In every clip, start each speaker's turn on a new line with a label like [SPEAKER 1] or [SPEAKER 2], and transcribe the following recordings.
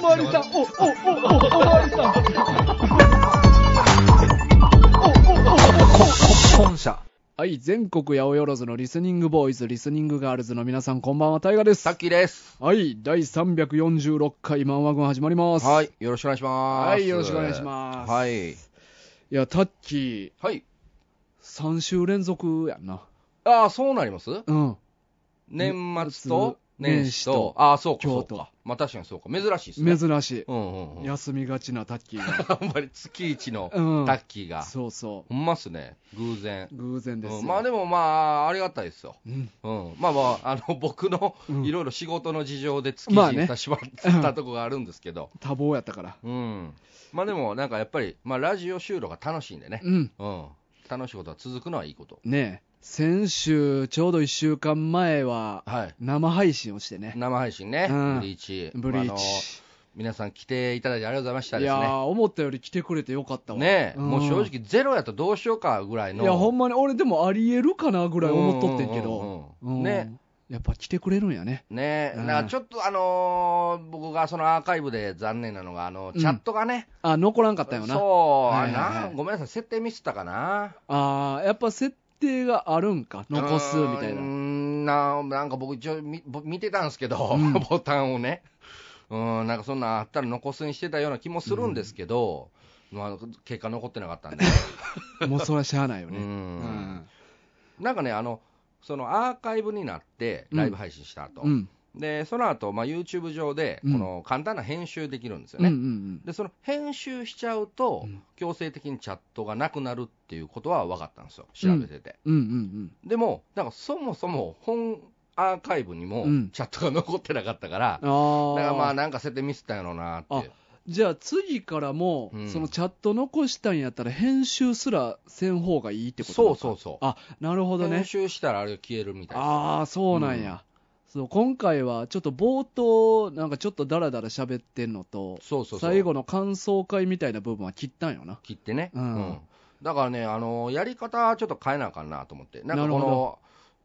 [SPEAKER 1] まわりさん、お、お、お、お、おまわりさん。
[SPEAKER 2] 本社。
[SPEAKER 1] はい、全国八百万のリスニングボーイズ、リスニングガールズの皆さん、こんばんは、タイガです。
[SPEAKER 2] さっきです。
[SPEAKER 1] はい、第346回マンワ軍始まります。
[SPEAKER 2] はい。。よろしくお願いします。
[SPEAKER 1] はいよろしくお願いします
[SPEAKER 2] はい。
[SPEAKER 1] いや、タッキー、
[SPEAKER 2] はい。
[SPEAKER 1] 3週連続やんな。
[SPEAKER 2] ああ、そうなります
[SPEAKER 1] うん。
[SPEAKER 2] 年末と
[SPEAKER 1] 年
[SPEAKER 2] 年
[SPEAKER 1] 始
[SPEAKER 2] 始
[SPEAKER 1] と
[SPEAKER 2] と。ああ、そうか、
[SPEAKER 1] 今
[SPEAKER 2] そ
[SPEAKER 1] 日
[SPEAKER 2] う
[SPEAKER 1] と
[SPEAKER 2] か。まあ確かにそうか。珍しいですね。
[SPEAKER 1] 珍し
[SPEAKER 2] うんうん
[SPEAKER 1] い。
[SPEAKER 2] うん。
[SPEAKER 1] 休みがちなタッキー
[SPEAKER 2] あんまり月一のタ
[SPEAKER 1] うん
[SPEAKER 2] ッキー
[SPEAKER 1] が。
[SPEAKER 2] が。
[SPEAKER 1] そうそ
[SPEAKER 2] ほんまっすね。偶然
[SPEAKER 1] う。。偶然ですよ。
[SPEAKER 2] うんまあでもまあ、ありがたいですよ。
[SPEAKER 1] うん。
[SPEAKER 2] うん、まあまあ、あの 僕の
[SPEAKER 1] うん
[SPEAKER 2] いろいろ仕事の事情で月
[SPEAKER 1] まあ
[SPEAKER 2] 日
[SPEAKER 1] ね
[SPEAKER 2] にしまったとこがあるんですけど、
[SPEAKER 1] 多忙やったから。
[SPEAKER 2] うん、まあでも、なんかやっぱり、まあ、ラジオ収録が楽しいんでね、
[SPEAKER 1] うん。
[SPEAKER 2] うん、楽しいことは続くのはいいこと、
[SPEAKER 1] ねえ、先週、ちょうど1週間前は、
[SPEAKER 2] はい、
[SPEAKER 1] 生配信をしてね。
[SPEAKER 2] 生配信ね、
[SPEAKER 1] うん
[SPEAKER 2] ブリーチ、
[SPEAKER 1] ブリ
[SPEAKER 2] ま
[SPEAKER 1] ー
[SPEAKER 2] ああの
[SPEAKER 1] チ。
[SPEAKER 2] 皆さん来ていただいてありがとうございました
[SPEAKER 1] い
[SPEAKER 2] です
[SPEAKER 1] や
[SPEAKER 2] ね。
[SPEAKER 1] ー、思ったより来てくれてよかったわ。
[SPEAKER 2] ねえ、
[SPEAKER 1] ん
[SPEAKER 2] もう正。直、ゼロやったらどうしようかぐらいの。
[SPEAKER 1] いや、ほんまに俺でもありえるかなぐらい思っとってんけ
[SPEAKER 2] うん
[SPEAKER 1] ど。
[SPEAKER 2] うんうんうんね
[SPEAKER 1] うん。やっぱ来てくれるんやね。
[SPEAKER 2] ねえ、
[SPEAKER 1] うん
[SPEAKER 2] だからちょっと、あのー僕がそのアーカイブで残念なのが、あの
[SPEAKER 1] うん
[SPEAKER 2] チャットがね、
[SPEAKER 1] あ、残らんかったよな。
[SPEAKER 2] そう、あれ
[SPEAKER 1] はいはい
[SPEAKER 2] な
[SPEAKER 1] はい
[SPEAKER 2] ごめんなさい、設定ミスったかな。
[SPEAKER 1] あーやっぱ設定があるんか。残す、みたいう
[SPEAKER 2] ー
[SPEAKER 1] な。
[SPEAKER 2] んななんか僕一応見、ぼ見てたんですけど、
[SPEAKER 1] うん
[SPEAKER 2] ボタンをね、うん、なんかそんなんあったら残すにしてたような気もするんですけど、まあ、結果残ってなかった んで、
[SPEAKER 1] もうそれはしゃあないよ
[SPEAKER 2] う
[SPEAKER 1] ね。
[SPEAKER 2] んなんかね、あのそのアーカイブになって、ライブ配信した後、
[SPEAKER 1] うん。
[SPEAKER 2] でその後、まあ YouTube 上で、
[SPEAKER 1] う
[SPEAKER 2] こ
[SPEAKER 1] ん
[SPEAKER 2] の簡単な編集できるんですよ
[SPEAKER 1] うんう
[SPEAKER 2] ね。
[SPEAKER 1] ん
[SPEAKER 2] でその編集しちゃうと、
[SPEAKER 1] うん
[SPEAKER 2] 強制的にチャットがなくなるっていうことは分かったんですよ、調べてて。
[SPEAKER 1] うん。うんうん
[SPEAKER 2] でも、なんかそもそも本アーカイブにも
[SPEAKER 1] うん
[SPEAKER 2] チャットが残ってなかったから、
[SPEAKER 1] うん。ああ。
[SPEAKER 2] だからまあ、なんか設定ミスったんやろうなって。
[SPEAKER 1] じゃあ次からも、
[SPEAKER 2] うん
[SPEAKER 1] そのチャット残したんやったら、編集すらせん方がいいってことな
[SPEAKER 2] そ
[SPEAKER 1] の
[SPEAKER 2] う
[SPEAKER 1] か
[SPEAKER 2] そうそ
[SPEAKER 1] あなるほ
[SPEAKER 2] う。
[SPEAKER 1] ど
[SPEAKER 2] 編
[SPEAKER 1] ね。
[SPEAKER 2] 集したらあれが消えるみたいな。
[SPEAKER 1] ああ、そうなんや。そう今回はちょっと冒頭、なんかちょっとダラダラ喋ってんのと、
[SPEAKER 2] そうそうそう。
[SPEAKER 1] 最後の感想会みたいな部分は切ったんよな。
[SPEAKER 2] 切ってね。
[SPEAKER 1] うん
[SPEAKER 2] だからね、あのやり方ちょっと変えなあかんなと思って。なんか
[SPEAKER 1] なる
[SPEAKER 2] こ
[SPEAKER 1] ほ
[SPEAKER 2] の、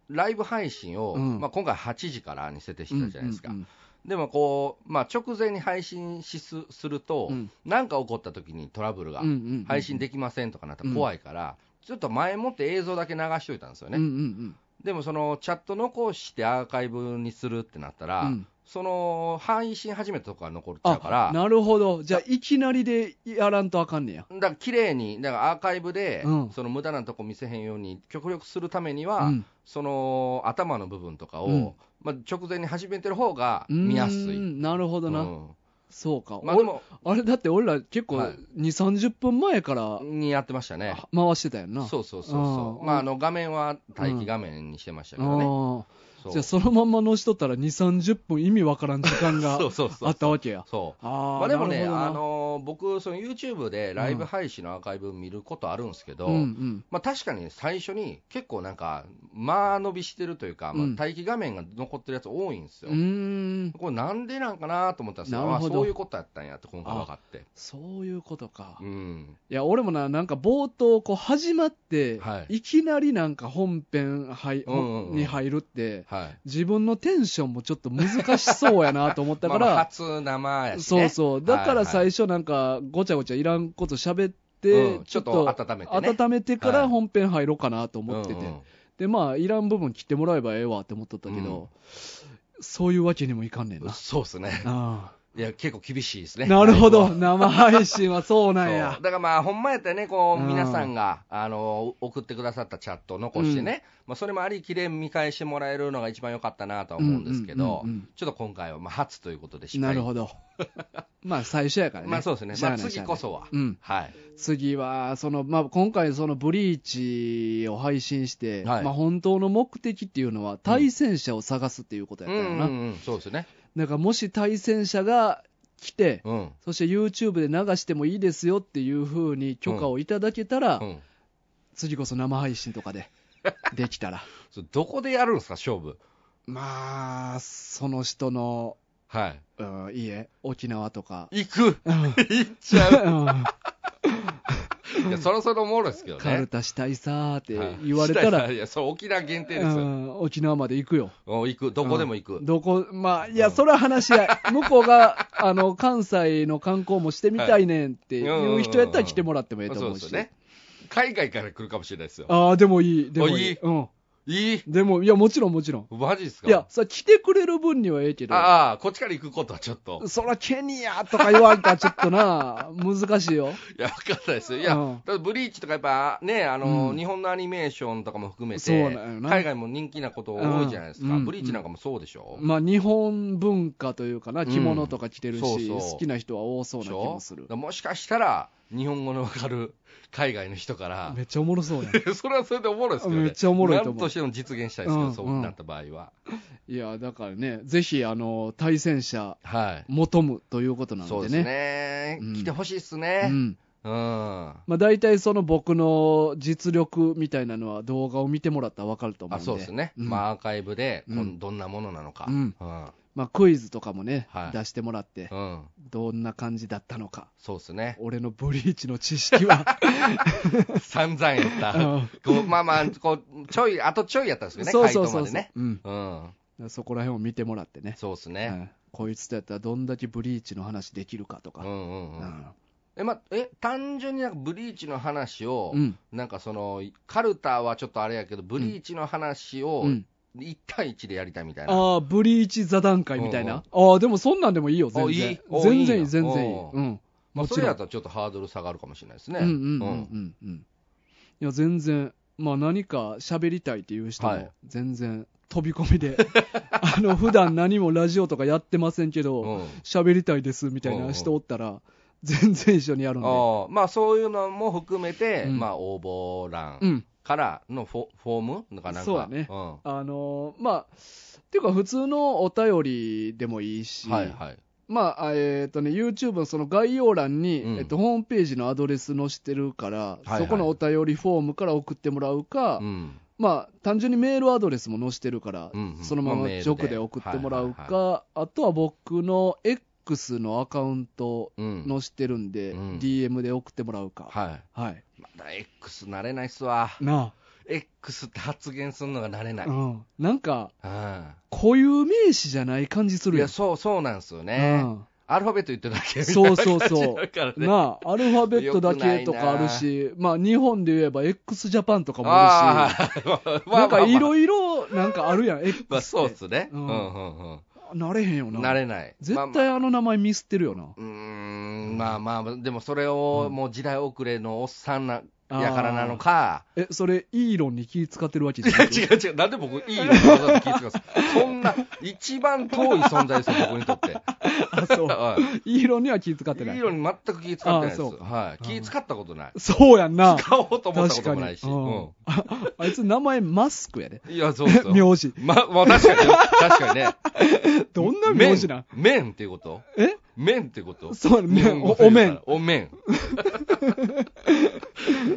[SPEAKER 2] ライブ配信を、
[SPEAKER 1] うん
[SPEAKER 2] まあ、今回8時からに設定してたじゃないですか。
[SPEAKER 1] うんうん
[SPEAKER 2] でもこう、まあ、直前に配信しすすると、
[SPEAKER 1] うん
[SPEAKER 2] なんか起こった時にトラブルが
[SPEAKER 1] うんうんうんうん
[SPEAKER 2] 配信できませんとかなったら怖いから、ちょっと前もって映像だけ流しといたんですよね、
[SPEAKER 1] うんうん
[SPEAKER 2] でもそのチャット残してアーカイブにするってなったら、
[SPEAKER 1] うんうん
[SPEAKER 2] その配信始めたとこが残っちゃうか
[SPEAKER 1] あ
[SPEAKER 2] ら、だか
[SPEAKER 1] なるほど、じゃあ、いきなりでやらんとあかんねや。
[SPEAKER 2] ら綺麗に、だからアーカイブで、
[SPEAKER 1] うん
[SPEAKER 2] その無駄なとこ見せへんように、極力するためには、
[SPEAKER 1] うん
[SPEAKER 2] その頭の部分とかを、
[SPEAKER 1] うん
[SPEAKER 2] まあ、直前に始めてる方が見やす
[SPEAKER 1] うー
[SPEAKER 2] い。
[SPEAKER 1] んなるほどな、
[SPEAKER 2] うん
[SPEAKER 1] そうか、
[SPEAKER 2] まあ、でも
[SPEAKER 1] おあれだって俺ら結構
[SPEAKER 2] はい
[SPEAKER 1] 2、30分前から
[SPEAKER 2] にやってましたね。
[SPEAKER 1] 回してたよな。
[SPEAKER 2] そうそうそうそうう。
[SPEAKER 1] ん
[SPEAKER 2] まあ、あの画面は待機画面にしてましたけどね。
[SPEAKER 1] ああ
[SPEAKER 2] そう
[SPEAKER 1] じゃあそのまんまのしとったら2、30分意味わからん時間が
[SPEAKER 2] そうそうそう
[SPEAKER 1] あったわけや。
[SPEAKER 2] そう。
[SPEAKER 1] あ
[SPEAKER 2] まあでもね、
[SPEAKER 1] なるほどな
[SPEAKER 2] あのー僕、その YouTube でライブ配信のアーカイブ見ることあるんですけど、
[SPEAKER 1] うんうん
[SPEAKER 2] まあ確かに最初に結構なんか、間延びしてるというか、ま
[SPEAKER 1] う
[SPEAKER 2] あ
[SPEAKER 1] ん
[SPEAKER 2] 待機画面が残ってるやつ多いんです
[SPEAKER 1] う
[SPEAKER 2] よ。
[SPEAKER 1] ーん、
[SPEAKER 2] これなんでなんかなと思ったんですけど、
[SPEAKER 1] なる
[SPEAKER 2] あ
[SPEAKER 1] ほど
[SPEAKER 2] そういうことやったんやって今回分かって。
[SPEAKER 1] そういうことか。
[SPEAKER 2] う
[SPEAKER 1] い
[SPEAKER 2] ん。
[SPEAKER 1] や、俺もな、なんか冒頭、こう始まって、
[SPEAKER 2] はい
[SPEAKER 1] い、きなりなんか本編はい、
[SPEAKER 2] うんうんうん
[SPEAKER 1] に入るって、
[SPEAKER 2] はい。
[SPEAKER 1] 自分のテンションもちょっと難しそうやなと思ったから、
[SPEAKER 2] まあまあ初生やし
[SPEAKER 1] そう
[SPEAKER 2] ね。
[SPEAKER 1] そう、だから
[SPEAKER 2] はいは
[SPEAKER 1] 最初、なんかごちゃごちゃいらんこと喋って、
[SPEAKER 2] うん
[SPEAKER 1] ちょっ
[SPEAKER 2] ちょ
[SPEAKER 1] と
[SPEAKER 2] っと温めてね
[SPEAKER 1] 温めてか
[SPEAKER 2] は
[SPEAKER 1] ら
[SPEAKER 2] い
[SPEAKER 1] 本編入ろうかなと思ってて、
[SPEAKER 2] うんうん
[SPEAKER 1] で、まあ、いらん部分切ってもらえばええわって思っとったけど、そういうわけにもいかんねんな。
[SPEAKER 2] そうですね。
[SPEAKER 1] あ
[SPEAKER 2] いや、結構厳しいです
[SPEAKER 1] あ
[SPEAKER 2] ね。
[SPEAKER 1] なるほ
[SPEAKER 2] ライ
[SPEAKER 1] ど、
[SPEAKER 2] ブは。
[SPEAKER 1] 生配信はそうなん
[SPEAKER 2] そ
[SPEAKER 1] や
[SPEAKER 2] う。だからまあ、ほんまやったらね、こう、
[SPEAKER 1] うん
[SPEAKER 2] 皆さんが、あの、送ってくださったチャットを残してね、まあ、それもありきで見返してもらえるのが一番良かったなとは思うんですけど、
[SPEAKER 1] うんうんうんうん
[SPEAKER 2] ちょっと今回は、まあ、初ということでしっか
[SPEAKER 1] な
[SPEAKER 2] り
[SPEAKER 1] るほ ど。まあ、最初やからね。
[SPEAKER 2] まあ、そうですね。
[SPEAKER 1] しゃ
[SPEAKER 2] ま
[SPEAKER 1] あ
[SPEAKER 2] あ、
[SPEAKER 1] ない
[SPEAKER 2] 次こ。そは
[SPEAKER 1] しゃあ。ないうん、
[SPEAKER 2] はい。
[SPEAKER 1] 次は、その、まあ、今回、その、ブリーチを配信して、
[SPEAKER 2] はい
[SPEAKER 1] まあ、本当の目的っていうのは、対戦者を探すっていうことや
[SPEAKER 2] う
[SPEAKER 1] ったよな。
[SPEAKER 2] ん、うんうん、そうですね。
[SPEAKER 1] なんかもし対戦者が来て、
[SPEAKER 2] うん。
[SPEAKER 1] そして YouTube で流してもいいですよっていうふうに許可をいただけたら、
[SPEAKER 2] うん。
[SPEAKER 1] 次こそ生配信とか でできたら、
[SPEAKER 2] それどこでやるんですか、勝負。
[SPEAKER 1] まあ、その人の、
[SPEAKER 2] はい。
[SPEAKER 1] うん、家、沖縄とか、
[SPEAKER 2] 行く
[SPEAKER 1] うん
[SPEAKER 2] 行っちゃう。いや、そろそろおもろいですけどね。
[SPEAKER 1] カルタしたいさー
[SPEAKER 2] は
[SPEAKER 1] っ
[SPEAKER 2] い
[SPEAKER 1] て言われたら、
[SPEAKER 2] いや、そう、沖縄限定です
[SPEAKER 1] う
[SPEAKER 2] よ。
[SPEAKER 1] ん沖縄まで行くよ。
[SPEAKER 2] お行く、どこでも行
[SPEAKER 1] う
[SPEAKER 2] く
[SPEAKER 1] ん。どこ、まあ、いうや、
[SPEAKER 2] ん
[SPEAKER 1] それは話し合い。向こうが、 あの、関西の観光もしてみたいねんっていう人やったら来てもらってもいいと
[SPEAKER 2] そ
[SPEAKER 1] 思
[SPEAKER 2] う
[SPEAKER 1] う
[SPEAKER 2] です
[SPEAKER 1] し
[SPEAKER 2] よ。ね。海外から来るかもしれないですよ。
[SPEAKER 1] ああ、でもいい。でも
[SPEAKER 2] あ
[SPEAKER 1] い
[SPEAKER 2] い
[SPEAKER 1] い。
[SPEAKER 2] い
[SPEAKER 1] うん。
[SPEAKER 2] いい
[SPEAKER 1] でも、いや、もちろんもちろん。
[SPEAKER 2] マジですか
[SPEAKER 1] いや、さ、来てくれる分にはええけど、
[SPEAKER 2] ああ、こっちから行くことはちょっと。
[SPEAKER 1] そらケニアとか言わんか、ちょっとな、 難しいよ。
[SPEAKER 2] いや、わかんないですよ。いや、
[SPEAKER 1] うん
[SPEAKER 2] ただブリーチとかやっぱね、あの、
[SPEAKER 1] うん
[SPEAKER 2] 日本のアニメーションとかも含め
[SPEAKER 1] そう
[SPEAKER 2] て
[SPEAKER 1] なんよ、な
[SPEAKER 2] 海外も人気なこと多いじゃないですか。
[SPEAKER 1] うん
[SPEAKER 2] ブリーチなんかもそうでしょ、
[SPEAKER 1] まあ、日本文化というかな、着物とか着てるし、
[SPEAKER 2] うんそうそう
[SPEAKER 1] 好きな人は多そう
[SPEAKER 2] で
[SPEAKER 1] な
[SPEAKER 2] し
[SPEAKER 1] 気
[SPEAKER 2] ょ
[SPEAKER 1] もする
[SPEAKER 2] だか。らもしかしたら、日本語のわかる海外の人から、
[SPEAKER 1] めっちゃおもろそうやん。
[SPEAKER 2] それはそれでおもろいですけどね。
[SPEAKER 1] めっちゃおもろいと思う
[SPEAKER 2] なんとしても実現したいですけど、
[SPEAKER 1] うん
[SPEAKER 2] そうなった場合は。
[SPEAKER 1] いや、だからね、ぜひ、あの、対戦車、
[SPEAKER 2] はい。
[SPEAKER 1] 求むということなんでね。
[SPEAKER 2] そうですね。
[SPEAKER 1] うん
[SPEAKER 2] 来てほしいです
[SPEAKER 1] う
[SPEAKER 2] ね。
[SPEAKER 1] ん。
[SPEAKER 2] うん。あ、
[SPEAKER 1] まあ、大体その僕の実力みたいなのは動画を見てもらったらわかると思うんで。
[SPEAKER 2] そうですね。
[SPEAKER 1] うん
[SPEAKER 2] まあ、アーカイブで、こん
[SPEAKER 1] うん
[SPEAKER 2] どんなものなのか。
[SPEAKER 1] う
[SPEAKER 2] うんん。
[SPEAKER 1] まあ、クイズとかもね、
[SPEAKER 2] はい
[SPEAKER 1] 出してもらって、
[SPEAKER 2] うん。
[SPEAKER 1] どんな感じだったのか。
[SPEAKER 2] そうですね。
[SPEAKER 1] 俺のブリーチの知識 は。
[SPEAKER 2] 散々やった
[SPEAKER 1] うん。
[SPEAKER 2] こうまあまあ、こう、ちょい、あとちょいやったんですよね。
[SPEAKER 1] そうそうそ
[SPEAKER 2] 回答ま
[SPEAKER 1] う
[SPEAKER 2] で
[SPEAKER 1] そう
[SPEAKER 2] ね。。
[SPEAKER 1] うん。
[SPEAKER 2] うん。
[SPEAKER 1] そこら辺を見てもらってね。
[SPEAKER 2] そうです
[SPEAKER 1] う
[SPEAKER 2] ね。
[SPEAKER 1] んこいつとやったらどんだけブリーチの話できるかと
[SPEAKER 2] うん
[SPEAKER 1] か。
[SPEAKER 2] うん
[SPEAKER 1] う
[SPEAKER 2] うん。
[SPEAKER 1] ん
[SPEAKER 2] え、ま、え、単純になんかブリーチの話を
[SPEAKER 1] う、ん。
[SPEAKER 2] なんかその、カルタはちょっとあれやけど、ブリーチの話を
[SPEAKER 1] うん
[SPEAKER 2] 1対1でやりたいみたいな。
[SPEAKER 1] ああ、ブリーチ座談会みたいな。ああ、でもそんなんでもいいよ、全
[SPEAKER 2] あいい
[SPEAKER 1] 然。
[SPEAKER 2] お
[SPEAKER 1] 全然
[SPEAKER 2] い
[SPEAKER 1] い
[SPEAKER 2] い
[SPEAKER 1] い、
[SPEAKER 2] な
[SPEAKER 1] 全然いい。
[SPEAKER 2] おう
[SPEAKER 1] うん。
[SPEAKER 2] まあ、
[SPEAKER 1] も
[SPEAKER 2] そ
[SPEAKER 1] ち
[SPEAKER 2] れ
[SPEAKER 1] ろ
[SPEAKER 2] や
[SPEAKER 1] ん
[SPEAKER 2] ったらちょっとハードル下がるかもしれないですね。
[SPEAKER 1] うんうんうんうんうん。いや、全然、まあ何か喋りたいっていう人
[SPEAKER 2] はい
[SPEAKER 1] も、全然飛び込みで、 あの、普段何もラジオとかやってませんけ
[SPEAKER 2] う
[SPEAKER 1] ど、
[SPEAKER 2] ん。
[SPEAKER 1] 喋りたいですみたいな人おったら、全然一緒にやるんで。
[SPEAKER 2] ああまあそういうのも含めて、
[SPEAKER 1] うん
[SPEAKER 2] まあ応募欄
[SPEAKER 1] うん。
[SPEAKER 2] からのフォフォームなんかなんか
[SPEAKER 1] そうだね
[SPEAKER 2] ん、は
[SPEAKER 1] あのーまあ、っていうか普通のお便りでもいいし、
[SPEAKER 2] いはい
[SPEAKER 1] まあ、えっ、とね、YouTube のその概要欄に、
[SPEAKER 2] うん
[SPEAKER 1] えっと、ホームページのアドレス載してるから、
[SPEAKER 2] いはい
[SPEAKER 1] そこのお便りフォームから送ってもらうか、
[SPEAKER 2] うん
[SPEAKER 1] まあ、単純にメールアドレスも載してるから、
[SPEAKER 2] うんうん
[SPEAKER 1] そのま
[SPEAKER 2] まあ
[SPEAKER 1] ま
[SPEAKER 2] メールで
[SPEAKER 1] 直で送ってもらうか、
[SPEAKER 2] はいは
[SPEAKER 1] あとは僕の X のアカウント
[SPEAKER 2] うん
[SPEAKER 1] 載してるんで、
[SPEAKER 2] うん
[SPEAKER 1] DM で送ってもらうか。
[SPEAKER 2] はい
[SPEAKER 1] はい。
[SPEAKER 2] まだ X 慣れないっすわ
[SPEAKER 1] な
[SPEAKER 2] X って発言するのが慣れな
[SPEAKER 1] あ、
[SPEAKER 2] い、
[SPEAKER 1] う
[SPEAKER 2] うん
[SPEAKER 1] ん。なんか、固有名詞じゃない感じす
[SPEAKER 2] い
[SPEAKER 1] るや
[SPEAKER 2] や
[SPEAKER 1] ん。
[SPEAKER 2] そうそうなんですよね、
[SPEAKER 1] うん
[SPEAKER 2] アルファベット言ってるだけみたい
[SPEAKER 1] そう
[SPEAKER 2] な
[SPEAKER 1] そ
[SPEAKER 2] 感
[SPEAKER 1] う
[SPEAKER 2] じ
[SPEAKER 1] そう
[SPEAKER 2] だからね
[SPEAKER 1] なあ、アルファベットだけとかあるし、まあ日本で言えば x ジャパンとかもあるし、
[SPEAKER 2] ああまあまあまあ
[SPEAKER 1] なんかいろいろなんかあるやん、X って。
[SPEAKER 2] まあそうっすね、
[SPEAKER 1] う
[SPEAKER 2] うんんうん
[SPEAKER 1] なれへんよ
[SPEAKER 2] う
[SPEAKER 1] な。
[SPEAKER 2] ん、慣れない
[SPEAKER 1] 絶
[SPEAKER 2] まあまあ
[SPEAKER 1] 対あの名前ミスってるよな。
[SPEAKER 2] うーんまあまあ、でもそれをもう時代遅れのおっさんな、
[SPEAKER 1] うん
[SPEAKER 2] やからなのか、
[SPEAKER 1] え、それ、イーロンに気使ってるわけ
[SPEAKER 2] 違
[SPEAKER 1] じゃないう
[SPEAKER 2] 違う違う、なんで僕、いいよ、わざわざ気遣うんですそんな、一番遠い存在ですよ、僕にと って。
[SPEAKER 1] あ、そう。
[SPEAKER 2] は
[SPEAKER 1] イーロンには気使っ
[SPEAKER 2] い、い
[SPEAKER 1] てないい。
[SPEAKER 2] のに全く気遣ってないで
[SPEAKER 1] あ
[SPEAKER 2] す。
[SPEAKER 1] そう
[SPEAKER 2] はい、
[SPEAKER 1] うん
[SPEAKER 2] 気遣ったことない。
[SPEAKER 1] そうやんな。
[SPEAKER 2] 使おうと思っ
[SPEAKER 1] 確
[SPEAKER 2] たこと
[SPEAKER 1] か
[SPEAKER 2] もない
[SPEAKER 1] に
[SPEAKER 2] し。。
[SPEAKER 1] う
[SPEAKER 2] うんん
[SPEAKER 1] ああいつ名前マスクやで。
[SPEAKER 2] いや、そうそう。
[SPEAKER 1] 名字。
[SPEAKER 2] ま、まあ、確かにね、確かにね。
[SPEAKER 1] どんな名字なん
[SPEAKER 2] 麺麺っていうこと
[SPEAKER 1] え
[SPEAKER 2] 麺ってこと
[SPEAKER 1] そうやね
[SPEAKER 2] 日本語
[SPEAKER 1] おお麺。
[SPEAKER 2] お麺。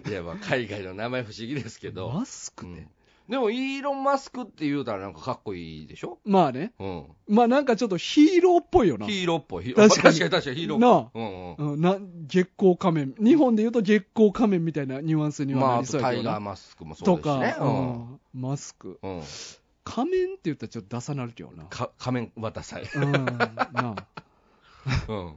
[SPEAKER 2] いや、まあ、海外の名前不思議ですけど。
[SPEAKER 1] マスク
[SPEAKER 2] う
[SPEAKER 1] って
[SPEAKER 2] ん。でも、イーロン・マスクって言うたらなんかかっこいいでしょ
[SPEAKER 1] まあね。
[SPEAKER 2] うん。
[SPEAKER 1] まあなんかちょっとヒーローっぽいよな。
[SPEAKER 2] ヒーローっぽい。ヒーロー
[SPEAKER 1] 確かに
[SPEAKER 2] 確かに確かにヒーローっぽい。
[SPEAKER 1] なあ。
[SPEAKER 2] うんうん
[SPEAKER 1] うんな月光仮面、日本で言うと月光仮面みたいなニュアンスに
[SPEAKER 2] ま
[SPEAKER 1] はな
[SPEAKER 2] あ、あ
[SPEAKER 1] り
[SPEAKER 2] と
[SPEAKER 1] そうや
[SPEAKER 2] タ
[SPEAKER 1] け
[SPEAKER 2] イ
[SPEAKER 1] ど
[SPEAKER 2] ガ
[SPEAKER 1] な、
[SPEAKER 2] ーマスクもそ
[SPEAKER 1] と
[SPEAKER 2] うですし
[SPEAKER 1] か
[SPEAKER 2] ね、。うん
[SPEAKER 1] うんマスク、
[SPEAKER 2] うん、
[SPEAKER 1] 仮面って言ったらちょっと出さなるけどな、
[SPEAKER 2] か仮面はダサい、
[SPEAKER 1] うん、なあ
[SPEAKER 2] うん、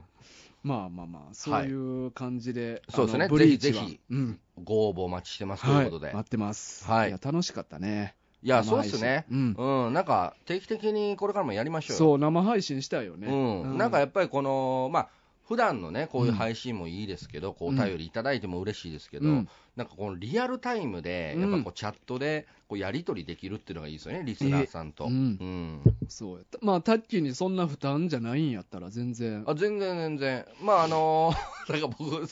[SPEAKER 1] まあまあまあ、そういう感じで、あの
[SPEAKER 2] そうですね
[SPEAKER 1] ブリーチは
[SPEAKER 2] ぜひぜひ
[SPEAKER 1] うん
[SPEAKER 2] ご応募お待ちしてますと
[SPEAKER 1] は
[SPEAKER 2] いう
[SPEAKER 1] い、
[SPEAKER 2] ことで、
[SPEAKER 1] 待
[SPEAKER 2] い、
[SPEAKER 1] ってます、
[SPEAKER 2] はい
[SPEAKER 1] や楽しかったね、
[SPEAKER 2] や、そうっすね、
[SPEAKER 1] 生配信、
[SPEAKER 2] うん、なんか定期的にこれからもやりまし
[SPEAKER 1] うん、
[SPEAKER 2] ょうよ、
[SPEAKER 1] そう、生配信したいよね、
[SPEAKER 2] うん、なんかやっぱりこの、まあ普段のね、こういう配信もいいですけど、こうお便りいただいても嬉しいですけど、
[SPEAKER 1] うん
[SPEAKER 2] なんかこのリアルタイムで、
[SPEAKER 1] うん
[SPEAKER 2] やっぱこうチャットでこうやり取りできるっていうのがいいですよね、リスナーさんと。
[SPEAKER 1] え
[SPEAKER 2] う
[SPEAKER 1] うん
[SPEAKER 2] ん
[SPEAKER 1] そうやった、まあ、タッキーにそんな負担じゃないんやったら、全然、
[SPEAKER 2] あ全然全然、まああのー なんか僕、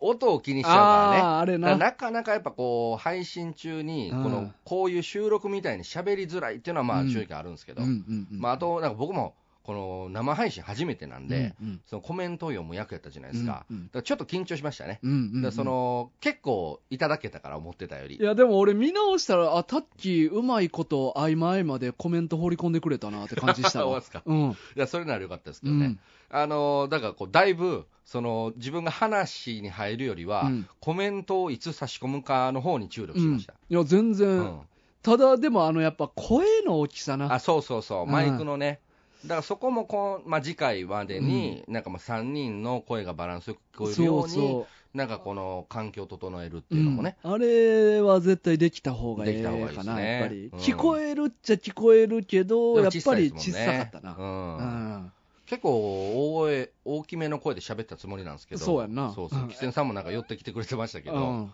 [SPEAKER 2] 音を気にしちゃうからね、
[SPEAKER 1] あーあれ
[SPEAKER 2] だから
[SPEAKER 1] な、
[SPEAKER 2] なかなかやっぱこう、配信中に、
[SPEAKER 1] うん
[SPEAKER 2] この、こういう収録みたいに喋りづらいっていうのはま
[SPEAKER 1] う
[SPEAKER 2] あ
[SPEAKER 1] ん
[SPEAKER 2] 注意があるんですけど、
[SPEAKER 1] うんうんうん
[SPEAKER 2] まああと、なんか僕も、この生配信初めてなんで、
[SPEAKER 1] うんうん
[SPEAKER 2] そのコメントを読む役やったじゃないですか。
[SPEAKER 1] うんうん
[SPEAKER 2] だからちょっと緊張しましたね。
[SPEAKER 1] うんうんうん
[SPEAKER 2] だからその結構いただけたから思ってたより
[SPEAKER 1] い。や、でも俺見直したら、あ、タッキーうまいこと合間合間でコメント放り込んでくれたなって感じした
[SPEAKER 2] そう
[SPEAKER 1] わ。
[SPEAKER 2] ですか
[SPEAKER 1] うん。
[SPEAKER 2] いや、それならよかったですけ
[SPEAKER 1] う
[SPEAKER 2] どね。
[SPEAKER 1] ん。
[SPEAKER 2] あのだからこう、だいぶ、その、自分が話に入るよりは、
[SPEAKER 1] うん
[SPEAKER 2] コメントをいつ差し込むかの方に注力
[SPEAKER 1] う
[SPEAKER 2] し
[SPEAKER 1] ん
[SPEAKER 2] ま
[SPEAKER 1] い
[SPEAKER 2] した。
[SPEAKER 1] や、全
[SPEAKER 2] う
[SPEAKER 1] 然。
[SPEAKER 2] ん。
[SPEAKER 1] ただ、でもあの、やっぱ声の大きさな。
[SPEAKER 2] あ、そうそうそう、
[SPEAKER 1] うん
[SPEAKER 2] マイクのね。だからそこもこう、まあ、次回までに、なんかまあ3人の声がバランスよく聞こえるように、
[SPEAKER 1] そ
[SPEAKER 2] なんかこの環境を整えるっ
[SPEAKER 1] う
[SPEAKER 2] ていううのもね、
[SPEAKER 1] んあれは絶対できた方がいいか
[SPEAKER 2] でき
[SPEAKER 1] な、
[SPEAKER 2] た方がいいですね
[SPEAKER 1] やっぱり、
[SPEAKER 2] うん
[SPEAKER 1] 聞こえるっちゃ聞こえるけど、
[SPEAKER 2] で
[SPEAKER 1] や
[SPEAKER 2] も
[SPEAKER 1] っぱり
[SPEAKER 2] で
[SPEAKER 1] 小
[SPEAKER 2] すも
[SPEAKER 1] さ
[SPEAKER 2] ん
[SPEAKER 1] か
[SPEAKER 2] ね
[SPEAKER 1] ったな。
[SPEAKER 2] うん結構大声、大きめの声で喋ったつもりなんですけど、
[SPEAKER 1] そうやんな
[SPEAKER 2] そうそう、
[SPEAKER 1] うん
[SPEAKER 2] 吉瀬さんもなんか寄ってきてくれてましたけ
[SPEAKER 1] う
[SPEAKER 2] ど、
[SPEAKER 1] ん。うん。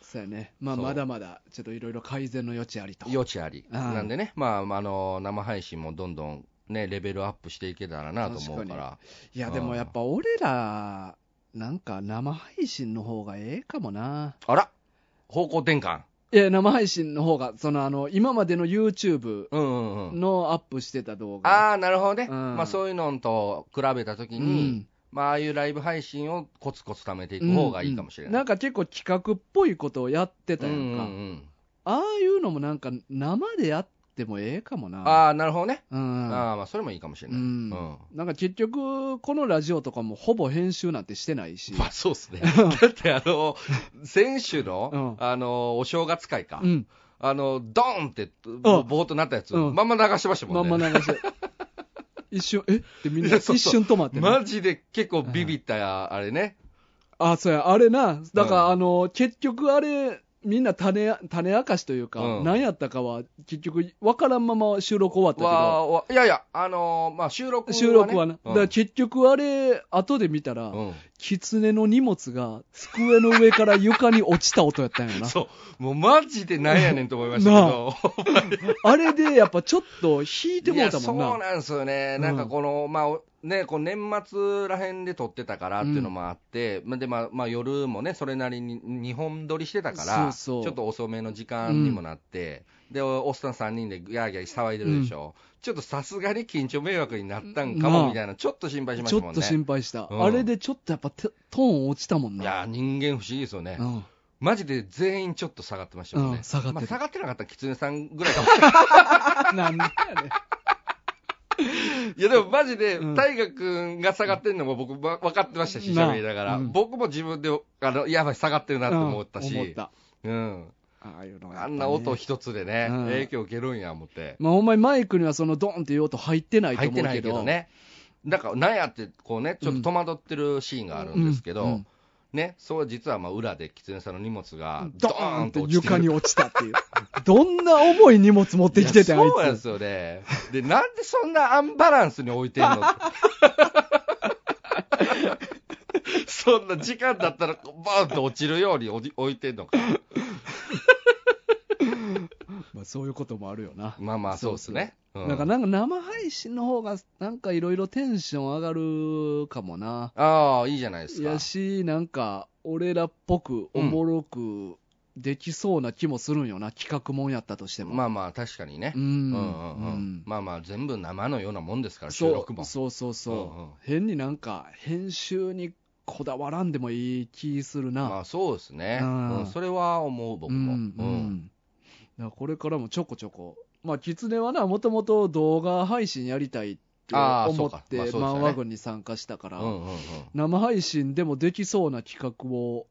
[SPEAKER 1] そうやね。まあ、
[SPEAKER 2] そう
[SPEAKER 1] まだまだ、ちょっといろいろ改善の余地ありと。
[SPEAKER 2] 余地あり、
[SPEAKER 1] うん
[SPEAKER 2] なんでね、まあ、まああの生配信もどんどん、ね、レベルアップしていけたらなと思うから、
[SPEAKER 1] いや、でもやっぱ俺ら、なんか生配信の方がええかもな。
[SPEAKER 2] あら、方向転換、
[SPEAKER 1] いや、生配信の方が、そのあの、今までの YouTube
[SPEAKER 2] うんうんうん、
[SPEAKER 1] のアップしてた動画。
[SPEAKER 2] ああ、なるほどね、
[SPEAKER 1] うん
[SPEAKER 2] まあ、そういうのんと比べたとき
[SPEAKER 1] う
[SPEAKER 2] に、
[SPEAKER 1] ん
[SPEAKER 2] まあ、ああいうライブ配信をコツコツ貯めていく方がいいかもしれ
[SPEAKER 1] うんな
[SPEAKER 2] な。
[SPEAKER 1] いんか結構企画っぽいことをやってた
[SPEAKER 2] う
[SPEAKER 1] や
[SPEAKER 2] んうん
[SPEAKER 1] ん
[SPEAKER 2] う
[SPEAKER 1] か。
[SPEAKER 2] ん
[SPEAKER 1] ああいうのもなんか生でやってもええかもな。
[SPEAKER 2] ああ、なるほどね。
[SPEAKER 1] うん。
[SPEAKER 2] ああまあ、それもいいかもしれ
[SPEAKER 1] う
[SPEAKER 2] ない。うん
[SPEAKER 1] ん。なんか結局、このラジオとかもほぼ編集なんてしてないし。
[SPEAKER 2] まあそ うですね。だってあの、先週の、
[SPEAKER 1] う
[SPEAKER 2] あの、お正月会か
[SPEAKER 1] う。ん。
[SPEAKER 2] あの、ドーンって、ぼーっとなったやつ、
[SPEAKER 1] うん
[SPEAKER 2] まんま流してました
[SPEAKER 1] ま
[SPEAKER 2] もん
[SPEAKER 1] ん
[SPEAKER 2] ね。
[SPEAKER 1] ま流し て。一瞬、えってみん
[SPEAKER 2] い
[SPEAKER 1] な
[SPEAKER 2] やそうそう
[SPEAKER 1] 一瞬止まってね
[SPEAKER 2] マジで結構ビビった、あれね。
[SPEAKER 1] あ、そうや、あれな。だから、
[SPEAKER 2] うん
[SPEAKER 1] あの、結局あれ、みんな種、種明かしというか、
[SPEAKER 2] うん
[SPEAKER 1] 何やったかは、結局、わからんまま収録終わったけ
[SPEAKER 2] わ
[SPEAKER 1] ど、
[SPEAKER 2] ーわいやいや、あのーまあ収録はね。
[SPEAKER 1] 収録はな。だから
[SPEAKER 2] うん
[SPEAKER 1] 結局あれ、後で見たら、
[SPEAKER 2] うん
[SPEAKER 1] 狐の荷物が、机の上から床に落ちた音やったんやな。
[SPEAKER 2] そう。もうマジでなんやねんと思いましたけど。
[SPEAKER 1] あれで、やっぱちょっと引いて
[SPEAKER 2] い
[SPEAKER 1] もう
[SPEAKER 2] や
[SPEAKER 1] た
[SPEAKER 2] そ
[SPEAKER 1] も
[SPEAKER 2] うん
[SPEAKER 1] な。
[SPEAKER 2] なんですよね、
[SPEAKER 1] うん
[SPEAKER 2] なんかこの、まあね、こう年末らへんで撮ってたからっていうのもあって、まあでまあまあ、夜もね、それなりに2本撮りしてたから、
[SPEAKER 1] そうそう
[SPEAKER 2] ちょっと遅めの時間にもなって、でおっさん3人でやーギャー騒いでるでしょ、ちょっとさすがに緊張迷惑になったんか
[SPEAKER 1] なあ
[SPEAKER 2] もみたいな、ちょっと心配しま
[SPEAKER 1] ち
[SPEAKER 2] した
[SPEAKER 1] ょ
[SPEAKER 2] も
[SPEAKER 1] っ
[SPEAKER 2] ん
[SPEAKER 1] と
[SPEAKER 2] ね。
[SPEAKER 1] 心配した。
[SPEAKER 2] うん
[SPEAKER 1] あれでちょっとやっぱて、トーン落ちたもんな。
[SPEAKER 2] いやー人間不思議ですよね、
[SPEAKER 1] うん
[SPEAKER 2] マジで全員ちょっと下がってましたもんね、
[SPEAKER 1] うん下がってた
[SPEAKER 2] まあ、下がってなかったら、狐さんぐらいかもしれない、
[SPEAKER 1] なん だよね。
[SPEAKER 2] いやでもマジで
[SPEAKER 1] うん、
[SPEAKER 2] 大河君が下がってんのも僕、わ分かってましたし、
[SPEAKER 1] なあ
[SPEAKER 2] 喋りながら、
[SPEAKER 1] うん
[SPEAKER 2] 僕も自分で、あのやばい、下がってるなって思ったし、
[SPEAKER 1] うん思った。
[SPEAKER 2] うん、
[SPEAKER 1] ああいうのがやっ
[SPEAKER 2] あ
[SPEAKER 1] ぱね、
[SPEAKER 2] んな音一つでね、
[SPEAKER 1] うん
[SPEAKER 2] 影響受けるんや思って、
[SPEAKER 1] まあ、ほんまにマイクにはそのドンっていう音入ってないと
[SPEAKER 2] 入
[SPEAKER 1] 思
[SPEAKER 2] っ
[SPEAKER 1] う
[SPEAKER 2] て
[SPEAKER 1] けど。
[SPEAKER 2] ないけどね、だから、なんやって、こうね、ちょっと戸惑ってるシーンがあるんですけど、
[SPEAKER 1] うんうん
[SPEAKER 2] ね、そう、実はまあ裏で、狐さんの荷物が、
[SPEAKER 1] ド
[SPEAKER 2] ド
[SPEAKER 1] ーン
[SPEAKER 2] ーン
[SPEAKER 1] と
[SPEAKER 2] と落ちて
[SPEAKER 1] 床
[SPEAKER 2] る
[SPEAKER 1] に落ちたっていう。 どんな重い荷物持ってきてて、
[SPEAKER 2] い
[SPEAKER 1] あ
[SPEAKER 2] や
[SPEAKER 1] い
[SPEAKER 2] そうなんで
[SPEAKER 1] つ。
[SPEAKER 2] すよね。で、なんでそんなアンバランスに置いてんのそんな時間だったら、こうバーンと落ちるように置い置いてんのか。
[SPEAKER 1] まあ、そういうこともあるよな。
[SPEAKER 2] まあまあ、そうですね。う
[SPEAKER 1] なんかなんか生配信の方が、なんかいろいろテンション上がるかもな。
[SPEAKER 2] ああ、いいじゃないです
[SPEAKER 1] い
[SPEAKER 2] か
[SPEAKER 1] や。し、なんか、俺らっぽく、おもろく、できそうな気もするんよな、企画もんやったとしても。
[SPEAKER 2] まあまあ、確かにね
[SPEAKER 1] う。ん。
[SPEAKER 2] う
[SPEAKER 1] うん
[SPEAKER 2] う
[SPEAKER 1] ん
[SPEAKER 2] んうん。まあまあ、全部生のようなもんですから、収
[SPEAKER 1] そ
[SPEAKER 2] 録も
[SPEAKER 1] う。そうそうそう、
[SPEAKER 2] うんうん
[SPEAKER 1] 変になんか、編集にこだわらんでもいい気するな。
[SPEAKER 2] まあ、そうですね。
[SPEAKER 1] う
[SPEAKER 2] うんんそれは思う、僕も。
[SPEAKER 1] う
[SPEAKER 2] うん
[SPEAKER 1] うん
[SPEAKER 2] ん。
[SPEAKER 1] だからこれからもちょこちょこ、まあ、キツネはな、もともと動画配信やりたいって
[SPEAKER 2] あー
[SPEAKER 1] 思っ
[SPEAKER 2] そうかまあそう
[SPEAKER 1] て、
[SPEAKER 2] ですよね
[SPEAKER 1] 漫画軍に参加したから、
[SPEAKER 2] うんうんうん。
[SPEAKER 1] 生配信でもできそうな企画を、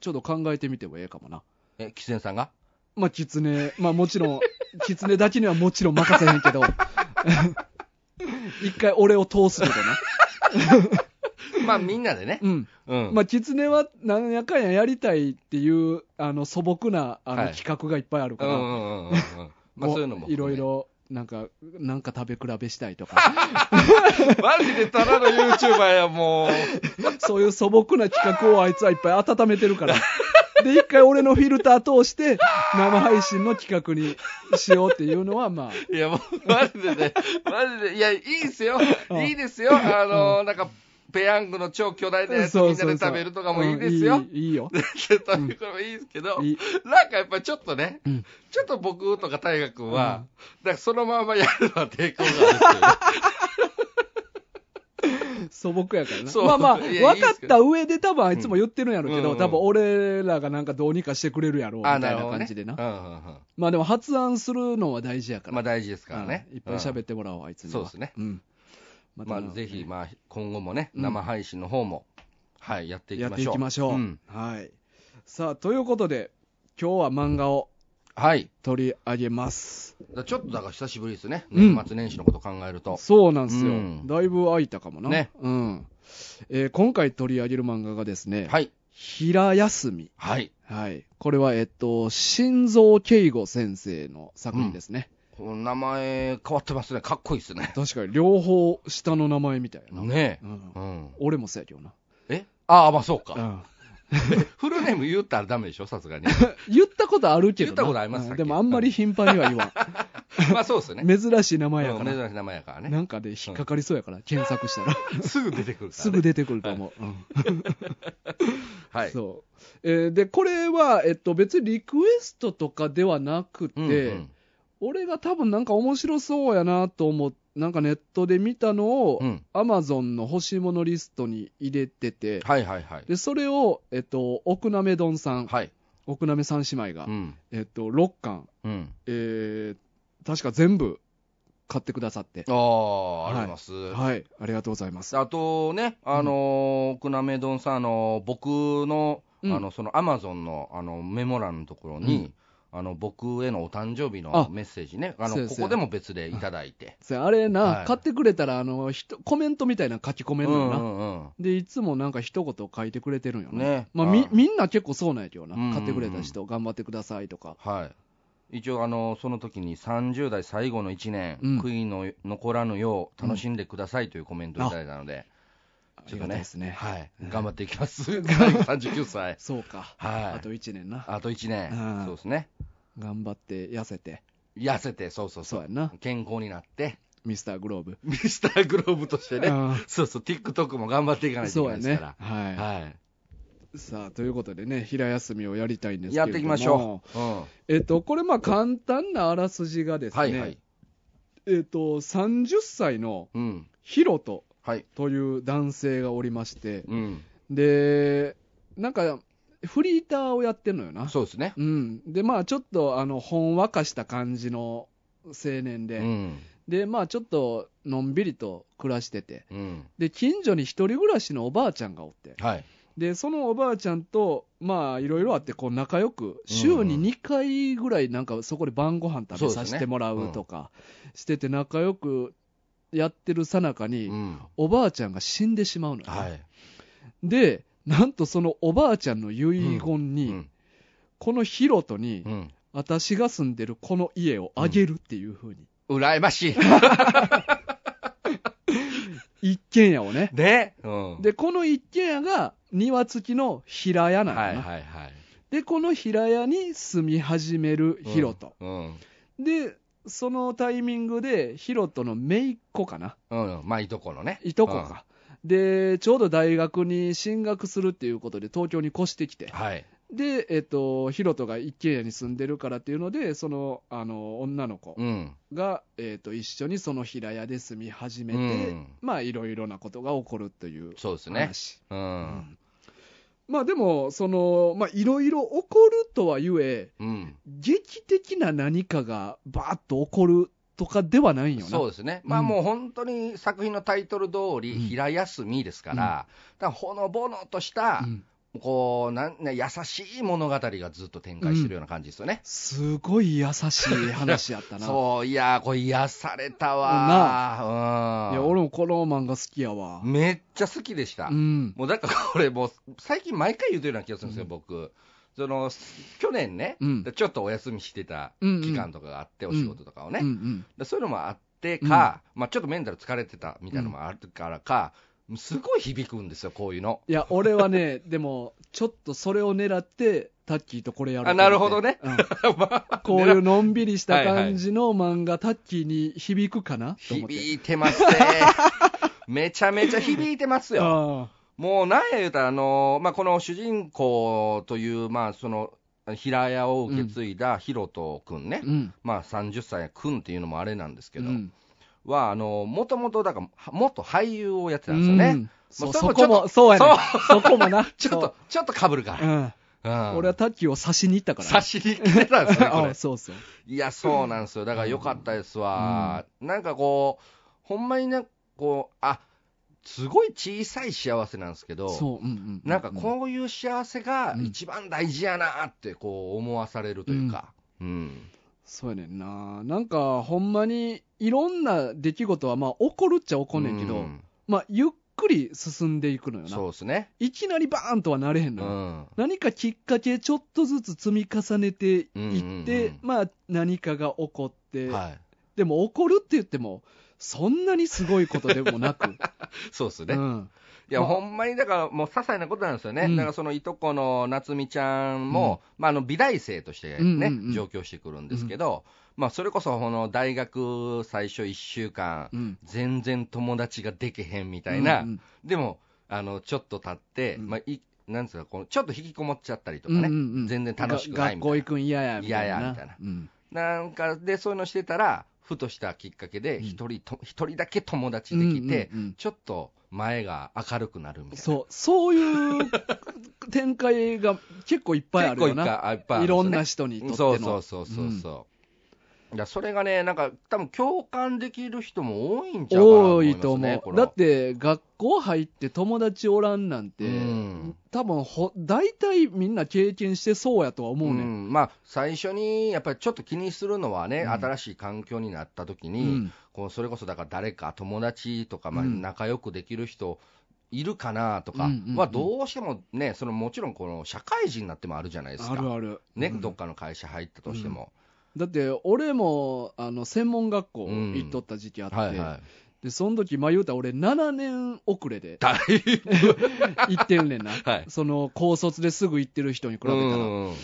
[SPEAKER 1] ちょっと考えてみてもええかもな。
[SPEAKER 2] え、キツネさ んが
[SPEAKER 1] まあ、キツネ、まあ、もちろん、 キツネだけにはもちろん任せへんけど、 一回俺を通すけどな。
[SPEAKER 2] まあ、みんなでね。
[SPEAKER 1] うん。
[SPEAKER 2] うん。
[SPEAKER 1] まあ、キツネはなんやかんややりたいっていう、あの、素朴な、あの、
[SPEAKER 2] はい
[SPEAKER 1] 企画がいっぱいある
[SPEAKER 2] う
[SPEAKER 1] か
[SPEAKER 2] んう
[SPEAKER 1] ら、
[SPEAKER 2] んうんうんうん。まあ、そういうのも。
[SPEAKER 1] いろい。ろ、なんか、なんか食べ比べしたいとか、
[SPEAKER 2] マジでただの YouTuber や、もう。
[SPEAKER 1] そういう素朴な企画をあいつはいっぱい温めてる から。で、一回俺のフィルター通して、生配信の企画にしようっていうのは、まあ、
[SPEAKER 2] いや、もう、マジでね、マジで、いや、いいですよ。いいですよ。あの、なんか、ペヤングの超巨大なやつ
[SPEAKER 1] そ
[SPEAKER 2] み
[SPEAKER 1] うんそ
[SPEAKER 2] な
[SPEAKER 1] うそう
[SPEAKER 2] で食べるとかもいいですよ
[SPEAKER 1] うん。いいいいよ。
[SPEAKER 2] 絶対これもいいですけど、
[SPEAKER 1] いい
[SPEAKER 2] なんかやっぱちょっとね、
[SPEAKER 1] うん
[SPEAKER 2] ちょっと僕とか大河君は、だからそのままやるのは抵 抗があ
[SPEAKER 1] 素朴やからな。
[SPEAKER 2] そう
[SPEAKER 1] まあまあ、
[SPEAKER 2] いや
[SPEAKER 1] 分かった上で多分あいつも言ってるんやろうけど、
[SPEAKER 2] うん
[SPEAKER 1] 多分俺らがなんかどうにかしてくれるやろう、みた
[SPEAKER 2] あ
[SPEAKER 1] い
[SPEAKER 2] なる
[SPEAKER 1] な
[SPEAKER 2] ほど
[SPEAKER 1] 感
[SPEAKER 2] ね
[SPEAKER 1] じでな。
[SPEAKER 2] るんですよ。うんうんうん
[SPEAKER 1] まあでも発案するのは大事やから。
[SPEAKER 2] まあ大事ですからね。
[SPEAKER 1] うんいっぱい
[SPEAKER 2] うん
[SPEAKER 1] 喋ってもらおう、あいつには。
[SPEAKER 2] そうですね
[SPEAKER 1] ん。ま
[SPEAKER 2] まあ、
[SPEAKER 1] た
[SPEAKER 2] ぜひ、
[SPEAKER 1] ね
[SPEAKER 2] まあ、今後もね、
[SPEAKER 1] うん
[SPEAKER 2] 生配信の方も、はい、やっていき
[SPEAKER 1] や
[SPEAKER 2] ましょう。
[SPEAKER 1] っていきましょう。
[SPEAKER 2] ん
[SPEAKER 1] はい。さあ、ということで、今日は漫画を
[SPEAKER 2] はい。
[SPEAKER 1] 取り上げます。
[SPEAKER 2] だちょっとだから久しぶりですね。
[SPEAKER 1] うん
[SPEAKER 2] 年末年始のこと考えると。
[SPEAKER 1] そうなんですよ、
[SPEAKER 2] うん
[SPEAKER 1] だいぶ空いたかもな。
[SPEAKER 2] ね
[SPEAKER 1] うん。えー今回取り上げる漫画がですね、
[SPEAKER 2] はい。
[SPEAKER 1] 平休み。
[SPEAKER 2] はい。
[SPEAKER 1] はい。これは、えっと、心臓敬吾先生の作品ですね。
[SPEAKER 2] この名前変わってますね。かっこいいですね。
[SPEAKER 1] 確かに、両方下の名前みたいな。
[SPEAKER 2] ね
[SPEAKER 1] う
[SPEAKER 2] え。
[SPEAKER 1] ん
[SPEAKER 2] う。ん。
[SPEAKER 1] 俺もそうやけどな。
[SPEAKER 2] えああ、まあそうか。
[SPEAKER 1] うん。
[SPEAKER 2] フルネーム言ったらダメでしょ、さす がに。
[SPEAKER 1] 言ったことあるけどな
[SPEAKER 2] 言ったことありま
[SPEAKER 1] う
[SPEAKER 2] す
[SPEAKER 1] ん
[SPEAKER 2] さっき
[SPEAKER 1] でもあんまり頻繁には言わん。
[SPEAKER 2] まあそうです ね。
[SPEAKER 1] 珍しい名前や
[SPEAKER 2] う
[SPEAKER 1] か
[SPEAKER 2] ん
[SPEAKER 1] ら。
[SPEAKER 2] 珍しい名前やから
[SPEAKER 1] な
[SPEAKER 2] ね。
[SPEAKER 1] んかで引っかかりそうやから、検索した ら。
[SPEAKER 2] すぐ出てくるから、ね。
[SPEAKER 1] すぐ出てくると思う。
[SPEAKER 2] はい。
[SPEAKER 1] そう。えーで、これは、えっと、別にリクエストとかではなくて、
[SPEAKER 2] うんうん
[SPEAKER 1] 俺が多分なんか面白そうやなと思う、なんかネットで見たのを、
[SPEAKER 2] うん。
[SPEAKER 1] アマゾンの欲しいものリストに入れてて、
[SPEAKER 2] はいはいはい。
[SPEAKER 1] で、それを、えっと、奥滑丼さん、
[SPEAKER 2] はい。
[SPEAKER 1] 奥滑三姉妹が、
[SPEAKER 2] うん。
[SPEAKER 1] えっと、6巻、
[SPEAKER 2] うん。
[SPEAKER 1] えー確か全部買ってくださって、
[SPEAKER 2] ああ、あります。
[SPEAKER 1] はい、ありがとうございます。
[SPEAKER 2] あとね、あのー、くなめ丼さん、あのー、僕の、
[SPEAKER 1] うん
[SPEAKER 2] あの、その、アマゾンの、あの、メモ欄のところに、あの、僕へのお誕生日
[SPEAKER 1] あ
[SPEAKER 2] のメッセージね、あ
[SPEAKER 1] そう
[SPEAKER 2] の、
[SPEAKER 1] や
[SPEAKER 2] こ
[SPEAKER 1] そうや
[SPEAKER 2] こでも別でいただいて。
[SPEAKER 1] それあれな、
[SPEAKER 2] はい
[SPEAKER 1] 買ってくれたら、あの、ひと コメントみたいなの書き込
[SPEAKER 2] う
[SPEAKER 1] め
[SPEAKER 2] ん
[SPEAKER 1] る
[SPEAKER 2] う
[SPEAKER 1] のよな。
[SPEAKER 2] ん
[SPEAKER 1] で、いつもなんか一言書いてくれてるんよ
[SPEAKER 2] うん。
[SPEAKER 1] ね。
[SPEAKER 2] ね。
[SPEAKER 1] まあ、み
[SPEAKER 2] は、い
[SPEAKER 1] みんな結構そうなんやけどな。
[SPEAKER 2] うんうんうん
[SPEAKER 1] 買ってくれた人、頑張ってくださいとか。
[SPEAKER 2] はい。一応、あの、その時に30代最後の1年、
[SPEAKER 1] うん
[SPEAKER 2] 悔いの残らぬよう楽しんでくださいというコメントをいただいたので、
[SPEAKER 1] あ
[SPEAKER 2] ちょ
[SPEAKER 1] りが
[SPEAKER 2] っと
[SPEAKER 1] たい
[SPEAKER 2] ね
[SPEAKER 1] ですね。
[SPEAKER 2] はい
[SPEAKER 1] うん。
[SPEAKER 2] 頑張っていきます。39歳。
[SPEAKER 1] そうか。あ
[SPEAKER 2] は
[SPEAKER 1] と
[SPEAKER 2] い。
[SPEAKER 1] 1年な。
[SPEAKER 2] あと1年
[SPEAKER 1] うん。
[SPEAKER 2] そうですね。
[SPEAKER 1] 頑張って痩せて。
[SPEAKER 2] 痩せて、そうそう
[SPEAKER 1] そ
[SPEAKER 2] そ
[SPEAKER 1] う
[SPEAKER 2] う。
[SPEAKER 1] やんな。
[SPEAKER 2] 健康になって、
[SPEAKER 1] ミスターグローブ。
[SPEAKER 2] ミスターグローブとしてね、
[SPEAKER 1] う
[SPEAKER 2] そうそう、TikTok も頑張っていかなんいとい
[SPEAKER 1] そ
[SPEAKER 2] け
[SPEAKER 1] うや
[SPEAKER 2] ないです
[SPEAKER 1] ね。
[SPEAKER 2] か
[SPEAKER 1] はい
[SPEAKER 2] ら、。はい
[SPEAKER 1] さあ、ということでね、平休みをやりたいんですけ
[SPEAKER 2] や
[SPEAKER 1] れども。
[SPEAKER 2] っていきましょう、うん
[SPEAKER 1] う。えっと、これまあ簡単なあらすじがですね、
[SPEAKER 2] はいはい、
[SPEAKER 1] えっと、30歳の
[SPEAKER 2] うん、
[SPEAKER 1] ヒロト
[SPEAKER 2] はい、
[SPEAKER 1] という男性がおりまして、
[SPEAKER 2] うん、
[SPEAKER 1] で、なんか、フリーターをやってんのよな。
[SPEAKER 2] そうですね、
[SPEAKER 1] うん。で、まあ、ちょっと、あの、ほんわかした感じの青年
[SPEAKER 2] う
[SPEAKER 1] で、
[SPEAKER 2] ん、
[SPEAKER 1] で、まあ、ちょっと、のんびりと暮らしてて、
[SPEAKER 2] うん、
[SPEAKER 1] で、近所に一人暮らしのおばあちゃんがおって、
[SPEAKER 2] はい、
[SPEAKER 1] で、そのおばあちゃんと、まあ、いろいろあって、こう、仲良く、週に
[SPEAKER 2] うんうん
[SPEAKER 1] 2回ぐらい、なんか、そこで晩ご飯食べさせてもらうとか、してて、仲良くやってるさなかに、
[SPEAKER 2] うん、
[SPEAKER 1] おばあちゃんが死んでしまうのよ、
[SPEAKER 2] はい、
[SPEAKER 1] で、なんとそのおばあちゃんの遺言
[SPEAKER 2] う
[SPEAKER 1] に、
[SPEAKER 2] ん、
[SPEAKER 1] このヒロトに、
[SPEAKER 2] うん、
[SPEAKER 1] 私が住んでるこの家をあげるっていう風に、
[SPEAKER 2] 羨 ましい、
[SPEAKER 1] 一軒家をね。
[SPEAKER 2] ね、うん、
[SPEAKER 1] で、この一軒家が庭付きの平屋なのかな、
[SPEAKER 2] はいはいはい、
[SPEAKER 1] で、この平屋に住み始めるヒロト。
[SPEAKER 2] うん、
[SPEAKER 1] で、そのタイミングでヒロトの姪っ子かな
[SPEAKER 2] うん、まあ、いとこのね、
[SPEAKER 1] いとこか。で、ちょうど大学に進学するっていうことで東京に越してきて
[SPEAKER 2] うん、。はい、
[SPEAKER 1] で、えっと、ヒロトが一軒家に住んでるからっていうので、その、あの、女の子
[SPEAKER 2] うん、
[SPEAKER 1] が、えっと、一緒にその平屋で住み始め
[SPEAKER 2] う
[SPEAKER 1] て、
[SPEAKER 2] ん、
[SPEAKER 1] まあ、いろいろなことが起こるという
[SPEAKER 2] そうですね、
[SPEAKER 1] 話。
[SPEAKER 2] う、
[SPEAKER 1] うんんまあでも、その、まあ、いろいろ起こるとはゆえ、
[SPEAKER 2] うん、
[SPEAKER 1] 劇的な何かがバーッと起こるとかではないんよな。
[SPEAKER 2] そうですね、まあ
[SPEAKER 1] うん
[SPEAKER 2] もう本当に作品のタイトル通り、
[SPEAKER 1] うん
[SPEAKER 2] 平休みですから、だからほのぼのとした、
[SPEAKER 1] うん
[SPEAKER 2] こうなんね、優しい物語がずっと展開してるような感じですよね。
[SPEAKER 1] すごい優しい話やったな。
[SPEAKER 2] そう、いやー、これ癒されたわー。うん。
[SPEAKER 1] いや、俺もこの漫画好きやわ。
[SPEAKER 2] めっちゃ好きでした。
[SPEAKER 1] うん。
[SPEAKER 2] もうだから これもう、最近毎回言うてるような気がするんですよ、
[SPEAKER 1] うん
[SPEAKER 2] 僕。その、去年ね、
[SPEAKER 1] うん
[SPEAKER 2] ちょっとお休みしてた
[SPEAKER 1] うんうん
[SPEAKER 2] 期間とかがあって、
[SPEAKER 1] うん
[SPEAKER 2] お仕事とかをね。
[SPEAKER 1] うんうん。
[SPEAKER 2] でそういうのもあってか、まあちょっとメンタル疲れてたみたいなのもあるからか、すごい響くんですよ、こういうの。
[SPEAKER 1] いや、俺はね、 でも、ちょっとそれを狙って、タッキーとこれやろうと思って
[SPEAKER 2] あなるほど
[SPEAKER 1] う
[SPEAKER 2] ね。
[SPEAKER 1] ん
[SPEAKER 2] まあ
[SPEAKER 1] こういうのんびりした感じの漫画、タッキーに響くかなと思って。
[SPEAKER 2] 響いてますね。めちゃめちゃ響いてます
[SPEAKER 1] あ
[SPEAKER 2] よ。もうなんや言うたら、あのまあ、この主人公という、まあ、その平屋を受け継いだヒロト君ね、
[SPEAKER 1] ーうん。
[SPEAKER 2] まあ、30歳君っていうのもあれなんですけど、
[SPEAKER 1] うん
[SPEAKER 2] はあのもともとだから、元俳優をやってたんですよね。
[SPEAKER 1] うんそ
[SPEAKER 2] ま
[SPEAKER 1] う
[SPEAKER 2] あ
[SPEAKER 1] そ
[SPEAKER 2] それも
[SPEAKER 1] こも、そうやね。そこもな。
[SPEAKER 2] ちょっと、ちょっとかぶるか
[SPEAKER 1] そう。うん。
[SPEAKER 2] ら。うん、
[SPEAKER 1] 俺はタッキーを刺しに行ったからね。
[SPEAKER 2] 差しに来てたんですね、こ
[SPEAKER 1] あ
[SPEAKER 2] れ
[SPEAKER 1] あ。そうそう。
[SPEAKER 2] いや、そうなんですよ。だから良かったですわ。なんかこう、ほんまにな、こう、あ、すごい小さい幸せなんですけど、
[SPEAKER 1] そう、うんうんうん。
[SPEAKER 2] なんかこういう幸せが一番大事やなってこう思わされるというか。うん。
[SPEAKER 1] そうやねんな。なんか、ほんまに、いろんな出来事は、まあ、起こるっちゃ起こんねんけど、
[SPEAKER 2] うん
[SPEAKER 1] まあ、ゆっくり進んでいくのよな。
[SPEAKER 2] そうですね。
[SPEAKER 1] いきなりバーンとはなれへん
[SPEAKER 2] う
[SPEAKER 1] のよ。
[SPEAKER 2] ん。
[SPEAKER 1] 何かきっかけ、ちょっとずつ積み重ねていって、
[SPEAKER 2] うんうんうん
[SPEAKER 1] まあ、何かが起こって、
[SPEAKER 2] はい。
[SPEAKER 1] でも、起こるって言っても、そんなにすごいことでもなく。
[SPEAKER 2] そうですね。
[SPEAKER 1] うん。
[SPEAKER 2] いや、
[SPEAKER 1] まあ
[SPEAKER 2] ほんまにだから、もう些細なことなんですよね、
[SPEAKER 1] うん
[SPEAKER 2] だからそのいとこの夏美ちゃんも、まあ、あの美大生としてね、
[SPEAKER 1] うんうんうん
[SPEAKER 2] 上京してくるんですけど、まあ、それこそこの大学最初1週間、
[SPEAKER 1] うん。
[SPEAKER 2] 全然友達ができへんみたいな、
[SPEAKER 1] うんうん
[SPEAKER 2] でもあのちょっと経って、
[SPEAKER 1] うん
[SPEAKER 2] まあ、いなんですかこの、ちょっと引きこもっちゃったりとか
[SPEAKER 1] うん
[SPEAKER 2] ね、
[SPEAKER 1] うんうん
[SPEAKER 2] 全然楽しくない
[SPEAKER 1] が学
[SPEAKER 2] み
[SPEAKER 1] 校
[SPEAKER 2] たい
[SPEAKER 1] 行くん嫌や、みたいな。
[SPEAKER 2] 嫌やみたいな
[SPEAKER 1] うん。
[SPEAKER 2] な、なんかで、そういうのしてたら、ふとしたきっかけで
[SPEAKER 1] うん
[SPEAKER 2] 一人と、一人だけ友達できて、
[SPEAKER 1] うんうんうん
[SPEAKER 2] ちょっと前が明るくなるみたいな。
[SPEAKER 1] そう、そういう展開が結構いっぱいあるよ
[SPEAKER 2] 結構いっ
[SPEAKER 1] な。
[SPEAKER 2] ぱいあいっぱい
[SPEAKER 1] い
[SPEAKER 2] あるんですよ
[SPEAKER 1] ろ
[SPEAKER 2] ね
[SPEAKER 1] んな人にとっての。
[SPEAKER 2] そうそうそうそうそう、だからそれがね、なんか多分共感できる人も多いんちゃうかな
[SPEAKER 1] 多
[SPEAKER 2] と思い
[SPEAKER 1] い
[SPEAKER 2] ますね、
[SPEAKER 1] と思
[SPEAKER 2] こ
[SPEAKER 1] う。
[SPEAKER 2] の
[SPEAKER 1] だって、学校入って友達おらんなんて、
[SPEAKER 2] うん
[SPEAKER 1] 多分ほ、大体みんな経験してそうやとは思うね。ん
[SPEAKER 2] んまあ、最初にやっぱりちょっと気にするのはね、
[SPEAKER 1] うん
[SPEAKER 2] 新しい環境になった時に、
[SPEAKER 1] うん
[SPEAKER 2] こうそれこそだから誰か友達とか、まあ、
[SPEAKER 1] うん
[SPEAKER 2] 仲良くできる人いるかなとか
[SPEAKER 1] うんうんうん
[SPEAKER 2] はどうしてもね、そのもちろんこの社会人になってもあるじゃないです
[SPEAKER 1] あ
[SPEAKER 2] か、
[SPEAKER 1] るある。
[SPEAKER 2] ね
[SPEAKER 1] うん
[SPEAKER 2] どっかの会社入ったとしても。
[SPEAKER 1] だって、俺も、あの、専門学校行っとった時期あって、
[SPEAKER 2] はいはい、
[SPEAKER 1] で、その時、まあ言うたら俺7年遅れで
[SPEAKER 2] だいぶ、
[SPEAKER 1] 行ってんねんな。
[SPEAKER 2] はい
[SPEAKER 1] その、高卒ですぐ行ってる人に比べたら。
[SPEAKER 2] うん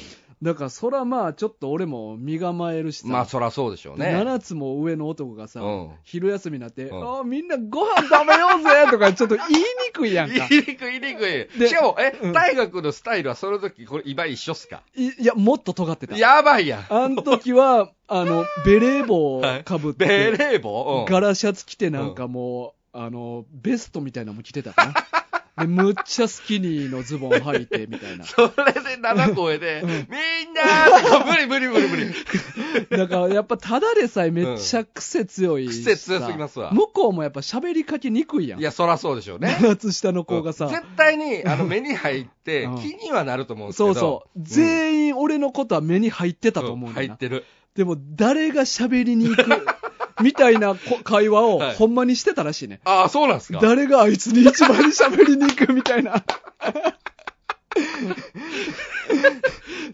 [SPEAKER 1] だから、そらまあ、ちょっと俺も身構えるしさ。
[SPEAKER 2] まあそりゃそうでしょうね。
[SPEAKER 1] 7つも上の男がさ、
[SPEAKER 2] うん
[SPEAKER 1] 昼休みになって、
[SPEAKER 2] うん
[SPEAKER 1] あーみんなご飯食べようぜとか、ちょっと言いにくいやん
[SPEAKER 2] 言
[SPEAKER 1] か。
[SPEAKER 2] いにくい、言いにく
[SPEAKER 1] で
[SPEAKER 2] い。しかも、え
[SPEAKER 1] うん、
[SPEAKER 2] 大学のスタイルはその時、これ、今一緒っすか
[SPEAKER 1] いいや、もっと尖ってた。
[SPEAKER 2] やばいやん。
[SPEAKER 1] あの時は、あの、ベレー帽
[SPEAKER 2] はい
[SPEAKER 1] かぶって、
[SPEAKER 2] ベレー帽うん
[SPEAKER 1] ガラシャツ着てなんかもう、あの、ベストみたいなのも着てたか な。で、むっちゃスキニーのズボン履いて、みたいな。
[SPEAKER 2] それで7個上で、みんなー無理無理無理無理。
[SPEAKER 1] だから、やっぱ、ただでさえめっちゃ癖強いしさ、
[SPEAKER 2] 癖強すぎますわ
[SPEAKER 1] 向こうもやっぱ喋りかけにくいやん。
[SPEAKER 2] いや、そらそうでしょうね。
[SPEAKER 1] 7つ下の子がさ、
[SPEAKER 2] 絶対に、あの、目に入って
[SPEAKER 1] うん、
[SPEAKER 2] 気にはなると思うんですけ
[SPEAKER 1] そ
[SPEAKER 2] ど。
[SPEAKER 1] うそう、
[SPEAKER 2] ん
[SPEAKER 1] 全員俺のことは目に入ってたと思うんだ
[SPEAKER 2] 入
[SPEAKER 1] よ
[SPEAKER 2] っ
[SPEAKER 1] な、
[SPEAKER 2] てる。
[SPEAKER 1] でも誰が喋りに行 くみたいなこ会話を
[SPEAKER 2] はい
[SPEAKER 1] ほんまにしてたらしいね、
[SPEAKER 2] ああ、そうなんすか。
[SPEAKER 1] 誰があいつに一番喋りに行くみたいな
[SPEAKER 2] だか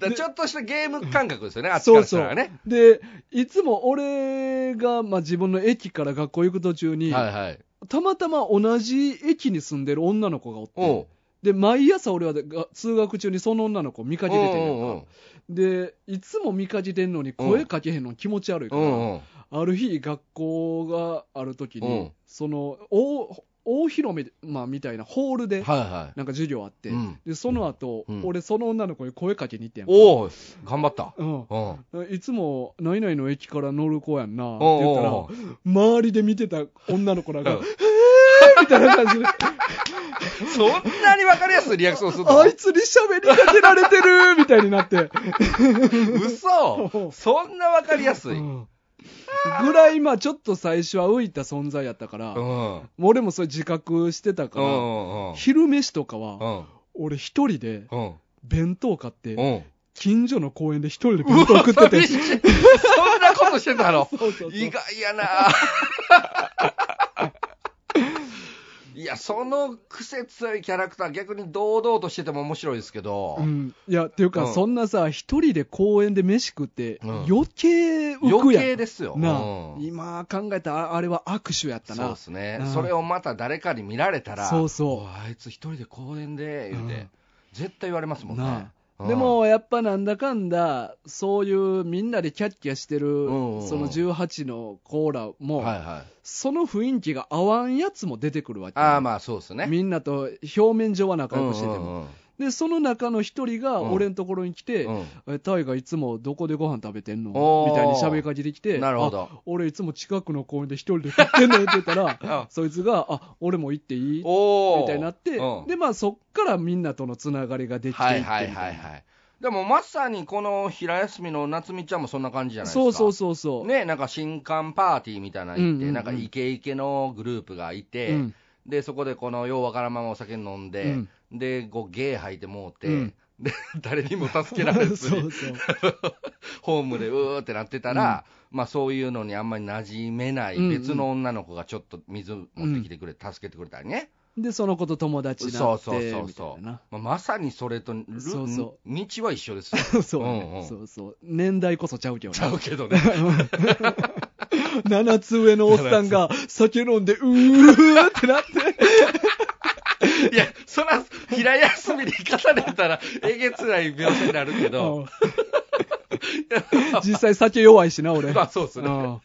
[SPEAKER 2] らちょっとしたゲーム感覚ですよね、あっちか
[SPEAKER 1] そう
[SPEAKER 2] らした
[SPEAKER 1] そう
[SPEAKER 2] らね。
[SPEAKER 1] でいつも俺が、まあ、自分の駅から学校行く途中に、
[SPEAKER 2] はいはい。
[SPEAKER 1] たまたま同じ駅に住んでる女の子がおっ
[SPEAKER 2] お
[SPEAKER 1] てで
[SPEAKER 2] う
[SPEAKER 1] 毎朝俺はが通学中にその女の子見かけててんやんか
[SPEAKER 2] うんうんうん
[SPEAKER 1] でいつも見かけてんのに声かけへんの気持ち悪いから、
[SPEAKER 2] うんうん。
[SPEAKER 1] ある日、学校があるときに、
[SPEAKER 2] うん
[SPEAKER 1] その大大広め、まあ、みたいなホールで、
[SPEAKER 2] はいはい。
[SPEAKER 1] なんか授業あって、
[SPEAKER 2] うん
[SPEAKER 1] でその後、
[SPEAKER 2] うん
[SPEAKER 1] 俺、その女の子に声かけに行ってんやんか
[SPEAKER 2] おお頑張った。
[SPEAKER 1] うん
[SPEAKER 2] うん。
[SPEAKER 1] いつも、何々の駅から乗る子やんなって
[SPEAKER 2] おう
[SPEAKER 1] 言
[SPEAKER 2] お
[SPEAKER 1] った
[SPEAKER 2] う
[SPEAKER 1] ら、
[SPEAKER 2] おう
[SPEAKER 1] 周りで見てた女の子らが、
[SPEAKER 2] うん
[SPEAKER 1] みたいな感じで、
[SPEAKER 2] そんなに分かりやすいリアクションする
[SPEAKER 1] あいつに喋りかけられてるみたいになって、
[SPEAKER 2] の嘘そんな分かりやす
[SPEAKER 1] う
[SPEAKER 2] い。う
[SPEAKER 1] ん
[SPEAKER 2] ん。
[SPEAKER 1] ぐらい、まあちょっと最初は浮いた存在やったから、
[SPEAKER 2] うん。うん
[SPEAKER 1] 俺もそれ自覚してたか
[SPEAKER 2] う
[SPEAKER 1] ら、
[SPEAKER 2] んうん。
[SPEAKER 1] 昼飯とか
[SPEAKER 2] う
[SPEAKER 1] は、
[SPEAKER 2] ん。
[SPEAKER 1] 俺一人で
[SPEAKER 2] うん。
[SPEAKER 1] 弁当買って、
[SPEAKER 2] うん。
[SPEAKER 1] 近所の公園で一人で弁当食ってて
[SPEAKER 2] 寂。しいそんなことしてたの
[SPEAKER 1] そうそうそう
[SPEAKER 2] 意外 やないや、その癖強いキャラクター、逆に堂々としてても面白いですけど、
[SPEAKER 1] うん、いや、っていうか、
[SPEAKER 2] うん
[SPEAKER 1] そんなさ、一人で公園で飯食って、
[SPEAKER 2] うん
[SPEAKER 1] 余計浮く
[SPEAKER 2] 余
[SPEAKER 1] やん。
[SPEAKER 2] 計ですよ。
[SPEAKER 1] なあ、
[SPEAKER 2] うん
[SPEAKER 1] 今考えたら、あれは握手やった
[SPEAKER 2] そう
[SPEAKER 1] な。
[SPEAKER 2] ですね
[SPEAKER 1] うん。
[SPEAKER 2] それをまた誰かに見られたら、
[SPEAKER 1] そうそう
[SPEAKER 2] おいあいつ一人で公園で、言う
[SPEAKER 1] うん
[SPEAKER 2] て、絶対言われますもんね
[SPEAKER 1] な。
[SPEAKER 2] うん
[SPEAKER 1] でもやっぱなんだかんだ、そういうみんなでキャッキャしてる、
[SPEAKER 2] んうんうん
[SPEAKER 1] その18のコーラも、
[SPEAKER 2] はいはい。
[SPEAKER 1] その雰囲気が合わんやつも出てくるわけよ
[SPEAKER 2] ああ、まあそうですね。
[SPEAKER 1] みんなと表面上は仲良くしてても、
[SPEAKER 2] うんうん
[SPEAKER 1] でその中の一人が
[SPEAKER 2] うん
[SPEAKER 1] 俺のところに来て、
[SPEAKER 2] うん
[SPEAKER 1] えタイがいつもどこでご飯食べてんの
[SPEAKER 2] おー
[SPEAKER 1] みたいに喋りかけてき
[SPEAKER 2] う
[SPEAKER 1] て、
[SPEAKER 2] んなるほど。
[SPEAKER 1] あ俺いつも近くの公園で一人で食ってんのよって言ったら、
[SPEAKER 2] あ
[SPEAKER 1] そいつが、あ俺も行っていいみ
[SPEAKER 2] おお。
[SPEAKER 1] たいになって、
[SPEAKER 2] うん
[SPEAKER 1] でまあ、そっからみんなとのつながりができていっ
[SPEAKER 2] は
[SPEAKER 1] て
[SPEAKER 2] い
[SPEAKER 1] みた
[SPEAKER 2] はいい
[SPEAKER 1] な
[SPEAKER 2] はいはい。でもまさにこの平休みの夏美ちゃんもそんな感じじゃないですか。
[SPEAKER 1] そうそうそうそう。
[SPEAKER 2] ね、なんか新刊パーティーみたいなの
[SPEAKER 1] うん
[SPEAKER 2] 行っ
[SPEAKER 1] うん
[SPEAKER 2] て、
[SPEAKER 1] うん
[SPEAKER 2] なんかイケイケのグループがいて、
[SPEAKER 1] うん
[SPEAKER 2] で、そこでこのようわからんままお酒飲んで、
[SPEAKER 1] うん
[SPEAKER 2] で、こうゲー吐いてもうて、
[SPEAKER 1] うん
[SPEAKER 2] で、 誰にも助けられず
[SPEAKER 1] そ
[SPEAKER 2] に
[SPEAKER 1] う、そう。
[SPEAKER 2] ホームでうーってなってたら、まあそういうのにあんまり馴染めない
[SPEAKER 1] うんうん
[SPEAKER 2] 別の女の子がちょっと水持ってきてくれ、助けてくれたりね。
[SPEAKER 1] で、その子と友達に
[SPEAKER 2] そ
[SPEAKER 1] な
[SPEAKER 2] う
[SPEAKER 1] って、
[SPEAKER 2] そうそう
[SPEAKER 1] みた
[SPEAKER 2] そ。
[SPEAKER 1] いうな
[SPEAKER 2] ま。あまさにそれとル、
[SPEAKER 1] そうそ
[SPEAKER 2] 道は一緒ですよ。
[SPEAKER 1] そうね
[SPEAKER 2] うんうん
[SPEAKER 1] そうそう。年代こそちゃうけど
[SPEAKER 2] ちゃ
[SPEAKER 1] な。
[SPEAKER 2] うけどね。
[SPEAKER 1] 7つ上のおっさんが酒飲んで、うーってなって。
[SPEAKER 2] いや、そら、平休みに行かれたら、えげつない病気になるけど、
[SPEAKER 1] うん実際酒弱いしな、俺。
[SPEAKER 2] まあそうですね。
[SPEAKER 1] うん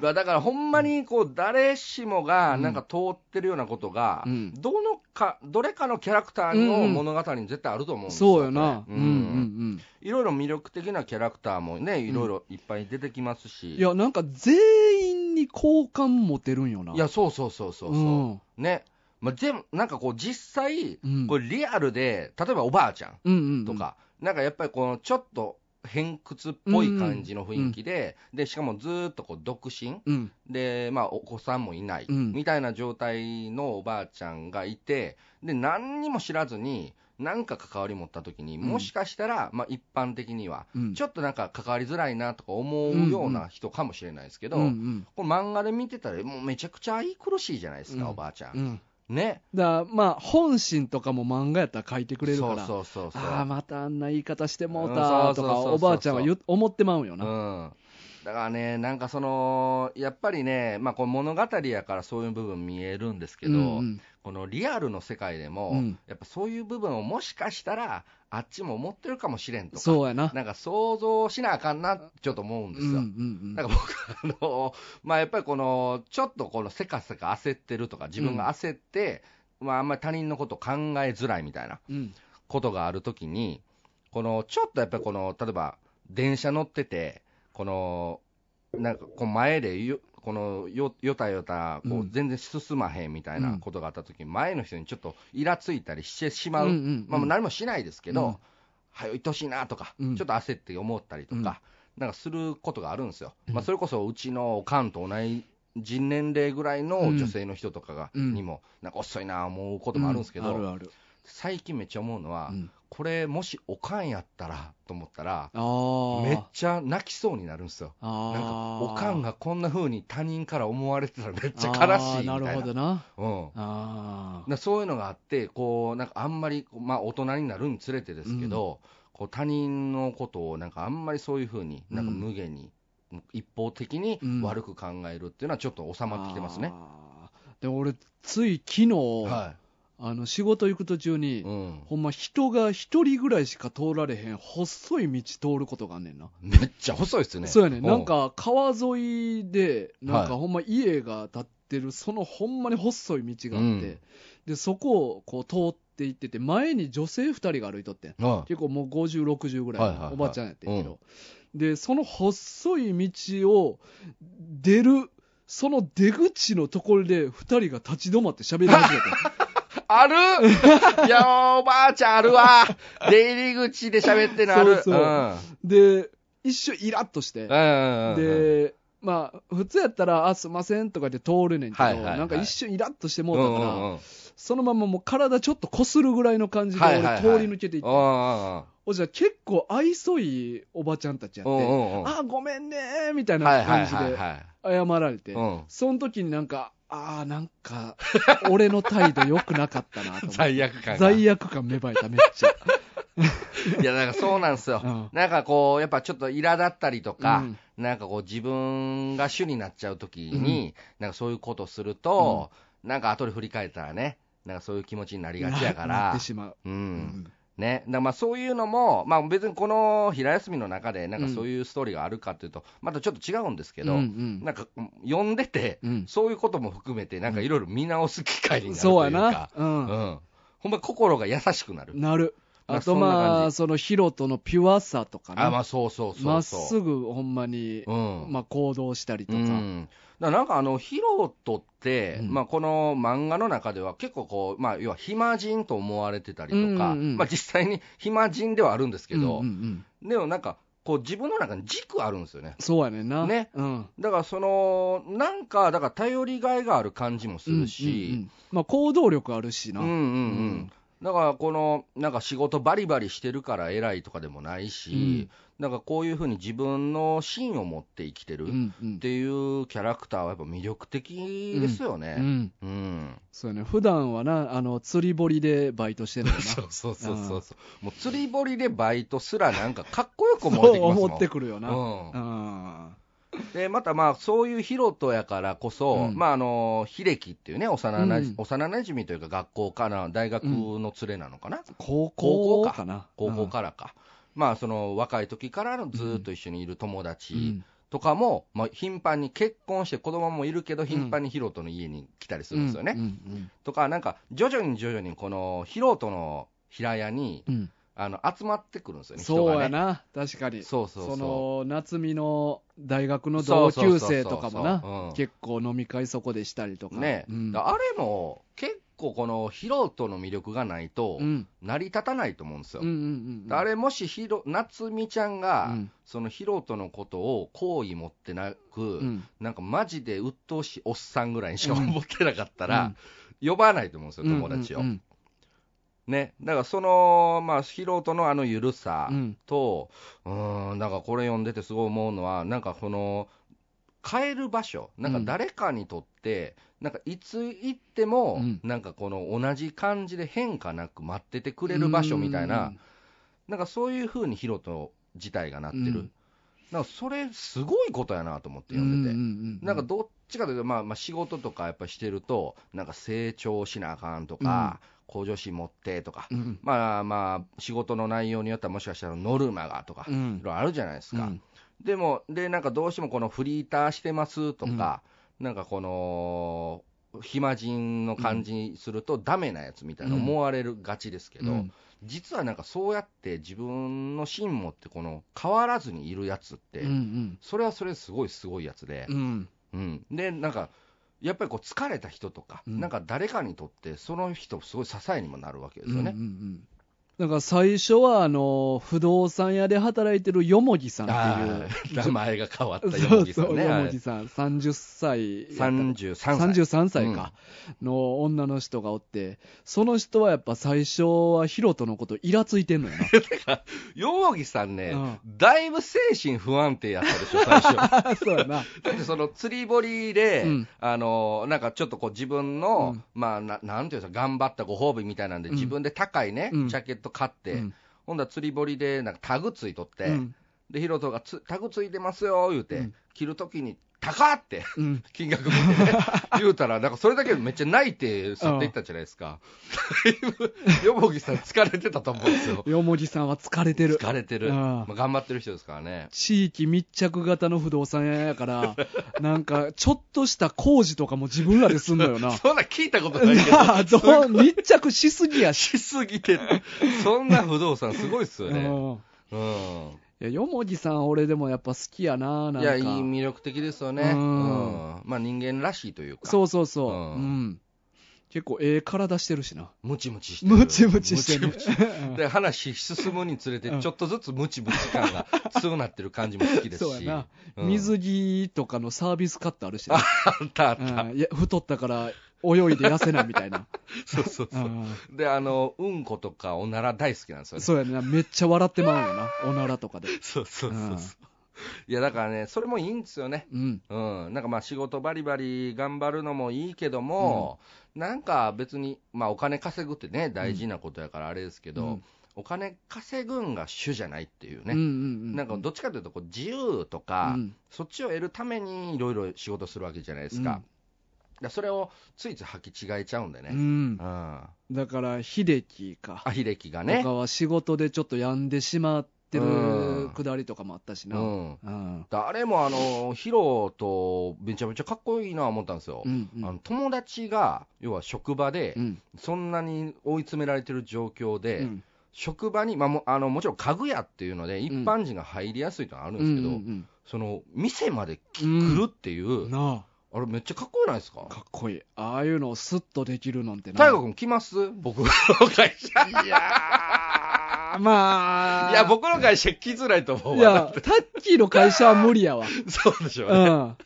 [SPEAKER 2] だから、ほんまに、こう、誰しもが、なんか通ってるようなことが、
[SPEAKER 1] うん
[SPEAKER 2] どのか、どれかのキャラクター
[SPEAKER 1] うん
[SPEAKER 2] の
[SPEAKER 1] うん
[SPEAKER 2] 物語に絶対あると思うんですよ。
[SPEAKER 1] そうよな。う
[SPEAKER 2] これ
[SPEAKER 1] ん
[SPEAKER 2] う
[SPEAKER 1] うんんうん。
[SPEAKER 2] いろいろ魅力的なキャラクターもね、いろいろいっぱい出てきますし。
[SPEAKER 1] いや、なんか全員に好感持てるんよな。
[SPEAKER 2] いや、そうそうそうそうそう。
[SPEAKER 1] うん
[SPEAKER 2] ね。まあ、全部、なんかこう、実際、
[SPEAKER 1] うん
[SPEAKER 2] これリアルで、例えばおばあちゃん。
[SPEAKER 1] うんうんうん。
[SPEAKER 2] と。か、なんかやっぱりこのちょっと偏屈っぽい感じの雰囲気で、でしかもずーっとこう独身
[SPEAKER 1] うん。
[SPEAKER 2] で、まあ、お子さんもいない、
[SPEAKER 1] うん
[SPEAKER 2] みたいな状態のおばあちゃんがいて、で何にも知らずに、なんか関わり持った時に、
[SPEAKER 1] ん
[SPEAKER 2] もしかしたら、まあ、一般的には、
[SPEAKER 1] うん。
[SPEAKER 2] ちょっとなんか関わりづらいなとか思うような人かもしれないですけど、
[SPEAKER 1] うんうん
[SPEAKER 2] これ漫画で見てたら、もうめちゃくちゃ愛苦しいじゃないですか、
[SPEAKER 1] うん
[SPEAKER 2] おばあちゃ。
[SPEAKER 1] うんん。
[SPEAKER 2] ね、
[SPEAKER 1] だからまあ、本心とかも漫画やったら書いてくれるから。
[SPEAKER 2] そうそうそうそう。
[SPEAKER 1] ああ、またあんな言い方してもう
[SPEAKER 2] う
[SPEAKER 1] た
[SPEAKER 2] んそ
[SPEAKER 1] と
[SPEAKER 2] うそうそう
[SPEAKER 1] か、
[SPEAKER 2] そう
[SPEAKER 1] おばあちゃんは言う思ってまうんよな。
[SPEAKER 2] うん、だからね、なんかその、やっぱりね、まあ、こう物語やからそういう部分見えるんですけど、
[SPEAKER 1] うんうん
[SPEAKER 2] このリアルの世界でも、
[SPEAKER 1] うん
[SPEAKER 2] やっぱそういう部分をもしかしたら、あっちも思ってるかもしれんとか、
[SPEAKER 1] そうやな。
[SPEAKER 2] なんか想像しなあかんな、ちょっと思うんですよ。
[SPEAKER 1] うん
[SPEAKER 2] なんか 僕、あのまあ、やっぱりこの、ちょっとこのせかせか焦ってるとか、自分が焦って、まあ、あんまり他人のこと考えづらいみたいな
[SPEAKER 1] うんうん
[SPEAKER 2] ことがあるときに、このちょっとやっぱりこの、例えば電車乗ってて、このなんかこう前でよ、このよよたよたこ
[SPEAKER 1] う
[SPEAKER 2] うん全然進まへんみたいうなんことがあったとき、前の人にちょっとイラついたりしてしまう、
[SPEAKER 1] うんうんうん
[SPEAKER 2] まあ、何もしないですけど、
[SPEAKER 1] うん
[SPEAKER 2] 早いとしいなとか、
[SPEAKER 1] うん
[SPEAKER 2] ちょっと焦って思ったりとか、なんかすることがあるんですよ。まあ、それこそうちのおかんと同じ年齢ぐらいの女性の人とかが、
[SPEAKER 1] うん
[SPEAKER 2] にも、なんか遅いな思うこともあるんですけど、
[SPEAKER 1] あるある。
[SPEAKER 2] 最近めっちゃ思うのは、
[SPEAKER 1] うん
[SPEAKER 2] これもしおかんやったらと思ったら、
[SPEAKER 1] あー
[SPEAKER 2] めっちゃ泣きそうになるんですよ。
[SPEAKER 1] あ
[SPEAKER 2] な
[SPEAKER 1] ー
[SPEAKER 2] んか、おかんがこんな風に他人から思われてたらめっちゃ悲しいみたいな。
[SPEAKER 1] あーなるほどな。
[SPEAKER 2] うん。
[SPEAKER 1] あ
[SPEAKER 2] なそういうのがあって、こう、なんかあんまり、まあ大人になるにつれてですけど、こう他人のことをなんかあんまりそういう風に、なんか無限に、一方的に
[SPEAKER 1] うん
[SPEAKER 2] 悪く考えるっていうのはちょっと収
[SPEAKER 1] あ。
[SPEAKER 2] まってきてますね。
[SPEAKER 1] あー。で、俺、つい昨日、
[SPEAKER 2] は
[SPEAKER 1] あの仕事行く途中
[SPEAKER 2] い。
[SPEAKER 1] に、
[SPEAKER 2] うん。
[SPEAKER 1] ほんま人が一人ぐらいしか通られへん、細い道通ることがあんねんな。
[SPEAKER 2] めっちゃ細いですよね。
[SPEAKER 1] そうやね、
[SPEAKER 2] ん
[SPEAKER 1] なん、か川沿いで、なん
[SPEAKER 2] は
[SPEAKER 1] か
[SPEAKER 2] い
[SPEAKER 1] ほんま家が建ってる、そのほんまに細い道があって、
[SPEAKER 2] うん
[SPEAKER 1] でそこをこう通っていってて、前に女性2人が歩いとってん、
[SPEAKER 2] はい
[SPEAKER 1] 結構もう50、60ぐ
[SPEAKER 2] はい
[SPEAKER 1] ら
[SPEAKER 2] はい
[SPEAKER 1] い
[SPEAKER 2] はい
[SPEAKER 1] のおばあちゃんやってんけど、でその細い道を出る、その出口のところで2人が立ち止まって喋り始めた。
[SPEAKER 2] ある いやー、おばあちゃんある わ。出入り口で喋ってんのある。
[SPEAKER 1] そうそう で、一瞬イラッとして、
[SPEAKER 2] うん。うん、
[SPEAKER 1] で、まあ、普通やったら、あ、すいませんとかで通るねんけど、
[SPEAKER 2] はいはいはい
[SPEAKER 1] なんか一瞬イラッとしても
[SPEAKER 2] うん
[SPEAKER 1] うた
[SPEAKER 2] う
[SPEAKER 1] か
[SPEAKER 2] んう
[SPEAKER 1] ら、
[SPEAKER 2] ん、うん
[SPEAKER 1] そのままもう体ちょっとこするぐらいの感じで、
[SPEAKER 2] は
[SPEAKER 1] 俺
[SPEAKER 2] いはいはい
[SPEAKER 1] 通り抜けていって、
[SPEAKER 2] うん
[SPEAKER 1] おじゃ結構愛想いいおばちゃんたちやっ
[SPEAKER 2] うんう
[SPEAKER 1] て、
[SPEAKER 2] んうん。
[SPEAKER 1] あ、ごめんねーみたいな
[SPEAKER 2] はいはい
[SPEAKER 1] 感
[SPEAKER 2] はい
[SPEAKER 1] じで
[SPEAKER 2] は
[SPEAKER 1] 謝られ
[SPEAKER 2] い。
[SPEAKER 1] て
[SPEAKER 2] う、ん。
[SPEAKER 1] その時になんか、あーなんか、俺の態度良くなかったなと思って。
[SPEAKER 2] 罪悪感が。
[SPEAKER 1] 罪悪感芽生えた、めっちゃ。
[SPEAKER 2] いや、なんかそうなんですよ。
[SPEAKER 1] うん
[SPEAKER 2] なんかこう、やっぱちょっと苛だったりとか、
[SPEAKER 1] うん
[SPEAKER 2] なんかこう自分が主になっちゃうときに、なんかそういうことすると、なんか後で振り返ったらね、なんかそういう気持ちになりがちやか
[SPEAKER 1] ななっ
[SPEAKER 2] ら
[SPEAKER 1] て、しまう。
[SPEAKER 2] う。
[SPEAKER 1] うん
[SPEAKER 2] ね、だからまあそういうのも、まあ、別にこの平休みの中で、なんかそういうストーリーがあるかというと、またちょっと違うんですけど、
[SPEAKER 1] うんうん
[SPEAKER 2] なんかうん読んでて、
[SPEAKER 1] うん
[SPEAKER 2] そういうことも含めて、なんかいろいろ見直す機会になる
[SPEAKER 1] そう
[SPEAKER 2] とい
[SPEAKER 1] や
[SPEAKER 2] うか
[SPEAKER 1] な、、うん
[SPEAKER 2] うんほんま心が優しくなる、
[SPEAKER 1] なる
[SPEAKER 2] まあ
[SPEAKER 1] あと
[SPEAKER 2] そんな
[SPEAKER 1] ま
[SPEAKER 2] 感
[SPEAKER 1] あそのヒロトのピュアさとかね
[SPEAKER 2] あまあそうそうそうそう、
[SPEAKER 1] まっすぐほんまに、
[SPEAKER 2] うん
[SPEAKER 1] まあ、行動したりとか、
[SPEAKER 2] うん、だからなんかあのヒロトって、
[SPEAKER 1] うん
[SPEAKER 2] まあ、この漫画の中では結構こう、まあ、要は暇人と思われてたりとか、
[SPEAKER 1] うんうんうん
[SPEAKER 2] まあ、実際に暇人ではあるんですけど、
[SPEAKER 1] うんうんうん
[SPEAKER 2] でもなんかこう自分の中に軸あるんですよね。
[SPEAKER 1] そうやねんな
[SPEAKER 2] ね
[SPEAKER 1] うん
[SPEAKER 2] だからそのなんかだから頼りがいがある感じもする
[SPEAKER 1] うんうんう
[SPEAKER 2] し、
[SPEAKER 1] んまあ、行動力あるし
[SPEAKER 2] う
[SPEAKER 1] な、
[SPEAKER 2] んうんうん
[SPEAKER 1] うん
[SPEAKER 2] だからこのなんか仕事バリバリしてるから偉いとかでもないし、なんかこういうふうに自分の芯を持って生きて
[SPEAKER 1] う
[SPEAKER 2] るっ
[SPEAKER 1] んうん
[SPEAKER 2] ていうキャラクターはやっぱ魅力的ですよ
[SPEAKER 1] う
[SPEAKER 2] ね。
[SPEAKER 1] ん、
[SPEAKER 2] うん、
[SPEAKER 1] そうやね普段はなあの釣り堀でバイトしてるんだな
[SPEAKER 2] そうそうそうそううんそう、もう釣り堀でバイトすらなんかかっこよく思って
[SPEAKER 1] そ
[SPEAKER 2] き
[SPEAKER 1] う
[SPEAKER 2] ますもん
[SPEAKER 1] 思ってくるよな、
[SPEAKER 2] うん
[SPEAKER 1] うん
[SPEAKER 2] でまたまあそういうヒロトやからこそ、
[SPEAKER 1] うん
[SPEAKER 2] まああの秀樹っていうね幼なじ、
[SPEAKER 1] うん
[SPEAKER 2] 幼馴染というか学校から大学の連れなのかな、
[SPEAKER 1] 高
[SPEAKER 2] 高校
[SPEAKER 1] 校
[SPEAKER 2] か
[SPEAKER 1] かな
[SPEAKER 2] 高校からか、まあその若い時からのずーっと一緒にいる友
[SPEAKER 1] うん
[SPEAKER 2] 達とかも、まあ頻繁に結婚して子供もいるけど頻繁にヒロトの家に来たりするんですよね、
[SPEAKER 1] うんうん
[SPEAKER 2] とかなんか徐々に徐々にこのヒロトの平屋に
[SPEAKER 1] うんうん
[SPEAKER 2] あの集まってくるんですよね人
[SPEAKER 1] そう
[SPEAKER 2] が
[SPEAKER 1] や
[SPEAKER 2] ね
[SPEAKER 1] な確かに
[SPEAKER 2] そうそうそう
[SPEAKER 1] の夏美の大学の同級生とかも
[SPEAKER 2] そうそうそうそうう、
[SPEAKER 1] なん結構飲み会そこでしたりとか、
[SPEAKER 2] ね、
[SPEAKER 1] うん
[SPEAKER 2] だあれも結構このヒロトの魅力がないと
[SPEAKER 1] うん
[SPEAKER 2] 成り立たないと思うんですよ、
[SPEAKER 1] うんうんうん、
[SPEAKER 2] あれもしヒロ夏美ちゃんが、
[SPEAKER 1] うん
[SPEAKER 2] そのヒロトのことを好意持ってなく、
[SPEAKER 1] うん
[SPEAKER 2] なんかマジで鬱陶しいおっさんぐらいにしか
[SPEAKER 1] うん
[SPEAKER 2] 思ってなかったら、呼ばないと思うんですよ
[SPEAKER 1] うん
[SPEAKER 2] 友達を、
[SPEAKER 1] うん
[SPEAKER 2] ねだからそのまあヒロトのあのゆるさ
[SPEAKER 1] うん
[SPEAKER 2] とうーんなんかこれ読んでてすごい思うのはなんかこの変える場所なんか誰かにとって、なんかいつ行っても、
[SPEAKER 1] うん
[SPEAKER 2] なんかこの同じ感じで変化なく待っててくれる場所みたいな、なんかそういう風にヒロト自体がなってる、
[SPEAKER 1] うん
[SPEAKER 2] なんかそれすごいことやなと思って
[SPEAKER 1] うんう
[SPEAKER 2] 読んでて、
[SPEAKER 1] ん
[SPEAKER 2] なんかどっちかというと、まあ、まあ仕事とかやっぱしてると、なんか成長しなあかんとか、向上心持ってとか、
[SPEAKER 1] うん
[SPEAKER 2] まあまあ、仕事の内容によってはもしかしたらノルマがとか、
[SPEAKER 1] う
[SPEAKER 2] い
[SPEAKER 1] ん
[SPEAKER 2] ろいろあるじゃないですか。
[SPEAKER 1] うん
[SPEAKER 2] でも、で、なんかどうしてもこのフリーターしてますとか、なんかこの、暇人の感じにするとダメなやつみたいな思われるがちですけど、
[SPEAKER 1] うん
[SPEAKER 2] 実はなんかそうやって自分の芯持ってこの変わらずにいるやつって、
[SPEAKER 1] うん
[SPEAKER 2] それはそれですごいすごいやつで
[SPEAKER 1] うんう、ん
[SPEAKER 2] うん、で、なんか、やっぱりこう疲れた人とか、
[SPEAKER 1] うん
[SPEAKER 2] なんか誰かにとって、その人、すごい支えにもなるわけですよね。
[SPEAKER 1] うんうんうんだから最初はあの不動産屋で働いてるよもぎさんっ
[SPEAKER 2] あ
[SPEAKER 1] てい
[SPEAKER 2] ー
[SPEAKER 1] う
[SPEAKER 2] 名前が変わったよ
[SPEAKER 1] そ
[SPEAKER 2] も
[SPEAKER 1] う
[SPEAKER 2] ぎさ
[SPEAKER 1] そ
[SPEAKER 2] ん
[SPEAKER 1] う、
[SPEAKER 2] ね。
[SPEAKER 1] よ
[SPEAKER 2] あ
[SPEAKER 1] も
[SPEAKER 2] れ
[SPEAKER 1] ぎさん、30歳やった
[SPEAKER 2] 33歳。
[SPEAKER 1] 33歳か、の女の人がおって、その人はやっぱ最初はヒロトのことイラついてんのよ
[SPEAKER 2] よもぎさんね、
[SPEAKER 1] うん
[SPEAKER 2] だいぶ精神不安定やったで しょ、最初。だ
[SPEAKER 1] な。そうやな。
[SPEAKER 2] ってその釣り堀で、
[SPEAKER 1] うん
[SPEAKER 2] あの、なんかちょっとこう自分の、
[SPEAKER 1] うん
[SPEAKER 2] まあな、なんていうんですか、頑張ったご褒美みたいなんで、
[SPEAKER 1] うん
[SPEAKER 2] 自分で高いね、
[SPEAKER 1] うん
[SPEAKER 2] ジャケット買って、
[SPEAKER 1] うん
[SPEAKER 2] ほんだら釣り堀で、なんかタグついとって、
[SPEAKER 1] うん
[SPEAKER 2] で、ヒロトがつタグついてますよ、言うて、
[SPEAKER 1] うん
[SPEAKER 2] 着るときに、高 っって、
[SPEAKER 1] うん
[SPEAKER 2] 金額見てね、言うたら、なんかそれだけでめっちゃ泣いて去っていったじゃないで すか。だいぶ、よもぎさん疲れてたと思うんですよ。
[SPEAKER 1] よもぎさんは疲れてる。
[SPEAKER 2] 疲れてる。
[SPEAKER 1] うん
[SPEAKER 2] まあ、頑張ってる人ですからね。
[SPEAKER 1] 地域密着型の不動産屋やから、なんか、ちょっとした工事とかも自分らですんのよな。
[SPEAKER 2] そんなん聞いたことないけど、
[SPEAKER 1] なあ どう密着しすぎやし。
[SPEAKER 2] しすぎて、そんな不動産すごいっすよ
[SPEAKER 1] うん
[SPEAKER 2] ね。うん。
[SPEAKER 1] いや、よもぎさん俺でもやっぱ好きやな、なんか。
[SPEAKER 2] いや、いい魅力的ですよね。
[SPEAKER 1] うん
[SPEAKER 2] うん。まあ人間らしいというか。
[SPEAKER 1] そうそうそう。
[SPEAKER 2] う
[SPEAKER 1] うんん。結構、ええ体してるし な。
[SPEAKER 2] ムチムチしてる。
[SPEAKER 1] ムチムチしてる
[SPEAKER 2] ムチムチ。 で、話進むにつれて
[SPEAKER 1] う、ん
[SPEAKER 2] ちょっとずつムチムチ 感が強なってる感じも好きですし。
[SPEAKER 1] そうやな、
[SPEAKER 2] うん
[SPEAKER 1] 水着とかのサービスカットあるしな、
[SPEAKER 2] あったあった。
[SPEAKER 1] うんいや太ったから泳いで痩せないみたいな、
[SPEAKER 2] そう そう
[SPEAKER 1] う
[SPEAKER 2] そう。
[SPEAKER 1] ん
[SPEAKER 2] で、あの、うんことかおなら大好きなんですよね。
[SPEAKER 1] そうやねなめっちゃ笑ってまうよなおならとかで。
[SPEAKER 2] そうそうそうそううんいや、だからね、それもいいんですよね。
[SPEAKER 1] うん
[SPEAKER 2] うん、なんかまあ仕事バリバリ頑張るのもいいけども、なんか別に、まあ、お金稼ぐってね、大事なことやからあれですけど、
[SPEAKER 1] うん
[SPEAKER 2] お金稼ぐんが主じゃないっていう
[SPEAKER 1] うんう
[SPEAKER 2] ね、
[SPEAKER 1] んうん
[SPEAKER 2] なんかどっちかというとこう自由とか、
[SPEAKER 1] うん
[SPEAKER 2] そっちを得るためにいろいろ仕事するわけじゃないですか、やそれをついつい履き違えちゃうんでね、
[SPEAKER 1] う
[SPEAKER 2] うん
[SPEAKER 1] ん。
[SPEAKER 2] あ
[SPEAKER 1] だから、秀樹か。
[SPEAKER 2] 秀樹が
[SPEAKER 1] と
[SPEAKER 2] ね
[SPEAKER 1] か、は仕事でちょっと病んでしまって
[SPEAKER 2] う
[SPEAKER 1] る
[SPEAKER 2] ん
[SPEAKER 1] くだりとかもあったし
[SPEAKER 2] う
[SPEAKER 1] な。うん。
[SPEAKER 2] ん、
[SPEAKER 1] うん。
[SPEAKER 2] 誰もあのヒロとめちゃめちゃかっこいいな思ったんですよ、
[SPEAKER 1] うん。
[SPEAKER 2] あの友達が要は職場で、
[SPEAKER 1] うん
[SPEAKER 2] そんなに追い詰められてる状況で、
[SPEAKER 1] うん
[SPEAKER 2] 職場に、まあ、もあのもちろん家具屋っていうので、一般人が入りやすいとのはあるんですけど、
[SPEAKER 1] うん
[SPEAKER 2] その店まで来
[SPEAKER 1] うん
[SPEAKER 2] るっていう、
[SPEAKER 1] うんな
[SPEAKER 2] あれ、めっちゃかっこよくないです
[SPEAKER 1] あ、
[SPEAKER 2] か
[SPEAKER 1] かっこいい。ああいうのをスッとできるなんてな。
[SPEAKER 2] 大河君来ます僕の会社。
[SPEAKER 1] いやー、まあ。
[SPEAKER 2] いや、僕の会社来づらいと思う
[SPEAKER 1] い
[SPEAKER 2] わ。
[SPEAKER 1] や、タッキーの会社は無理やわ。
[SPEAKER 2] そうでしょ
[SPEAKER 1] うん。
[SPEAKER 2] うね。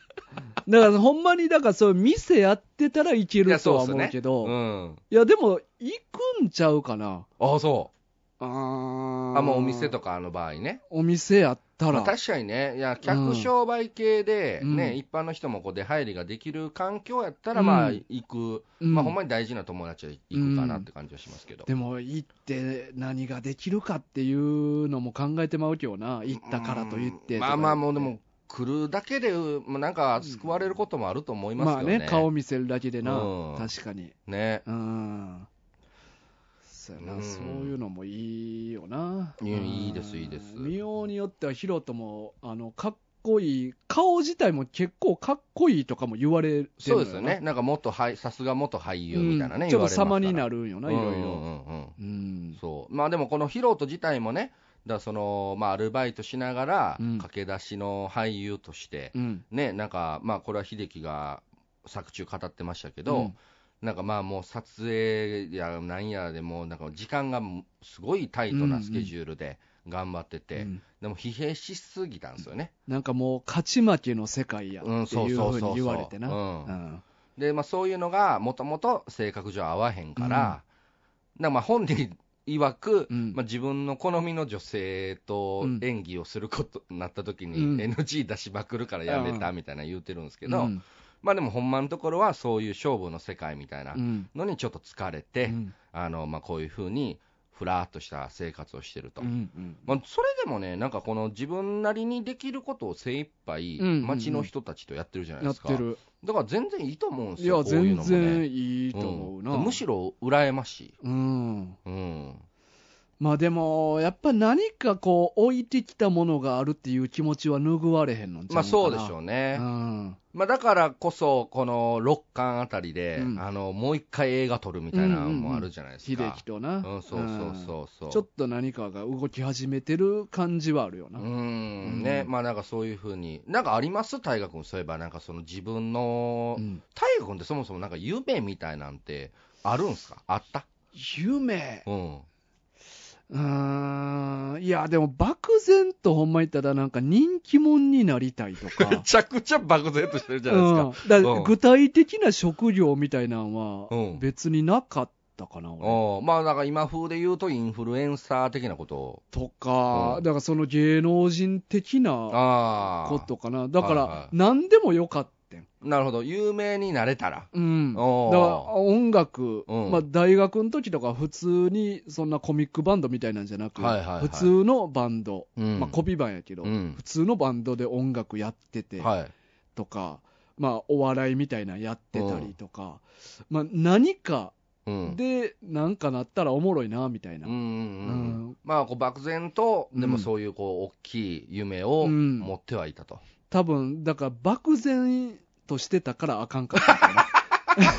[SPEAKER 1] だから、ほんまに、だから、そういう店やってたらいけ
[SPEAKER 2] い
[SPEAKER 1] る
[SPEAKER 2] や
[SPEAKER 1] と
[SPEAKER 2] そう
[SPEAKER 1] は
[SPEAKER 2] っす
[SPEAKER 1] 思
[SPEAKER 2] ね
[SPEAKER 1] うけど、
[SPEAKER 2] うん。
[SPEAKER 1] いや、でも、行くんちゃうかな。
[SPEAKER 2] ああ、そ
[SPEAKER 1] あ
[SPEAKER 2] う。
[SPEAKER 1] ー
[SPEAKER 2] あ、もうお店とかの場合ね。
[SPEAKER 1] お店やった
[SPEAKER 2] ま
[SPEAKER 1] ら。
[SPEAKER 2] あ、確かにね、いや、客商売系で、
[SPEAKER 1] うん
[SPEAKER 2] ね、一般の人もこう出入りができる環境やったら、まあ、
[SPEAKER 1] うん
[SPEAKER 2] 行く。
[SPEAKER 1] うん
[SPEAKER 2] まあ、ほんまに大事な友達は行くかなって感じはしますけど。
[SPEAKER 1] でも、行って何ができるかっていうのも考えてまうけどな。行ったからと言って
[SPEAKER 2] うん
[SPEAKER 1] とか
[SPEAKER 2] まあまあ、もうでも、来るだけで、うまあなんか救われることもあると思います
[SPEAKER 1] まあ
[SPEAKER 2] けどね。
[SPEAKER 1] ね、顔見せるだけでな、
[SPEAKER 2] うん
[SPEAKER 1] 確かに。
[SPEAKER 2] ね。
[SPEAKER 1] うん。そうやな、
[SPEAKER 2] うん
[SPEAKER 1] そういうのもいいよな。
[SPEAKER 2] いや
[SPEAKER 1] うん
[SPEAKER 2] いいですいいです
[SPEAKER 1] 見ようによっては、ヒロトも、あの、かっこいい、顔自体も結構かっこいいとかも言われてる
[SPEAKER 2] そうですよね。。なんか元俳、さすが元俳優みたいな
[SPEAKER 1] う
[SPEAKER 2] ね、
[SPEAKER 1] んち
[SPEAKER 2] 言
[SPEAKER 1] ょ
[SPEAKER 2] わ
[SPEAKER 1] っと
[SPEAKER 2] れますから
[SPEAKER 1] 様になるんよな、いろい
[SPEAKER 2] うん
[SPEAKER 1] ろ。
[SPEAKER 2] うんうん
[SPEAKER 1] う
[SPEAKER 2] うん
[SPEAKER 1] ん。
[SPEAKER 2] そう。まあでもこのヒロト自体もね、だからその、まあアルバイトしながら、
[SPEAKER 1] うん
[SPEAKER 2] 駆け出しの俳優として、
[SPEAKER 1] うん。
[SPEAKER 2] ね、なんか、まあこれは秀樹が作中語ってましたけど、
[SPEAKER 1] うん
[SPEAKER 2] なんかまあもう撮影やなんやでもうなんか時間がすごいタイトなスケジュールで頑張ってて、
[SPEAKER 1] うん
[SPEAKER 2] でも疲弊しすぎたんですよね。
[SPEAKER 1] なんかもう、勝ち負けの世界やって
[SPEAKER 2] うんそう
[SPEAKER 1] いう
[SPEAKER 2] そう
[SPEAKER 1] ふう
[SPEAKER 2] そうそう
[SPEAKER 1] に言われてな。
[SPEAKER 2] うん
[SPEAKER 1] うん
[SPEAKER 2] で、まあ、そういうのがもともと性格上合わへんから、なんかまあ本人曰く、
[SPEAKER 1] うん
[SPEAKER 2] まあ、自分の好みの女性と
[SPEAKER 1] うん
[SPEAKER 2] 演技をすることになった時
[SPEAKER 1] うん
[SPEAKER 2] に NG 出しまくるからやめたみたいな言うてるんですけど、
[SPEAKER 1] うん
[SPEAKER 2] まあでもほんまのところはそういう勝負の世界みたいな
[SPEAKER 1] うん
[SPEAKER 2] のにちょっと疲れ
[SPEAKER 1] う
[SPEAKER 2] て、
[SPEAKER 1] ん
[SPEAKER 2] あのまあ、こういうふうにふらーっとした生活をしてると。
[SPEAKER 1] うんうん
[SPEAKER 2] まあ、それでもね、なんかこの自分なりにできることを精一杯、
[SPEAKER 1] うんうんうん
[SPEAKER 2] 街の人たちとやってるじゃない
[SPEAKER 1] や
[SPEAKER 2] で
[SPEAKER 1] っ
[SPEAKER 2] すか。
[SPEAKER 1] てる。
[SPEAKER 2] だから全然いいと思うんで
[SPEAKER 1] い
[SPEAKER 2] すよ、
[SPEAKER 1] や、
[SPEAKER 2] こういう
[SPEAKER 1] 全
[SPEAKER 2] のもね
[SPEAKER 1] 然いいと思うな。
[SPEAKER 2] んむしろ羨ましい。
[SPEAKER 1] うん。
[SPEAKER 2] うん。
[SPEAKER 1] まあでも、やっぱ何かこう、置いてきたものがあるっていう気持ちは拭われへんのんちゃ
[SPEAKER 2] まあそうでし
[SPEAKER 1] う
[SPEAKER 2] ょ
[SPEAKER 1] ん
[SPEAKER 2] う
[SPEAKER 1] か
[SPEAKER 2] ね。
[SPEAKER 1] な。うん。
[SPEAKER 2] まあだからこそ、この六巻あたりで、
[SPEAKER 1] うん
[SPEAKER 2] あの、もう一回映画撮るみたいなのもあるじゃないです
[SPEAKER 1] 秀
[SPEAKER 2] か。
[SPEAKER 1] 樹とな。
[SPEAKER 2] うん、そうそうそうそう。
[SPEAKER 1] ちょっと何かが動き始めてる感じはあるよな。
[SPEAKER 2] うーんね、
[SPEAKER 1] うん
[SPEAKER 2] まあなんかそういうふうに、なんかあります、大河君、そういえば、なんかその自分の、
[SPEAKER 1] うん
[SPEAKER 2] 大河君ってそもそもなんか夢みたいなんてあるんすかあった
[SPEAKER 1] 夢。
[SPEAKER 2] うん。
[SPEAKER 1] うーん。いや、でも漠然とほんま言ったらなんか人気者になりたいとか。
[SPEAKER 2] めちゃくちゃ漠然として るじゃないですか。
[SPEAKER 1] うん、だから
[SPEAKER 2] うん
[SPEAKER 1] 具体的な職業みたいなの
[SPEAKER 2] うん
[SPEAKER 1] は別になかったかな、俺
[SPEAKER 2] おまあなんか今風で言うとインフルエンサー的なことを。
[SPEAKER 1] とか、
[SPEAKER 2] うん
[SPEAKER 1] だからその芸能人的な
[SPEAKER 2] ああ。
[SPEAKER 1] ことかな。だか
[SPEAKER 2] はいは
[SPEAKER 1] ら、
[SPEAKER 2] い
[SPEAKER 1] 何でもよかったん。
[SPEAKER 2] なるほど。有名になれたら。
[SPEAKER 1] うん。だから
[SPEAKER 2] おー
[SPEAKER 1] 音楽、
[SPEAKER 2] うん
[SPEAKER 1] まあ大学の時とか普通にそんなコミックバンドみたいなんじゃなく、
[SPEAKER 2] はいはいはい
[SPEAKER 1] 普通のバンド、
[SPEAKER 2] うん
[SPEAKER 1] まあコピーバンやけど、
[SPEAKER 2] うん
[SPEAKER 1] 普通のバンドで音楽やってて
[SPEAKER 2] はい。
[SPEAKER 1] とか、まあお笑いみたいなのやってたりとか、まあ何か
[SPEAKER 2] うん。
[SPEAKER 1] でなんかなったらおもろいなみたいな。
[SPEAKER 2] うんうんうん
[SPEAKER 1] うん
[SPEAKER 2] まあこう漠然と、でも
[SPEAKER 1] うん
[SPEAKER 2] そういうこう大きい夢を
[SPEAKER 1] うん
[SPEAKER 2] 持ってはい たと。
[SPEAKER 1] 多分だから漠然としてたからあかんかったん かな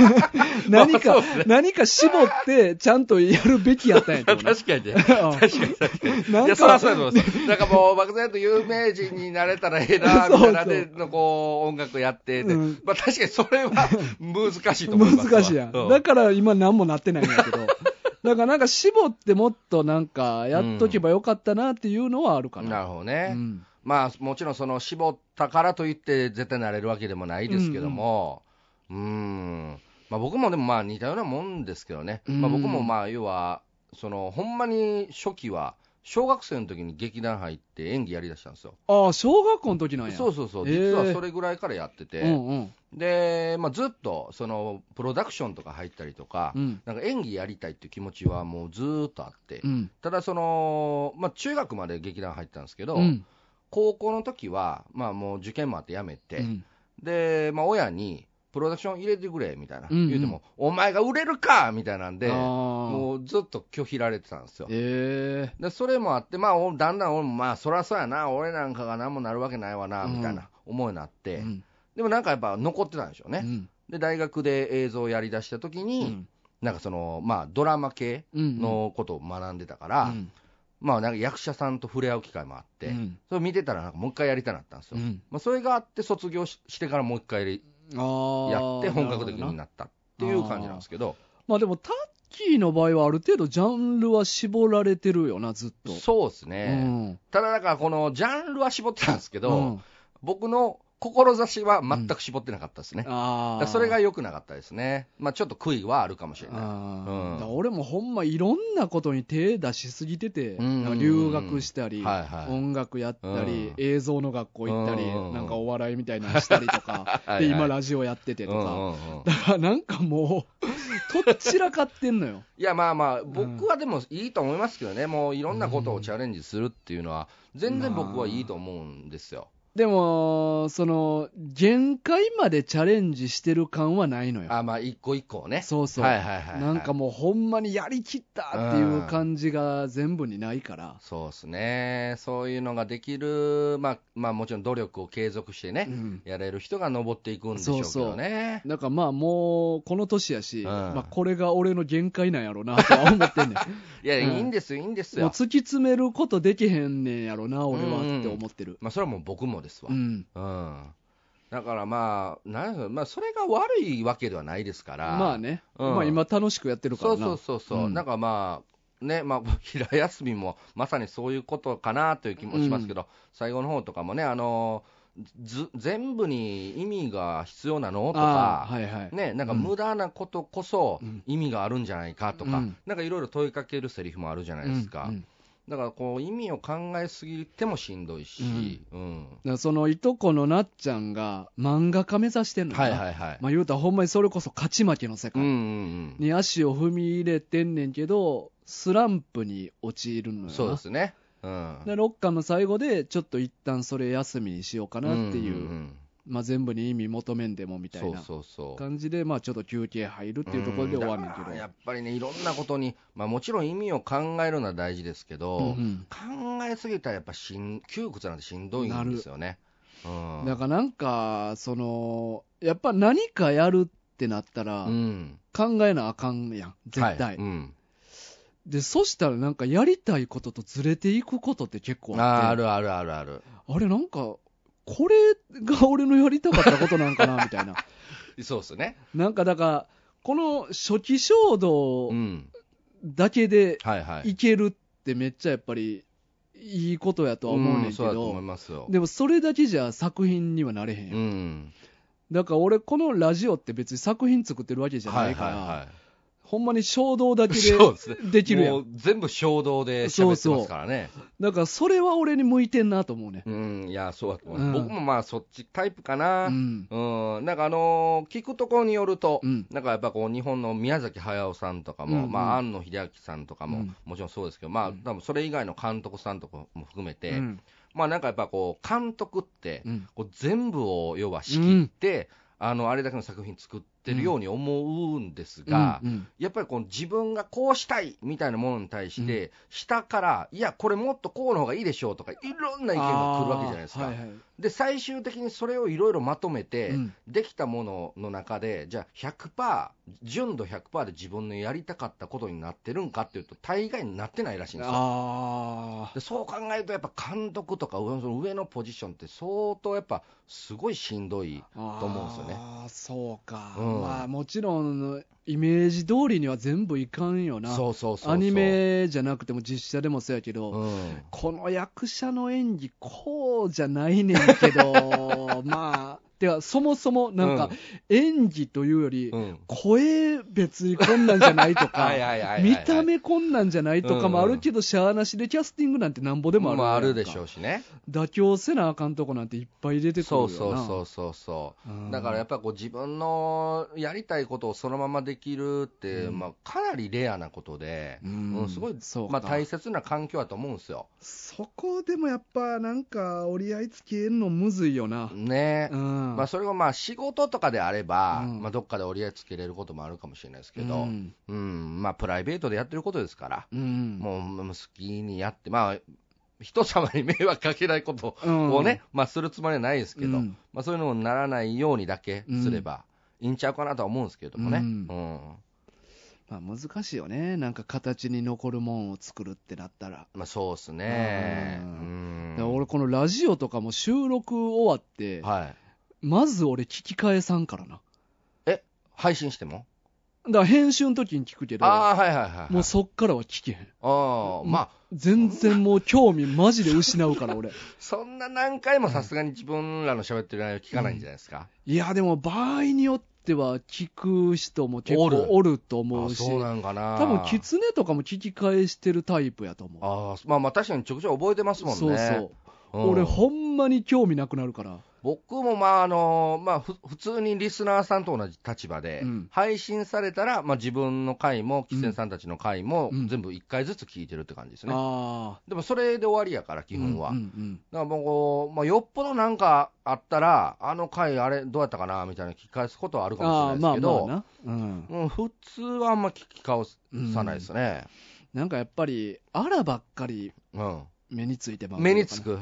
[SPEAKER 1] 何か、何か絞ってちゃんとやるべきやったんやけどな
[SPEAKER 2] かにね。
[SPEAKER 1] ないん
[SPEAKER 2] や、そりゃ
[SPEAKER 1] か
[SPEAKER 2] そうやと思います。なんかもう、漠然と有名人になれたらええな、みたい な
[SPEAKER 1] そう
[SPEAKER 2] で、のこう、音楽やってて、
[SPEAKER 1] うん
[SPEAKER 2] まあ確かにそれは難しいと思いますわ。
[SPEAKER 1] 難しいやん。
[SPEAKER 2] う
[SPEAKER 1] だから今何もなってないん やけど。だからなんか絞ってもっとなんかやっとけばよかったなっていうのはあるか
[SPEAKER 2] な
[SPEAKER 1] な。
[SPEAKER 2] るほどね。
[SPEAKER 1] うん
[SPEAKER 2] まあ、もちろんその絞ったからといって、絶対なれるわけでもないですけども、うーん、まあ、僕もでもまあ似たようなもんですけどね、
[SPEAKER 1] うん
[SPEAKER 2] まあ、僕もまあ要は、そのほんまに初期は、小学生の時に劇団入って演技やりだしたんですよ。
[SPEAKER 1] ああ、小学校の時なんや。
[SPEAKER 2] そうそうそう、
[SPEAKER 1] へえ
[SPEAKER 2] 実はそれぐらいからやってて、
[SPEAKER 1] うんうん。
[SPEAKER 2] で、まあ、ずっとそのプロダクションとか入ったりとか、
[SPEAKER 1] うん。
[SPEAKER 2] なんか演技やりたいっていう気持ちはもうずーっとあって、
[SPEAKER 1] うん。
[SPEAKER 2] ただその、まあ、中学まで劇団入ってたんですけど、
[SPEAKER 1] うん
[SPEAKER 2] 高校の時は、まあもう受験もあって辞めて、
[SPEAKER 1] うん
[SPEAKER 2] で、まあ親に、プロダクション入れてくれみたいな、
[SPEAKER 1] うんうん
[SPEAKER 2] 言うても、お前が売れるかみたいなんで、
[SPEAKER 1] あー
[SPEAKER 2] もうずっと拒否られてたんですよ。
[SPEAKER 1] ええ
[SPEAKER 2] でそれもあって、まあ、おだんだん俺も、まあ、そらそうやな、俺なんかが何もなるわけないわな、
[SPEAKER 1] うん
[SPEAKER 2] みたいな思いになって、
[SPEAKER 1] うん
[SPEAKER 2] でもなんかやっぱ残ってたんでしょう
[SPEAKER 1] う
[SPEAKER 2] ね。
[SPEAKER 1] ん
[SPEAKER 2] で、大学で映像をやりだした時
[SPEAKER 1] う
[SPEAKER 2] に、
[SPEAKER 1] ん
[SPEAKER 2] なんかその、まあ、ドラマ系
[SPEAKER 1] うん
[SPEAKER 2] のことを学んでたから、
[SPEAKER 1] うん
[SPEAKER 2] まあ、なんか役者さんと触れ合う機会もあって、
[SPEAKER 1] うん
[SPEAKER 2] それ見てたら、なんかもう一回やりたなったんですよ。
[SPEAKER 1] うん
[SPEAKER 2] まあ、それがあって、卒業ししてからもう一回やり
[SPEAKER 1] あー
[SPEAKER 2] やって、本
[SPEAKER 1] なる
[SPEAKER 2] 格的
[SPEAKER 1] ほど
[SPEAKER 2] に
[SPEAKER 1] な
[SPEAKER 2] なったっていう感じなんですけど、
[SPEAKER 1] まあでもタッキーの場合はある程度ジャンルは絞られてるよなずっと
[SPEAKER 2] そうです
[SPEAKER 1] う
[SPEAKER 2] ね。
[SPEAKER 1] ん
[SPEAKER 2] ただ、だから、このジャンルは絞ってたんですけど、
[SPEAKER 1] うん
[SPEAKER 2] 僕の志は全く絞ってなかったですね。だ
[SPEAKER 1] あ
[SPEAKER 2] から
[SPEAKER 1] あ
[SPEAKER 2] それが良くなかったですね。まあ、ちょっと悔いはあるかもしれな
[SPEAKER 1] あ
[SPEAKER 2] うん
[SPEAKER 1] ーだから俺もほんまいろんなことに手出しすぎてて、
[SPEAKER 2] うん
[SPEAKER 1] なんか留学したり、
[SPEAKER 2] はいはい
[SPEAKER 1] 音楽やったり、
[SPEAKER 2] うん
[SPEAKER 1] 映像の学校行ったり、
[SPEAKER 2] うん
[SPEAKER 1] なんかお笑いみたいなのしたりとか
[SPEAKER 2] い。はい
[SPEAKER 1] で今、ラジオやっててとか、
[SPEAKER 2] うんうんうん
[SPEAKER 1] だからなんかもう、とっちらかってんのよ。
[SPEAKER 2] いやまあまあ、僕はでもいいと思いますけどね、もういろんなことをチャレンジするっていうのは、全然僕はいいと思うんですよ。
[SPEAKER 1] でも、その、限界までチャレンジしてる感はないのよ。
[SPEAKER 2] あまあ、一個一個をね。
[SPEAKER 1] そうそう、
[SPEAKER 2] はいはいはいはい
[SPEAKER 1] なんかもうほんまにやりきったっていう感じが全部にないから。
[SPEAKER 2] そうですね、そういうのができる、まあ、まあ、もちろん努力を継続してね、
[SPEAKER 1] うん
[SPEAKER 2] やれる人が登っていくんでしょうけどね。
[SPEAKER 1] なんかまあもうこの年やし、
[SPEAKER 2] うん
[SPEAKER 1] まあ、これが俺の限界なんやろうなとは思 ってんねん
[SPEAKER 2] いや、い
[SPEAKER 1] うん
[SPEAKER 2] いんですよ、いいんです
[SPEAKER 1] もう
[SPEAKER 2] よ。
[SPEAKER 1] 突き詰めることできへんねんやろな俺はって思ってる
[SPEAKER 2] まあ、それはもう僕もですわ。
[SPEAKER 1] うん、
[SPEAKER 2] うんだからまあ、なんやろまあ、それが悪いわけではないですから、
[SPEAKER 1] まあね、
[SPEAKER 2] うん
[SPEAKER 1] まあ今楽しくやってるから
[SPEAKER 2] そ
[SPEAKER 1] な
[SPEAKER 2] うそうそうそう、
[SPEAKER 1] うん
[SPEAKER 2] なんかまあ、ね、まあ、 平休みもまさにそういうことかなという気もしますけど、最後の方とかもね、あのず全部に意味が必要なのと
[SPEAKER 1] あ
[SPEAKER 2] か、
[SPEAKER 1] あはいはい、
[SPEAKER 2] ね、なんか無駄なことこそ意味があるんじゃないかとか、
[SPEAKER 1] うん
[SPEAKER 2] なんかいろいろ問いかけるセリフもあるじゃないですか、
[SPEAKER 1] うんうんだ
[SPEAKER 2] だからこう意味を考えすぎてもしんどいし、うん
[SPEAKER 1] からそのいとこのなっちゃんが漫画家目指してんのか
[SPEAKER 2] は
[SPEAKER 1] な、
[SPEAKER 2] いはいはい。
[SPEAKER 1] まあ言うたらほんまにそれこそ勝ち負けの世
[SPEAKER 2] う
[SPEAKER 1] 界、
[SPEAKER 2] んうんうん
[SPEAKER 1] に足を踏み入れてんねんけどスランプに陥るのよな
[SPEAKER 2] そうですね。うん。
[SPEAKER 1] で6巻の最後でちょっと一旦それ休みにしようかなっていう,、
[SPEAKER 2] んんん
[SPEAKER 1] まあ、全部に意味求めんでもみたい
[SPEAKER 2] そう
[SPEAKER 1] な
[SPEAKER 2] そうそう。
[SPEAKER 1] 感じで、まあ、ちょっと休憩入るっていうところで終わんねんけど
[SPEAKER 2] うだからやっぱりね、いろんなことに、まあ、もちろん意味を考えるのは大事ですけど、
[SPEAKER 1] うん
[SPEAKER 2] 考えすぎたらやっぱしん窮屈なんてしんどいんですよね。
[SPEAKER 1] う
[SPEAKER 2] うんん、
[SPEAKER 1] だからなんかそのやっぱ何かやるってなったら
[SPEAKER 2] うん、
[SPEAKER 1] 考えなあかんやん絶対、
[SPEAKER 2] はいうん、
[SPEAKER 1] でそしたらなんかやりたいこととずれていくことって結構
[SPEAKER 2] あー
[SPEAKER 1] あ
[SPEAKER 2] あ
[SPEAKER 1] って
[SPEAKER 2] るあるあるある。
[SPEAKER 1] あれなんかこれが俺のやりたかったことなんかなみたい な
[SPEAKER 2] そうですね。
[SPEAKER 1] なんかだからこの初期衝動
[SPEAKER 2] うん。
[SPEAKER 1] だけで
[SPEAKER 2] はいはい。
[SPEAKER 1] いけるってめっちゃやっぱりいいことやとは思うねん
[SPEAKER 2] ん
[SPEAKER 1] け
[SPEAKER 2] そうだと思い
[SPEAKER 1] ど、
[SPEAKER 2] ますよ。
[SPEAKER 1] でもそれだけじゃ作品にはなれへんや、
[SPEAKER 2] うんん。
[SPEAKER 1] だから俺このラジオって別に作品作ってるわけじゃないから、ほんまに衝動だけ
[SPEAKER 2] そうですね。
[SPEAKER 1] でできるや
[SPEAKER 2] も
[SPEAKER 1] ん
[SPEAKER 2] う全部衝動で喋ってますからね。
[SPEAKER 1] だからそれは俺に向いてんなと思うね
[SPEAKER 2] うん、いや、そうだと思い
[SPEAKER 1] うん
[SPEAKER 2] ます。僕もまあ、そっちタイプかな。
[SPEAKER 1] うん
[SPEAKER 2] うん、なんかあのー聞くところによると、
[SPEAKER 1] うん
[SPEAKER 2] なんかやっぱこう日本の宮崎駿さんとかも、
[SPEAKER 1] うんうん
[SPEAKER 2] まあ、庵野秀明さんとかも、
[SPEAKER 1] うん
[SPEAKER 2] もちろんそうですけど、まあ、
[SPEAKER 1] うん
[SPEAKER 2] 多分それ以外の監督さんとかも含めて、
[SPEAKER 1] うん
[SPEAKER 2] まあなんかやっぱこう、監督って、
[SPEAKER 1] うん
[SPEAKER 2] こう全部を要は仕切って、あのあれだけの作品作ってるように思うんですが、
[SPEAKER 1] うん
[SPEAKER 2] やっぱりこの自分がこうしたいみたいなものに対して、下から、いや、これもっとこうの方がいいでしょうとか、いろんな意見が来るわけじゃないですか。
[SPEAKER 1] あーはいはい
[SPEAKER 2] で最終的にそれをいろいろまとめて、
[SPEAKER 1] うん
[SPEAKER 2] できたものの中で、じゃあ100%、純度100%で自分のやりたかったことになってるんかっていうと、大概になってないらしいんですよ。
[SPEAKER 1] あ
[SPEAKER 2] でそう考えると、やっぱ監督とか上その上のポジションって、相当やっぱすごいしんどい、
[SPEAKER 1] あ
[SPEAKER 2] と思うんですよね
[SPEAKER 1] ああそうか、
[SPEAKER 2] うん
[SPEAKER 1] まあもちろんイメージ通りには全部いかんよな
[SPEAKER 2] そうそうそうそう
[SPEAKER 1] アニ、メじゃなくても実写でもそうやけど、
[SPEAKER 2] うん、
[SPEAKER 1] この役者の演技こうじゃないねんけど まあてかそもそもなんか演技というより、
[SPEAKER 2] うん
[SPEAKER 1] 声別にこんなんじゃないと か
[SPEAKER 2] はいはいはいはいはい
[SPEAKER 1] 見た目こんなんじゃないとかもあるけど、シャアなしでキャスティングなんてなんぼでもあるやんか
[SPEAKER 2] まああるでしょうしね。
[SPEAKER 1] 妥協せなあかんとこなんていっぱい出てくる
[SPEAKER 2] そ
[SPEAKER 1] よ
[SPEAKER 2] う
[SPEAKER 1] な
[SPEAKER 2] そうそうそうそう。
[SPEAKER 1] うん
[SPEAKER 2] だからやっぱこう自分のやりたいことをそのままできるって、
[SPEAKER 1] うん
[SPEAKER 2] まあ、かなりレアなことで、
[SPEAKER 1] うん
[SPEAKER 2] うんすごい
[SPEAKER 1] そうか
[SPEAKER 2] まあ、大切な環境だと思うんですよ。
[SPEAKER 1] そこでもやっぱなんか折り合いつけんのむずいよな
[SPEAKER 2] ね
[SPEAKER 1] うん、うん
[SPEAKER 2] まあ、それがまあ仕事とかであれば、
[SPEAKER 1] うん
[SPEAKER 2] まあ、どっかで折り合いつけれることもあるかもしれないですけ
[SPEAKER 1] う
[SPEAKER 2] ど、うん
[SPEAKER 1] ん
[SPEAKER 2] まあ、プライベートでやってることですから、
[SPEAKER 1] うん
[SPEAKER 2] もうもう好きにやって、まあ、人様に迷惑かけないこと
[SPEAKER 1] うん
[SPEAKER 2] をね、まあ、するつもりはないですけど、
[SPEAKER 1] うん
[SPEAKER 2] まあ、そういうのにならないようにだけすればいいんちゃうかなとは思うんですけどもね。
[SPEAKER 1] う
[SPEAKER 2] うんん
[SPEAKER 1] まあ、難しいよね、なんか形に残るもんを作るってなったら。
[SPEAKER 2] まあ、そうですね。
[SPEAKER 1] う
[SPEAKER 2] うんん
[SPEAKER 1] だから俺、このラジオとかも収録終わって、
[SPEAKER 2] はい、
[SPEAKER 1] まず俺、聞き返さんからな。
[SPEAKER 2] 配信しても
[SPEAKER 1] だから編集の時に聞くけど、
[SPEAKER 2] ああ、はいはいはいはい。
[SPEAKER 1] もうそっからは聞けへん。
[SPEAKER 2] ああ、まあ、
[SPEAKER 1] 全然もう興味マジで失うから俺。
[SPEAKER 2] そんな何回もさすがに自分らの喋ってる内容聞かないんじゃないですか。
[SPEAKER 1] いや、でも場合によっては聞く人も結
[SPEAKER 2] お
[SPEAKER 1] 構
[SPEAKER 2] る
[SPEAKER 1] おると思
[SPEAKER 2] あ
[SPEAKER 1] うし、
[SPEAKER 2] そうなんかな。
[SPEAKER 1] 多分キツネとかも聞き返してるタイプやと思う。
[SPEAKER 2] ああ、まあまあ確かにちょくちょく覚えてますもんね。
[SPEAKER 1] そうそう。
[SPEAKER 2] ん
[SPEAKER 1] 俺、ほんまに興味なくなるから。
[SPEAKER 2] 僕もまああの、まあふ普通にリスナーさんと同じ立場で、
[SPEAKER 1] うん
[SPEAKER 2] 配信されたら、まあ自分の回も、キツネさんたちの回も、
[SPEAKER 1] うん
[SPEAKER 2] 全部1回ずつ聞いてるって感じですね。
[SPEAKER 1] ああ。
[SPEAKER 2] でもそれで終わりやから、基本は。
[SPEAKER 1] うんうん
[SPEAKER 2] だからもうこう、まあ、よっぽどなんかあったら、あの回、あれ、どうやったかなみたいな聞き返すことはある
[SPEAKER 1] う
[SPEAKER 2] か
[SPEAKER 1] ん、
[SPEAKER 2] も
[SPEAKER 1] あ
[SPEAKER 2] し
[SPEAKER 1] あ、
[SPEAKER 2] れな
[SPEAKER 1] まあ
[SPEAKER 2] いですけ
[SPEAKER 1] まあ
[SPEAKER 2] ど、
[SPEAKER 1] な。うん。
[SPEAKER 2] うん、普通はあんま聞き返さないですね。
[SPEAKER 1] なんかやっぱり、あらばっかり
[SPEAKER 2] うん、
[SPEAKER 1] 目についてば
[SPEAKER 2] 目につく
[SPEAKER 1] う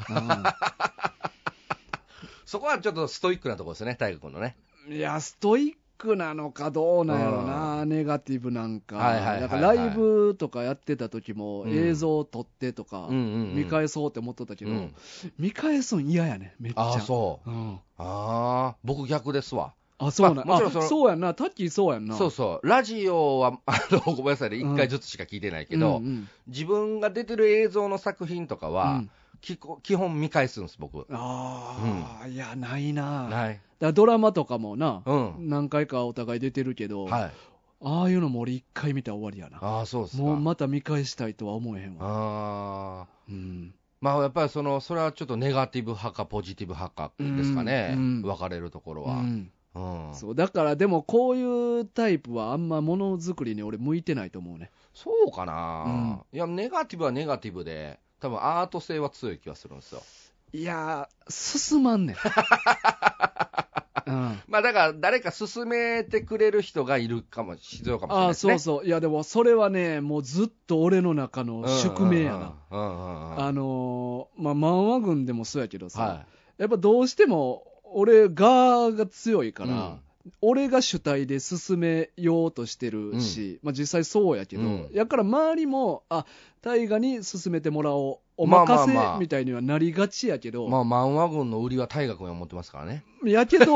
[SPEAKER 2] そこはちょっとストイックなところですね、大学のね。
[SPEAKER 1] んいや、ストイックなのかどうなんやろな、ネガティブなんか。
[SPEAKER 2] はいはいはいはい
[SPEAKER 1] だからライブとかやってた時も、
[SPEAKER 2] うん
[SPEAKER 1] 映像を撮ってとか、見返そうって思っとったけど、
[SPEAKER 2] うん
[SPEAKER 1] 見返すん嫌やね、めっちゃ。
[SPEAKER 2] ああ、そう。
[SPEAKER 1] うん。
[SPEAKER 2] ああ、僕逆ですわ。
[SPEAKER 1] あ、そうなん、
[SPEAKER 2] まあもちろん
[SPEAKER 1] あ
[SPEAKER 2] その
[SPEAKER 1] そうやんな、タッキーそうやんな。
[SPEAKER 2] そうそう。ラジオは、 あの、ごめんなさいね、
[SPEAKER 1] うん
[SPEAKER 2] 一回ずつしか聞いてないけ
[SPEAKER 1] う
[SPEAKER 2] ど
[SPEAKER 1] ん、うん
[SPEAKER 2] 自分が出てる映像の作品とか
[SPEAKER 1] う
[SPEAKER 2] は
[SPEAKER 1] ん、
[SPEAKER 2] きこ基本見返すんです、僕。
[SPEAKER 1] ああ、いや、ないな。だか
[SPEAKER 2] はい。
[SPEAKER 1] らドラマとかもな、
[SPEAKER 2] うん。
[SPEAKER 1] 何回かお互い出てるけど、
[SPEAKER 2] はい。
[SPEAKER 1] ああいうのも俺一回見たら終わりやな。
[SPEAKER 2] ああ、そうですか。
[SPEAKER 1] もうまた見返したいとは思えへんわ。
[SPEAKER 2] ああ。
[SPEAKER 1] うん。
[SPEAKER 2] まあ、やっぱりその、それはちょっとネガティブ派かポジティブ派かですかね。
[SPEAKER 1] うん
[SPEAKER 2] 分かれるところ
[SPEAKER 1] う
[SPEAKER 2] は。
[SPEAKER 1] ん
[SPEAKER 2] うん。
[SPEAKER 1] そうだから、でもこういうタイプはあんまものづくりに俺向いてないと思うね。
[SPEAKER 2] そうかな、いや、ネガティブはネガティブで、多分アート性は強い気がするんですよ。
[SPEAKER 1] いやー、進まんねん。うん
[SPEAKER 2] まあ、だから、誰か勧めてくれる人がいるかも、必要かもし
[SPEAKER 1] あ
[SPEAKER 2] れない
[SPEAKER 1] あ
[SPEAKER 2] ですね。
[SPEAKER 1] そうそう、いやでもそれはね、もうずっと俺の中の宿命やな、
[SPEAKER 2] うんうんうん。うんうんうん
[SPEAKER 1] あのーまあ、漫画軍でもそうやけどさ、
[SPEAKER 2] は
[SPEAKER 1] やっぱどうしても俺、側が強い
[SPEAKER 2] い。
[SPEAKER 1] から、俺が主体で進めようとしてるし、まあ、実際そうやけど、
[SPEAKER 2] うん
[SPEAKER 1] やから周りも、あ大河に進めてもらおう、お
[SPEAKER 2] まあまあ
[SPEAKER 1] 任
[SPEAKER 2] まあ
[SPEAKER 1] せみたいにはなりがちやけ
[SPEAKER 2] う
[SPEAKER 1] ど、
[SPEAKER 2] んまあ、漫画軍の売りは大河君が持ってますからね。
[SPEAKER 1] やけど、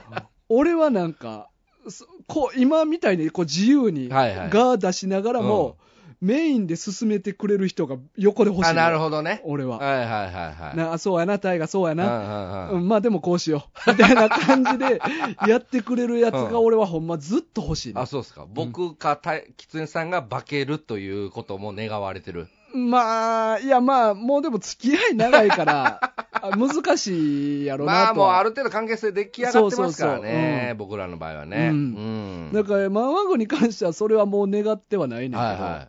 [SPEAKER 1] 俺はなんか、そこう今みたいにこう自由に
[SPEAKER 2] はいはい
[SPEAKER 1] ガー出しながらも、メインで進めてくれる人が横で欲しい
[SPEAKER 2] あ、
[SPEAKER 1] のよ。
[SPEAKER 2] なるほどね。
[SPEAKER 1] 俺
[SPEAKER 2] はい
[SPEAKER 1] は。
[SPEAKER 2] はいはいはい。
[SPEAKER 1] なあそうやな、タイガ、そうやな。
[SPEAKER 2] な
[SPEAKER 1] う
[SPEAKER 2] うん
[SPEAKER 1] ん、まあでもこうしよう。みたいな感じでやってくれるやつ
[SPEAKER 2] うん
[SPEAKER 1] が俺はほんまずっと欲しいの
[SPEAKER 2] あ、そうですか。僕か、たきつねさんが化けるということも願われてる。
[SPEAKER 1] まあ、いやまあ、もうでも付き合い長い から、あ難しいやろなとは。
[SPEAKER 2] まあ、もうある程度関係性出来上がってますから
[SPEAKER 1] そ
[SPEAKER 2] ね。
[SPEAKER 1] うそうそうう
[SPEAKER 2] 僕らの場合はね。
[SPEAKER 1] う
[SPEAKER 2] うんん。
[SPEAKER 1] だから、マンワグに関してはそれはもう願ってはないねんけど、
[SPEAKER 2] はいはい。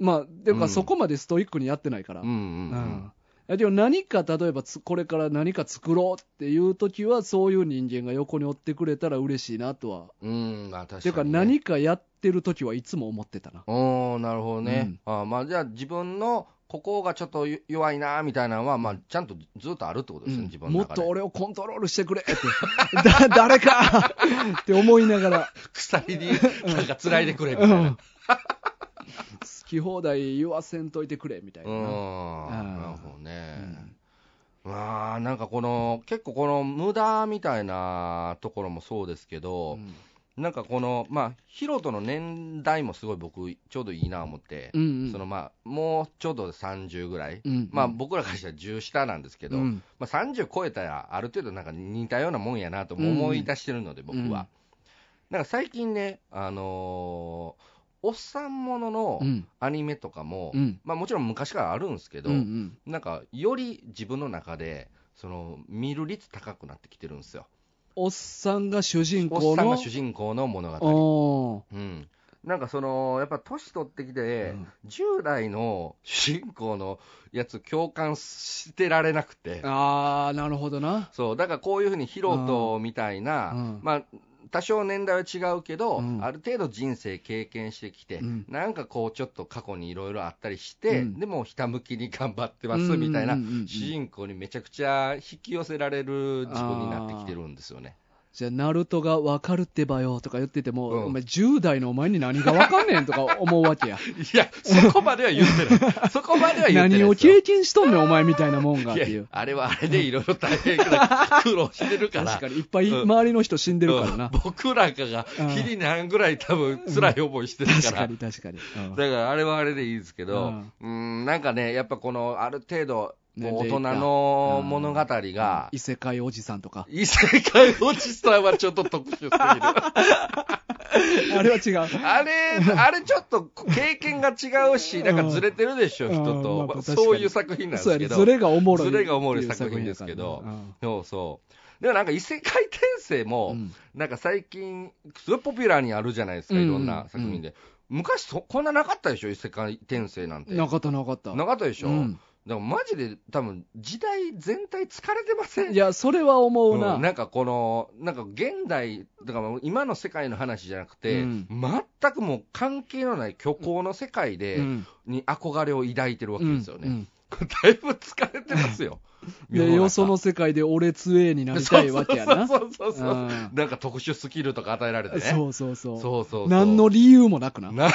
[SPEAKER 1] まあ、ていう
[SPEAKER 2] う
[SPEAKER 1] か、
[SPEAKER 2] ん
[SPEAKER 1] そこまでストイックにやってないから。
[SPEAKER 2] うんうんう
[SPEAKER 1] う
[SPEAKER 2] ん
[SPEAKER 1] んでも何か、例えばつ、これから何か作ろうっていう時は、そういう人間が横におってくれたら嬉しいなとは。
[SPEAKER 2] うん、まあ
[SPEAKER 1] てい
[SPEAKER 2] 確
[SPEAKER 1] うか、
[SPEAKER 2] かに、ね。
[SPEAKER 1] 何かやってる時はいつも思ってたな。
[SPEAKER 2] おーなるほどね。あーまあじゃあ自分のここがちょっとよ弱いなみたいなのは、まあちゃんとずっとあるってことですね、
[SPEAKER 1] うん
[SPEAKER 2] 自分の
[SPEAKER 1] もっ
[SPEAKER 2] 中で。
[SPEAKER 1] と俺をコントロールしてくれって、 だ誰か って思いながら、
[SPEAKER 2] 鎖に なんかつないでくれみ
[SPEAKER 1] う
[SPEAKER 2] たい
[SPEAKER 1] ん
[SPEAKER 2] な。
[SPEAKER 1] 好き放題言わせんといてくれみたいな。
[SPEAKER 2] うん
[SPEAKER 1] うん
[SPEAKER 2] なるほどね
[SPEAKER 1] うん。
[SPEAKER 2] まあ、なんかこの、結構この無駄みたいなところもそうですけ
[SPEAKER 1] う
[SPEAKER 2] ど、
[SPEAKER 1] ん
[SPEAKER 2] なんかこの、まあ、ヒロトの年代もすごい僕、ちょうどいいな思って、
[SPEAKER 1] うんうん
[SPEAKER 2] そのまあ、もうちょうど30ぐらい、
[SPEAKER 1] うん
[SPEAKER 2] まあ僕らからしたら10下なんですけど、
[SPEAKER 1] うん
[SPEAKER 2] まあ、30超えたら、ある程度なんか似たようなもんやなとも思い出してるので、
[SPEAKER 1] うん
[SPEAKER 2] 僕は。なんか最近ね、あのーおっさんものの
[SPEAKER 1] うん
[SPEAKER 2] アニメとかも、
[SPEAKER 1] うん
[SPEAKER 2] まあ、もちろん昔からあるんですけど、
[SPEAKER 1] うんうん
[SPEAKER 2] なんかより自分の中で、その見る率高くなってきてるんですよ。
[SPEAKER 1] おっさんが主人
[SPEAKER 2] お
[SPEAKER 1] 公
[SPEAKER 2] っさん
[SPEAKER 1] の
[SPEAKER 2] が主人公の物語。
[SPEAKER 1] おー
[SPEAKER 2] うん、なんかその、やっぱ年取ってきて、
[SPEAKER 1] うん
[SPEAKER 2] 従来の主人公のやつ共感してられなくて、
[SPEAKER 1] ああ、なるほどな。
[SPEAKER 2] そう、だからこういうふうにヒロトみたいな、
[SPEAKER 1] うん
[SPEAKER 2] まあ、多少年代は違うけど、
[SPEAKER 1] うん
[SPEAKER 2] ある程度人生経験してきて、
[SPEAKER 1] うん
[SPEAKER 2] なんかこう、ちょっと過去にいろいろあったりして、
[SPEAKER 1] うん
[SPEAKER 2] でもひたむきに頑張ってますみたいな、
[SPEAKER 1] うんうんうんうん
[SPEAKER 2] 主人公にめちゃくちゃ引き寄せられる自分になってきてるんですよね。
[SPEAKER 1] じゃあ、ナルトがわかるってばよとか言ってても、
[SPEAKER 2] うん
[SPEAKER 1] お前10代のお前に何がわかんねんとか思うわけや。
[SPEAKER 2] いや、そこまでは言って ない。そこまでは言ってない
[SPEAKER 1] 何を
[SPEAKER 2] ですよ。
[SPEAKER 1] 経験しとんねんお前みたいなもんがっ
[SPEAKER 2] い
[SPEAKER 1] て
[SPEAKER 2] や
[SPEAKER 1] いう。
[SPEAKER 2] あれはあれでいろいろ大 変から苦労してるから。
[SPEAKER 1] 確かにいっぱい
[SPEAKER 2] うん
[SPEAKER 1] 周りの人死んでるからな
[SPEAKER 2] う。ん僕らが
[SPEAKER 1] うん
[SPEAKER 2] 日に何ぐらい多分辛い思いしてるか
[SPEAKER 1] 確か
[SPEAKER 2] ら。
[SPEAKER 1] に確かに。うん
[SPEAKER 2] だからあれはあれでいいですけど、うん、なんかね、やっぱこのある程度、
[SPEAKER 1] ね
[SPEAKER 2] もう大人の物語が、
[SPEAKER 1] 異世界おじさんとか。
[SPEAKER 2] 異世界おじさんはちょっと特 殊すぎる。
[SPEAKER 1] あれは違う。
[SPEAKER 2] あれ、あれちょっと経験が違うし、なんかずれてるでしょ、
[SPEAKER 1] うんう
[SPEAKER 2] 人
[SPEAKER 1] んまあ
[SPEAKER 2] と
[SPEAKER 1] まあ。確かに
[SPEAKER 2] そういう作品なんで
[SPEAKER 1] そう
[SPEAKER 2] す
[SPEAKER 1] や
[SPEAKER 2] け
[SPEAKER 1] ね。
[SPEAKER 2] ど。
[SPEAKER 1] ズレがおもろい。
[SPEAKER 2] ズレがおもろい作品ですけどそうそう。でもなんか異世界転生も、
[SPEAKER 1] うん
[SPEAKER 2] なんか最近、すごいポピュラーにあるじゃないですか、
[SPEAKER 1] うん
[SPEAKER 2] いろんな作品で。昔そ、こんななかったでしょ、異世界転生なんて。
[SPEAKER 1] なかったなかった。
[SPEAKER 2] なかったでしょ。
[SPEAKER 1] うん
[SPEAKER 2] だからマジで、多分時代全体疲れてません
[SPEAKER 1] いや、それは思う
[SPEAKER 2] うん
[SPEAKER 1] な。
[SPEAKER 2] なんかこの、なんか現代、だから今の世界の話じゃなくて、
[SPEAKER 1] うん
[SPEAKER 2] 全くもう関係のない虚構の世界で、
[SPEAKER 1] うん
[SPEAKER 2] に憧れを抱いてるわけですよね。
[SPEAKER 1] うん
[SPEAKER 2] だいぶ疲れてますよ。
[SPEAKER 1] うんで、よその世界で俺杖になりたいわけやな。
[SPEAKER 2] そうそうそうそう
[SPEAKER 1] うん
[SPEAKER 2] なんか特殊スキルとか与えられてね。
[SPEAKER 1] そうそうそう。
[SPEAKER 2] そうそうそう
[SPEAKER 1] 何の理由もなくな。
[SPEAKER 2] な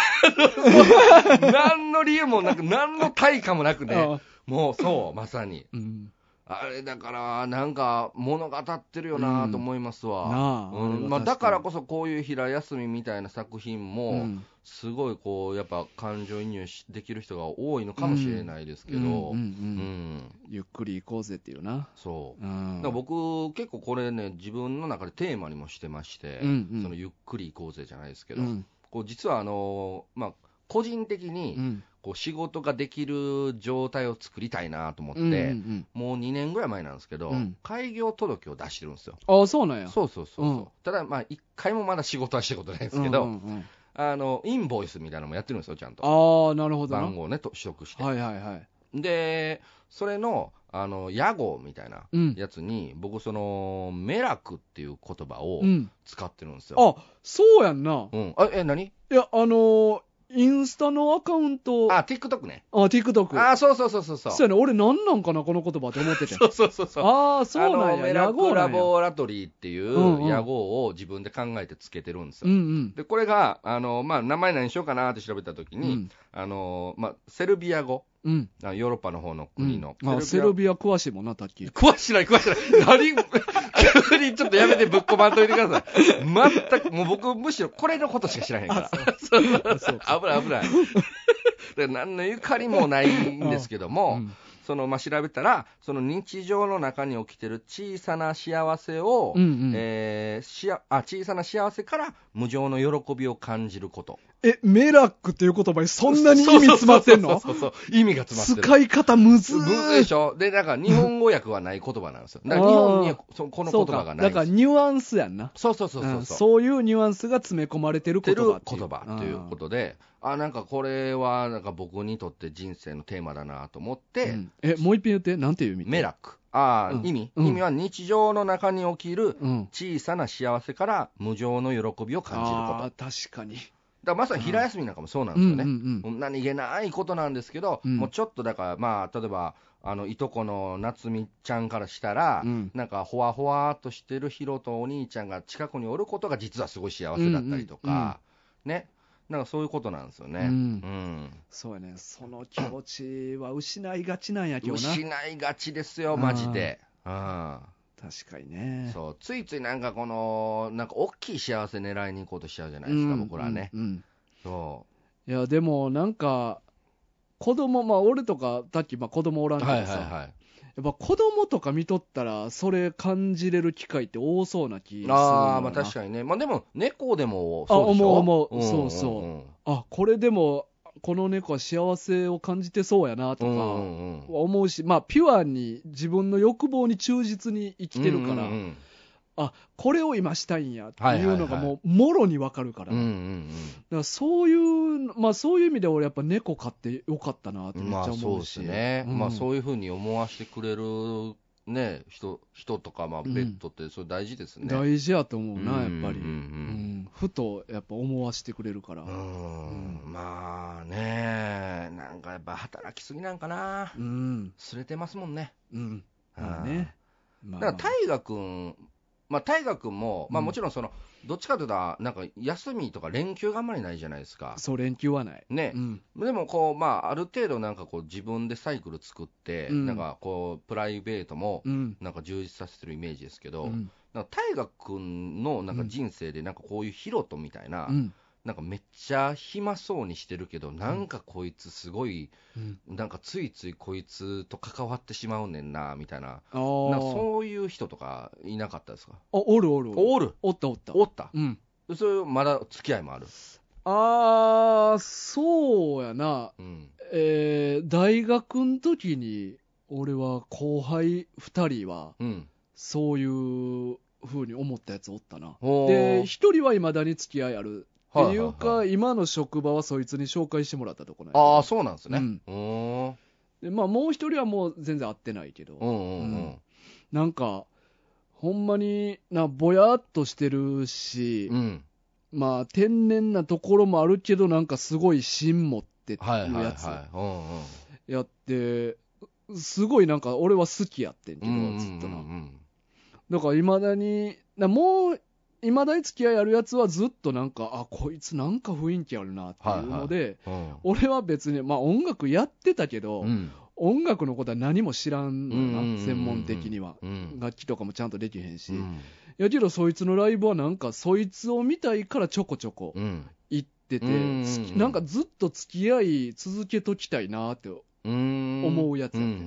[SPEAKER 2] 何の理由もなく、何の対価もなくね。もうそう、まさに。
[SPEAKER 1] うん
[SPEAKER 2] あれだから、なんか物語ってるよなと思いますわ。
[SPEAKER 1] うんなあ
[SPEAKER 2] うん
[SPEAKER 1] あれは
[SPEAKER 2] ま
[SPEAKER 1] 確か
[SPEAKER 2] あ、
[SPEAKER 1] に
[SPEAKER 2] だからこそ、こういう平休みみたいな作品
[SPEAKER 1] う
[SPEAKER 2] も、
[SPEAKER 1] ん
[SPEAKER 2] すごいこう、やっぱ感情移入しできる人が多いのかもしれないですけど、
[SPEAKER 1] う
[SPEAKER 2] うんん
[SPEAKER 1] うんうんゆっくり行こうぜっていうな。
[SPEAKER 2] そう。
[SPEAKER 1] うん
[SPEAKER 2] だから僕、結構これね、自分の中でテーマにもしてまして、
[SPEAKER 1] うんうん
[SPEAKER 2] そのゆっくり行こうぜじゃないですけ
[SPEAKER 1] う
[SPEAKER 2] ど、
[SPEAKER 1] ん
[SPEAKER 2] こう実はあの、まあ、個人的
[SPEAKER 1] う
[SPEAKER 2] に
[SPEAKER 1] ん
[SPEAKER 2] こう仕事ができる状態を作りたいなと思って、
[SPEAKER 1] うんうん
[SPEAKER 2] もう2年ぐらい前なんですけど、
[SPEAKER 1] うん
[SPEAKER 2] 開業届を出してるんですよ。
[SPEAKER 1] うんあ、そうなんや。
[SPEAKER 2] そうそうそうそう、
[SPEAKER 1] うん
[SPEAKER 2] ただ、まあ、1回もまだ仕事はしたことないですけど、
[SPEAKER 1] うんうんうん
[SPEAKER 2] あのインボイスみたいなのもやってるんですよ、ちゃんと。
[SPEAKER 1] ああ、なるほどな。
[SPEAKER 2] 番号ね、と取得して。
[SPEAKER 1] はいはいはい。
[SPEAKER 2] で、それの、あの、屋号みたいな
[SPEAKER 1] うん。
[SPEAKER 2] やつに、僕、その、メラクっていう言葉を
[SPEAKER 1] うん。
[SPEAKER 2] 使ってるんですよ。
[SPEAKER 1] あ、そうやんな。
[SPEAKER 2] うん。あ、え、何
[SPEAKER 1] いや、あのーインスタのアカウント、あ、
[SPEAKER 2] あ、TikTok ね。
[SPEAKER 1] TikTok。
[SPEAKER 2] あ、そうそうそうそうそ
[SPEAKER 1] そ
[SPEAKER 2] う。
[SPEAKER 1] う
[SPEAKER 2] そ
[SPEAKER 1] やね、俺なんなんかな、この言葉って思ってて。
[SPEAKER 2] うそうそうそう。
[SPEAKER 1] ああ、そうな
[SPEAKER 2] あ
[SPEAKER 1] ん
[SPEAKER 2] の
[SPEAKER 1] や。
[SPEAKER 2] メラ
[SPEAKER 1] 野号
[SPEAKER 2] ク
[SPEAKER 1] な
[SPEAKER 2] ラ
[SPEAKER 1] んや
[SPEAKER 2] ボラトリーってい
[SPEAKER 1] うんうん
[SPEAKER 2] う屋号を自分で考えてつけてるんですよ。
[SPEAKER 1] うんうん。
[SPEAKER 2] で、これが、あの、まあ、名前何しようかなって調べたとき
[SPEAKER 1] う
[SPEAKER 2] に、
[SPEAKER 1] ん。
[SPEAKER 2] あの、まあ、セルビア語、
[SPEAKER 1] うん。
[SPEAKER 2] あヨーロッパの方の
[SPEAKER 1] う
[SPEAKER 2] 国
[SPEAKER 1] ん
[SPEAKER 2] の。
[SPEAKER 1] あセルビア詳しいもんな、タッキー。
[SPEAKER 2] 詳しない、詳しない。何 急にちょっとやめてぶっこまんといてください。全く、もう僕、むしろこれのことしか知らへんから。
[SPEAKER 1] そう。
[SPEAKER 2] 危ない危ない。だから何のゆかりもないんですけど
[SPEAKER 1] う
[SPEAKER 2] も、
[SPEAKER 1] ん
[SPEAKER 2] そのまあ、調べたら、その日常の中に起きてる小さな幸せを、
[SPEAKER 1] うんうん
[SPEAKER 2] えーしああ小さな幸せから無常の喜びを感じること。
[SPEAKER 1] え、メラックっていう言葉にそんなに意味詰まってんの
[SPEAKER 2] そうそうそうそうそう意味が詰まってる。
[SPEAKER 1] 使い方むず
[SPEAKER 2] むずいでし
[SPEAKER 1] ょ。
[SPEAKER 2] ょで、なんか日本語訳はない言葉なんですよ。だから日本にはそこの
[SPEAKER 1] そ
[SPEAKER 2] 言
[SPEAKER 1] う
[SPEAKER 2] 葉
[SPEAKER 1] か。
[SPEAKER 2] がな
[SPEAKER 1] だ
[SPEAKER 2] いん
[SPEAKER 1] から
[SPEAKER 2] ですよ。
[SPEAKER 1] ニュアンスやんな。
[SPEAKER 2] そうそうそうそう。
[SPEAKER 1] んそういうニュアンスが詰め込まれてる
[SPEAKER 2] って
[SPEAKER 1] 言
[SPEAKER 2] る
[SPEAKER 1] 葉っていう。
[SPEAKER 2] 言葉という
[SPEAKER 1] うん
[SPEAKER 2] ことで、あなんかこれはなんか僕にとって人生のテーマだなと思って、
[SPEAKER 1] うんえ、もう一遍言って、なんていう意味
[SPEAKER 2] メラク、あー、
[SPEAKER 1] うん
[SPEAKER 2] 意味、
[SPEAKER 1] うん
[SPEAKER 2] 意味は日常の中に起きる
[SPEAKER 1] うん。
[SPEAKER 2] 小さな幸せから無常の喜びを感じること、だ
[SPEAKER 1] あ
[SPEAKER 2] か
[SPEAKER 1] ー確かに。
[SPEAKER 2] らまさに平休みなんかもそうなん
[SPEAKER 1] う
[SPEAKER 2] ですよ
[SPEAKER 1] んうん
[SPEAKER 2] ね
[SPEAKER 1] う。ん。
[SPEAKER 2] もう何気ないことなんですけど、
[SPEAKER 1] うん
[SPEAKER 2] もうちょっとだから、まあ、例えば、あのいとこの夏美ちゃんからしたら、
[SPEAKER 1] うん
[SPEAKER 2] なんかほわほわっとしてるヒロとお兄ちゃんが近くにおることが実はすごい幸せだったりとか、ね、なんかそういうことなんですよね。
[SPEAKER 1] うん
[SPEAKER 2] うん
[SPEAKER 1] そうやね。その気持ちは失いがちなんやけどな。
[SPEAKER 2] 失いがちですよ、マジで。うん
[SPEAKER 1] 確かにね。
[SPEAKER 2] そうついついなんかこの、なんか大きい幸せ狙いに行こうとしちゃうじゃないですか、
[SPEAKER 1] うん
[SPEAKER 2] 僕らね。
[SPEAKER 1] うんうん
[SPEAKER 2] そ
[SPEAKER 1] いや、でもなんか、子供、まあ俺とか、さっきまあ子供おら
[SPEAKER 2] う。
[SPEAKER 1] んけど
[SPEAKER 2] はいはい
[SPEAKER 1] さ、
[SPEAKER 2] はい。
[SPEAKER 1] やっぱ子供とか見とったら、それ感じれる機会って多そうな気するのよな
[SPEAKER 2] ああ、まあ確かにね。まあでも、猫でも
[SPEAKER 1] あ
[SPEAKER 2] そうでし
[SPEAKER 1] 思
[SPEAKER 2] ょ
[SPEAKER 1] う思うんそうそうん
[SPEAKER 2] ん
[SPEAKER 1] あ、これでも、この猫は幸せを感じてそうやなと
[SPEAKER 2] う
[SPEAKER 1] か、
[SPEAKER 2] ん
[SPEAKER 1] は
[SPEAKER 2] うんうん
[SPEAKER 1] 思うし、まあピュアに自分の欲望に忠実に生きてるから、
[SPEAKER 2] うんうんうん
[SPEAKER 1] あこれを今したいんやっていうのが
[SPEAKER 2] はいはいは
[SPEAKER 1] もうもろにわかるから,、
[SPEAKER 2] うんうん
[SPEAKER 1] だからそういう、まあ、そういう意味で俺やっぱ猫飼ってよかったなって
[SPEAKER 2] う
[SPEAKER 1] め
[SPEAKER 2] ん。
[SPEAKER 1] っち
[SPEAKER 2] ま
[SPEAKER 1] ゃ
[SPEAKER 2] あそう
[SPEAKER 1] 思
[SPEAKER 2] で
[SPEAKER 1] う
[SPEAKER 2] す
[SPEAKER 1] し、
[SPEAKER 2] ね。まあ
[SPEAKER 1] う
[SPEAKER 2] そういうふうに思わせてくれるね、人、人とか、まあペ
[SPEAKER 1] うん
[SPEAKER 2] ットって、それ大事です
[SPEAKER 1] ん
[SPEAKER 2] ね。
[SPEAKER 1] 大事やと思うなやっぱり、
[SPEAKER 2] うんうん
[SPEAKER 1] うんふとやっぱ思わせてくれるから、
[SPEAKER 2] うんうんうんまあね、なんかやっぱ働きすぎなんかな。
[SPEAKER 1] うん、
[SPEAKER 2] すれてますもんね。
[SPEAKER 1] うん、まあ
[SPEAKER 2] うん
[SPEAKER 1] ね。ま
[SPEAKER 2] だ
[SPEAKER 1] あ
[SPEAKER 2] から大河君、まあ、大河君も、まあ、
[SPEAKER 1] うん
[SPEAKER 2] もちろんその、どっちかというと、なんか休みとか連休があんまりないじゃないですか。
[SPEAKER 1] そう、連休はない。
[SPEAKER 2] ね
[SPEAKER 1] う、ん。
[SPEAKER 2] でもこう、まあ、ある程度、なんかこう、自分でサイクル作って、
[SPEAKER 1] うん
[SPEAKER 2] なんかこう、プライベートも、
[SPEAKER 1] うん。
[SPEAKER 2] なんか充実させてるイメージですけ
[SPEAKER 1] う
[SPEAKER 2] ど、
[SPEAKER 1] ん。
[SPEAKER 2] なんか大河君のなんか人生で、なんかこういうヒロトみたいな、
[SPEAKER 1] うん。
[SPEAKER 2] なんかめっちゃ暇そうにしてるけど、なんかこいつ、すごい、
[SPEAKER 1] うん
[SPEAKER 2] なんかついついこいつと関わってしまうねんな、みたいな。
[SPEAKER 1] あ
[SPEAKER 2] なんか
[SPEAKER 1] ーあ。
[SPEAKER 2] そういう人とかいなかったですか
[SPEAKER 1] おるおるおる。
[SPEAKER 2] おる
[SPEAKER 1] おったおった。
[SPEAKER 2] おった
[SPEAKER 1] うん。
[SPEAKER 2] それまだ付き合いもある、
[SPEAKER 1] ああ、そうやな。
[SPEAKER 2] うん、
[SPEAKER 1] えー、大学の時に、俺は後輩二人は、
[SPEAKER 2] うん
[SPEAKER 1] そういう風に思ったやつおったな。
[SPEAKER 2] お
[SPEAKER 1] で、
[SPEAKER 2] ー
[SPEAKER 1] 一人は未だに付き合いある。っていうか、
[SPEAKER 2] ははは
[SPEAKER 1] 今の職場はそいつに紹介してもらったとこない。
[SPEAKER 2] ああそうなんですね、
[SPEAKER 1] うん
[SPEAKER 2] おー
[SPEAKER 1] でまあ、もう一人はもう全然会ってないけど。
[SPEAKER 2] うんうんう
[SPEAKER 1] うん
[SPEAKER 2] ん
[SPEAKER 1] なんか、ほんまにな、ぼやっとしてるし、
[SPEAKER 2] うん
[SPEAKER 1] まあ、天然なところもあるけど、なんかすごい芯持ってって
[SPEAKER 2] はいはいいうはい
[SPEAKER 1] やつ
[SPEAKER 2] うんうん
[SPEAKER 1] やって、すごいなんか俺は好きやってんけ
[SPEAKER 2] うんうん
[SPEAKER 1] ど、ずっと
[SPEAKER 2] う
[SPEAKER 1] な。
[SPEAKER 2] ん
[SPEAKER 1] だから、いまだに、なもう、いまだに付き合いあるやつはずっとなんか、あ、こいつなんか雰囲気あるなっていうので、
[SPEAKER 2] うん
[SPEAKER 1] 俺は別に、まあ音楽やってたけど、
[SPEAKER 2] うん
[SPEAKER 1] 音楽のことは何も知らんのよな、
[SPEAKER 2] うんうんうんうん
[SPEAKER 1] 専門的には。
[SPEAKER 2] うん
[SPEAKER 1] 楽器とかもちゃんとできへんし。
[SPEAKER 2] うん
[SPEAKER 1] やけどそいつのライブはなんかそいつを見たいからちょこちょこ
[SPEAKER 2] うん
[SPEAKER 1] 行ってて、
[SPEAKER 2] うんうんうん
[SPEAKER 1] 好きなんかずっと付き合い続けときたいなって
[SPEAKER 2] うん
[SPEAKER 1] 思うやつや
[SPEAKER 2] うん
[SPEAKER 1] っ
[SPEAKER 2] う
[SPEAKER 1] て、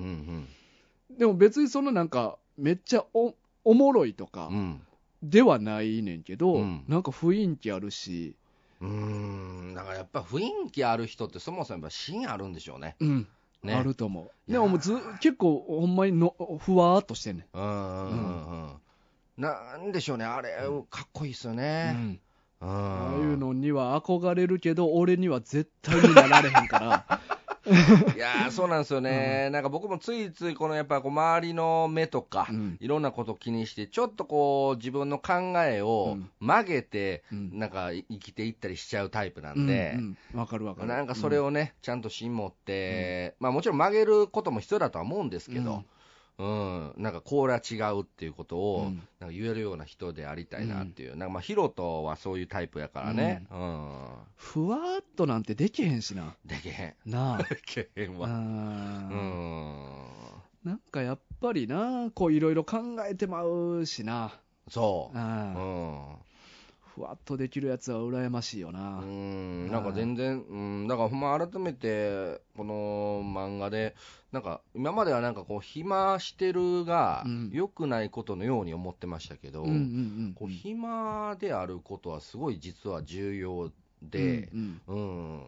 [SPEAKER 2] ん
[SPEAKER 1] でも別にそのなんかめっちゃおおもろいとか
[SPEAKER 2] うん
[SPEAKER 1] ではないねんけど、
[SPEAKER 2] うん
[SPEAKER 1] なんか雰囲気あるし、
[SPEAKER 2] うんだからやっぱ雰囲気ある人ってそもそもやっぱ芯あるんでしょうね
[SPEAKER 1] うん
[SPEAKER 2] ね
[SPEAKER 1] あると思う
[SPEAKER 2] い
[SPEAKER 1] で
[SPEAKER 2] やー
[SPEAKER 1] ももうず結構ほんまにのふわーっとしてんねん、
[SPEAKER 2] うんうんうんうんなんでしょうねあれかっこいいですよ
[SPEAKER 1] う
[SPEAKER 2] ね
[SPEAKER 1] ん
[SPEAKER 2] うん
[SPEAKER 1] ああいうのには憧れるけど俺には絶対になられへんから
[SPEAKER 2] いやーそうなんですよね、なんか僕もついつい、このやっぱこう周りの目とか、
[SPEAKER 1] うん
[SPEAKER 2] いろんなことを気にして、ちょっとこう、自分の考えを
[SPEAKER 1] うん
[SPEAKER 2] 曲げて、
[SPEAKER 1] うん
[SPEAKER 2] なんか生きていったりしちゃうタイプなんで、
[SPEAKER 1] うんうんわ、かるわかる
[SPEAKER 2] なんかそれをね、ちゃんと芯持って、まあもちろん曲げることも必要だとは思うんですけど、うん、なんかこれは違うっていうこと
[SPEAKER 1] う
[SPEAKER 2] を
[SPEAKER 1] ん
[SPEAKER 2] なんか言えるような人でありたいなっていう、なんかまあ、ヒロトはそういうタイプやからね、うん、
[SPEAKER 1] ふわーっとなんてできへんしな。
[SPEAKER 2] でけへん、
[SPEAKER 1] なあ。
[SPEAKER 2] でけへん
[SPEAKER 1] う
[SPEAKER 2] わ。 うんん
[SPEAKER 1] なんかやっぱりな、こういろいろ考えてまうしな。
[SPEAKER 2] そうう。うんん。
[SPEAKER 1] ふわっとできるやつは羨ましいよ
[SPEAKER 2] う
[SPEAKER 1] な。
[SPEAKER 2] ん。なんか全然、うん。だからほんま改めて、この漫画で、なんか今まではなんかこう、暇してるが
[SPEAKER 1] うん
[SPEAKER 2] 良くないことのように思ってましたけど、
[SPEAKER 1] うんうんう。
[SPEAKER 2] こうん暇であることはすごい実は重要で、
[SPEAKER 1] うん
[SPEAKER 2] うん。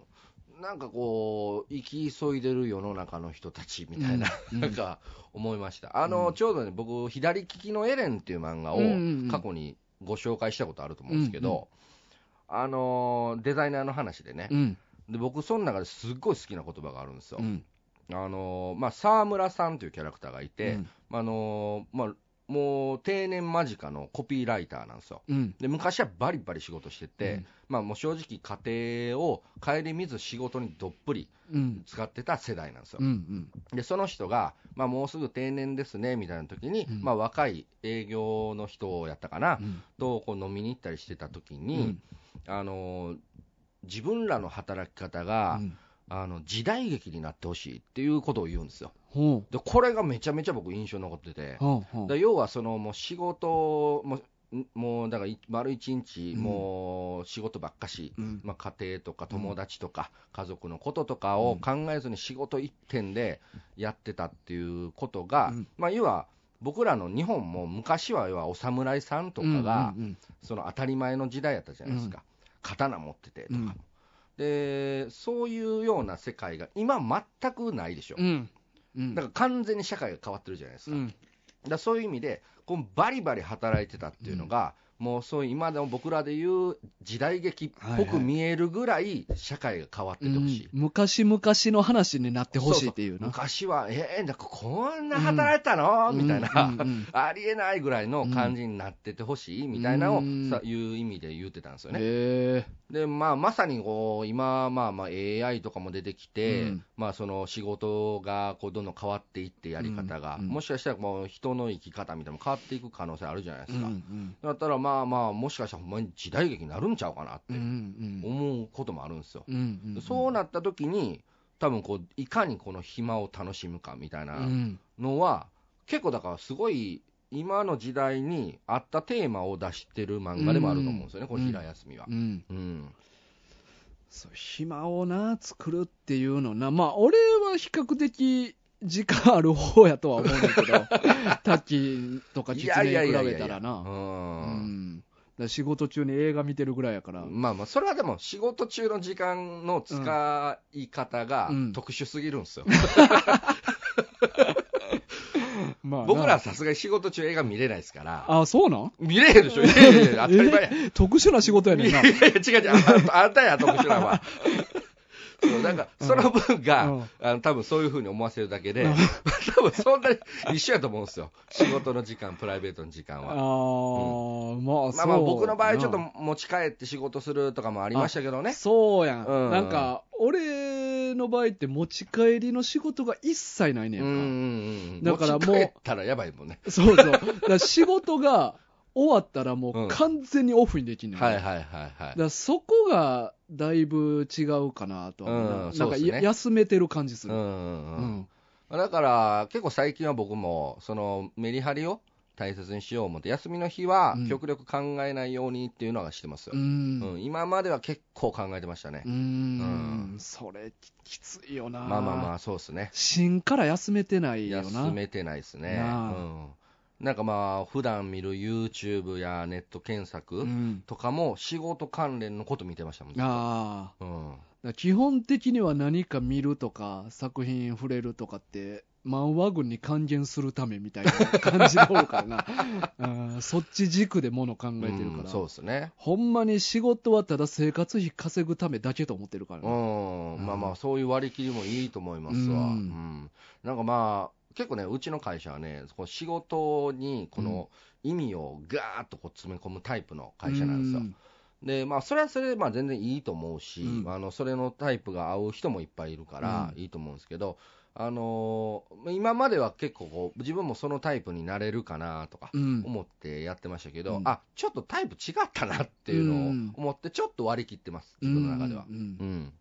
[SPEAKER 2] なんかこう、生き急いでる世の中の人たちみたいな、
[SPEAKER 1] うん
[SPEAKER 2] なんか思いました。あの、
[SPEAKER 1] うん
[SPEAKER 2] ちょうどね、僕、左利きのエレンっていう漫画を
[SPEAKER 1] うんうんうん
[SPEAKER 2] 過去にご紹介したことあると思うんですけど、あのー、デザイナーの話でね、
[SPEAKER 1] うん
[SPEAKER 2] で僕、その中ですっごい好きな言葉があるんですよ
[SPEAKER 1] う。ん
[SPEAKER 2] あのー、まあ、沢村さんというキャラクターがいて、
[SPEAKER 1] うん
[SPEAKER 2] あのー、まあ、もう定年間近のコピーライターなんですよ。
[SPEAKER 1] うん
[SPEAKER 2] で昔はバリバリ仕事してて、
[SPEAKER 1] うん
[SPEAKER 2] まあ、もう正直、家庭を顧みず仕事にどっぷり
[SPEAKER 1] うん
[SPEAKER 2] 使ってた世代なんですよ
[SPEAKER 1] う。ん
[SPEAKER 2] で、その人が、まあ、もうすぐ定年ですねみたいな時に、
[SPEAKER 1] うん
[SPEAKER 2] まあ、若い営業の人をやったかな、
[SPEAKER 1] うん
[SPEAKER 2] とこう飲みに行ったりしてた時
[SPEAKER 1] う
[SPEAKER 2] に
[SPEAKER 1] ん、
[SPEAKER 2] あのー自分らの働き方が、
[SPEAKER 1] うん
[SPEAKER 2] あの時代劇になってほしいっていうことを言うんですよ。
[SPEAKER 1] ほ
[SPEAKER 2] で、これがめちゃめちゃ僕、印象に残ってて
[SPEAKER 1] う。ほうほ
[SPEAKER 2] だ
[SPEAKER 1] う
[SPEAKER 2] 要はそのもう仕事も、んもうだからい丸一日、
[SPEAKER 1] うん
[SPEAKER 2] もう仕事ばっかし、
[SPEAKER 1] うん
[SPEAKER 2] まあ、家庭とか友達とか、家族のこととかを考えずに仕事一点でやってたっていうことが、
[SPEAKER 1] うん
[SPEAKER 2] まあ、要は僕らの日本も昔は要はお侍さんとかが、
[SPEAKER 1] うんうん
[SPEAKER 2] その当たり前の時代やったじゃないですか、刀持っててとか、
[SPEAKER 1] うん
[SPEAKER 2] で、そういうような世界が今、全くないでしょ、
[SPEAKER 1] うんうん
[SPEAKER 2] だから完全に社会が変わってるじゃないですか。
[SPEAKER 1] うん
[SPEAKER 2] だからそういう意味で、こうバリバリ働いてたっていうのが、もうそういう今でも僕らでいう時代劇っぽく見えるぐらい社会が変わっててほしい。
[SPEAKER 1] うん昔々の話になってほしいっていう
[SPEAKER 2] そうそ
[SPEAKER 1] な。
[SPEAKER 2] う昔は、えー、なんかこんな働いたの、みたいな、
[SPEAKER 1] うんうんうん
[SPEAKER 2] ありえないぐらいの感じになっててほしい、みたいなのを、
[SPEAKER 1] うん
[SPEAKER 2] さいう意味で言ってたんですよね。
[SPEAKER 1] へ
[SPEAKER 2] で、まあ、まさにこう今、まあまあ、AI とかも出てきて、
[SPEAKER 1] うん
[SPEAKER 2] まあ、その仕事がこうどんどん変わっていって、やり方が、
[SPEAKER 1] うんうん
[SPEAKER 2] もしかしたらもう人の生き方みたいなのも変わっていく可能性あるじゃないで
[SPEAKER 1] う
[SPEAKER 2] すか。
[SPEAKER 1] ん
[SPEAKER 2] だったら、まあまあ、もしかしたら、ほんまに時代劇になるんちゃうかなっ
[SPEAKER 1] うんう
[SPEAKER 2] て
[SPEAKER 1] ん
[SPEAKER 2] 思うこともあるんですよ。
[SPEAKER 1] うんうん
[SPEAKER 2] そうなった時に、多分こういかにこの暇を楽しむかみたいな
[SPEAKER 1] うん
[SPEAKER 2] のは、結構だからすごい今の時代に合ったテーマを出してる漫画でもあると思うんですよね、
[SPEAKER 1] うん
[SPEAKER 2] これ平休みは
[SPEAKER 1] う。ん
[SPEAKER 2] うん。
[SPEAKER 1] そう暇をな作るっていうのなまあ俺は比較的時間ある方やとは思うんだけど タッキーとか
[SPEAKER 2] い
[SPEAKER 1] 実
[SPEAKER 2] やいや
[SPEAKER 1] 年
[SPEAKER 2] い
[SPEAKER 1] 比
[SPEAKER 2] やいや
[SPEAKER 1] べたら
[SPEAKER 2] う。
[SPEAKER 1] なうんんだから仕事中に映画見てるぐらいやから、
[SPEAKER 2] まあまあ、それはでも仕事中の時間の使い方が
[SPEAKER 1] うん
[SPEAKER 2] 特殊すぎるんですよ。
[SPEAKER 1] まあな
[SPEAKER 2] 僕らはさすがに仕事中映画見れないですから。
[SPEAKER 1] あそうなん
[SPEAKER 2] 見れへん でしょいやいやいや、当たり前や。
[SPEAKER 1] 特殊な仕事やねん
[SPEAKER 2] い
[SPEAKER 1] な
[SPEAKER 2] やいや、違う違う、ああんたや、特殊な のは。そう、なんか、その分が、
[SPEAKER 1] うん
[SPEAKER 2] あの、多分そういうふうに思わせるだけで、
[SPEAKER 1] うん
[SPEAKER 2] 多分そんなに一緒やと思うんですよ。仕事の時間、プライベートの時間
[SPEAKER 1] あ
[SPEAKER 2] は。
[SPEAKER 1] ー、まあそう
[SPEAKER 2] まあまあ、僕の場合、ちょっと
[SPEAKER 1] な
[SPEAKER 2] 持ち帰って仕事するとかもありましたけどね。
[SPEAKER 1] そうやん、
[SPEAKER 2] うん
[SPEAKER 1] なんか俺の場合って持ち帰りの仕事が一切ないね
[SPEAKER 2] うんうん
[SPEAKER 1] んか、
[SPEAKER 2] う
[SPEAKER 1] だ
[SPEAKER 2] ん。
[SPEAKER 1] からもう
[SPEAKER 2] 持ち帰ったらやばいもんね。
[SPEAKER 1] そうそうだから仕事が終わったらも
[SPEAKER 2] う
[SPEAKER 1] うん完全にオフにできんねん、
[SPEAKER 2] はい
[SPEAKER 1] だか
[SPEAKER 2] はいはいはい。
[SPEAKER 1] らそこがだいぶ違うかなとは思うな、
[SPEAKER 2] うん
[SPEAKER 1] な
[SPEAKER 2] そ
[SPEAKER 1] ん
[SPEAKER 2] う
[SPEAKER 1] か
[SPEAKER 2] っ
[SPEAKER 1] い、
[SPEAKER 2] すね
[SPEAKER 1] 休めてる感じす
[SPEAKER 2] うん
[SPEAKER 1] る、
[SPEAKER 2] うん
[SPEAKER 1] う
[SPEAKER 2] うん。
[SPEAKER 1] ん
[SPEAKER 2] だから、結構最近は僕も、そのメリハリを大切にしよう思って、休みの日は
[SPEAKER 1] うん
[SPEAKER 2] 極力考えないようにっていうのはしてますよ。
[SPEAKER 1] う
[SPEAKER 2] うんん今までは結構考えてましたね。
[SPEAKER 1] うんそれききついよな
[SPEAKER 2] まあまあまあ、そうですね。
[SPEAKER 1] 芯から休めてないよな
[SPEAKER 2] 休めてないですね。う
[SPEAKER 1] なあ
[SPEAKER 2] ん、なんかまあ、普段見る YouTube やネット検
[SPEAKER 1] う
[SPEAKER 2] 索
[SPEAKER 1] ん、
[SPEAKER 2] とかも、仕事関連のこと見てましたもんずっと
[SPEAKER 1] ああ
[SPEAKER 2] うん、
[SPEAKER 1] だから基本的には何か見るとか作品触れるとかって漫画軍に還元するためみたいな感じの方から なうんそっち軸でもの考えてるから、
[SPEAKER 2] うんそうですね。
[SPEAKER 1] ほんまに仕事はただ生活費稼ぐためだけと思ってるから
[SPEAKER 2] う
[SPEAKER 1] ね
[SPEAKER 2] ん、
[SPEAKER 1] うん
[SPEAKER 2] まあまあ、そういう割り切りもいいと思いますわ。
[SPEAKER 1] う
[SPEAKER 2] うんん、なんかまあ、結構ね、うちの会社はね、こう仕事にこの意味をガーッとこう詰め込むタイプの会社なんですよ。で、まあ、それはそれで、まあ、全然いいと思うし、
[SPEAKER 1] うん
[SPEAKER 2] あの、それのタイプが合う人もいっぱいいるから
[SPEAKER 1] う、
[SPEAKER 2] いいと思うんですけど、あのー今までは結構こう、自分もそのタイプになれるかなとか
[SPEAKER 1] う、ん、
[SPEAKER 2] 思ってやってましたけど、
[SPEAKER 1] うん
[SPEAKER 2] あ、ちょっとタイプ違ったなっていう
[SPEAKER 1] う
[SPEAKER 2] の
[SPEAKER 1] ん
[SPEAKER 2] を思って、ちょっと割り切ってます、自分の中では
[SPEAKER 1] う。んうんう
[SPEAKER 2] う
[SPEAKER 1] ん
[SPEAKER 2] ん。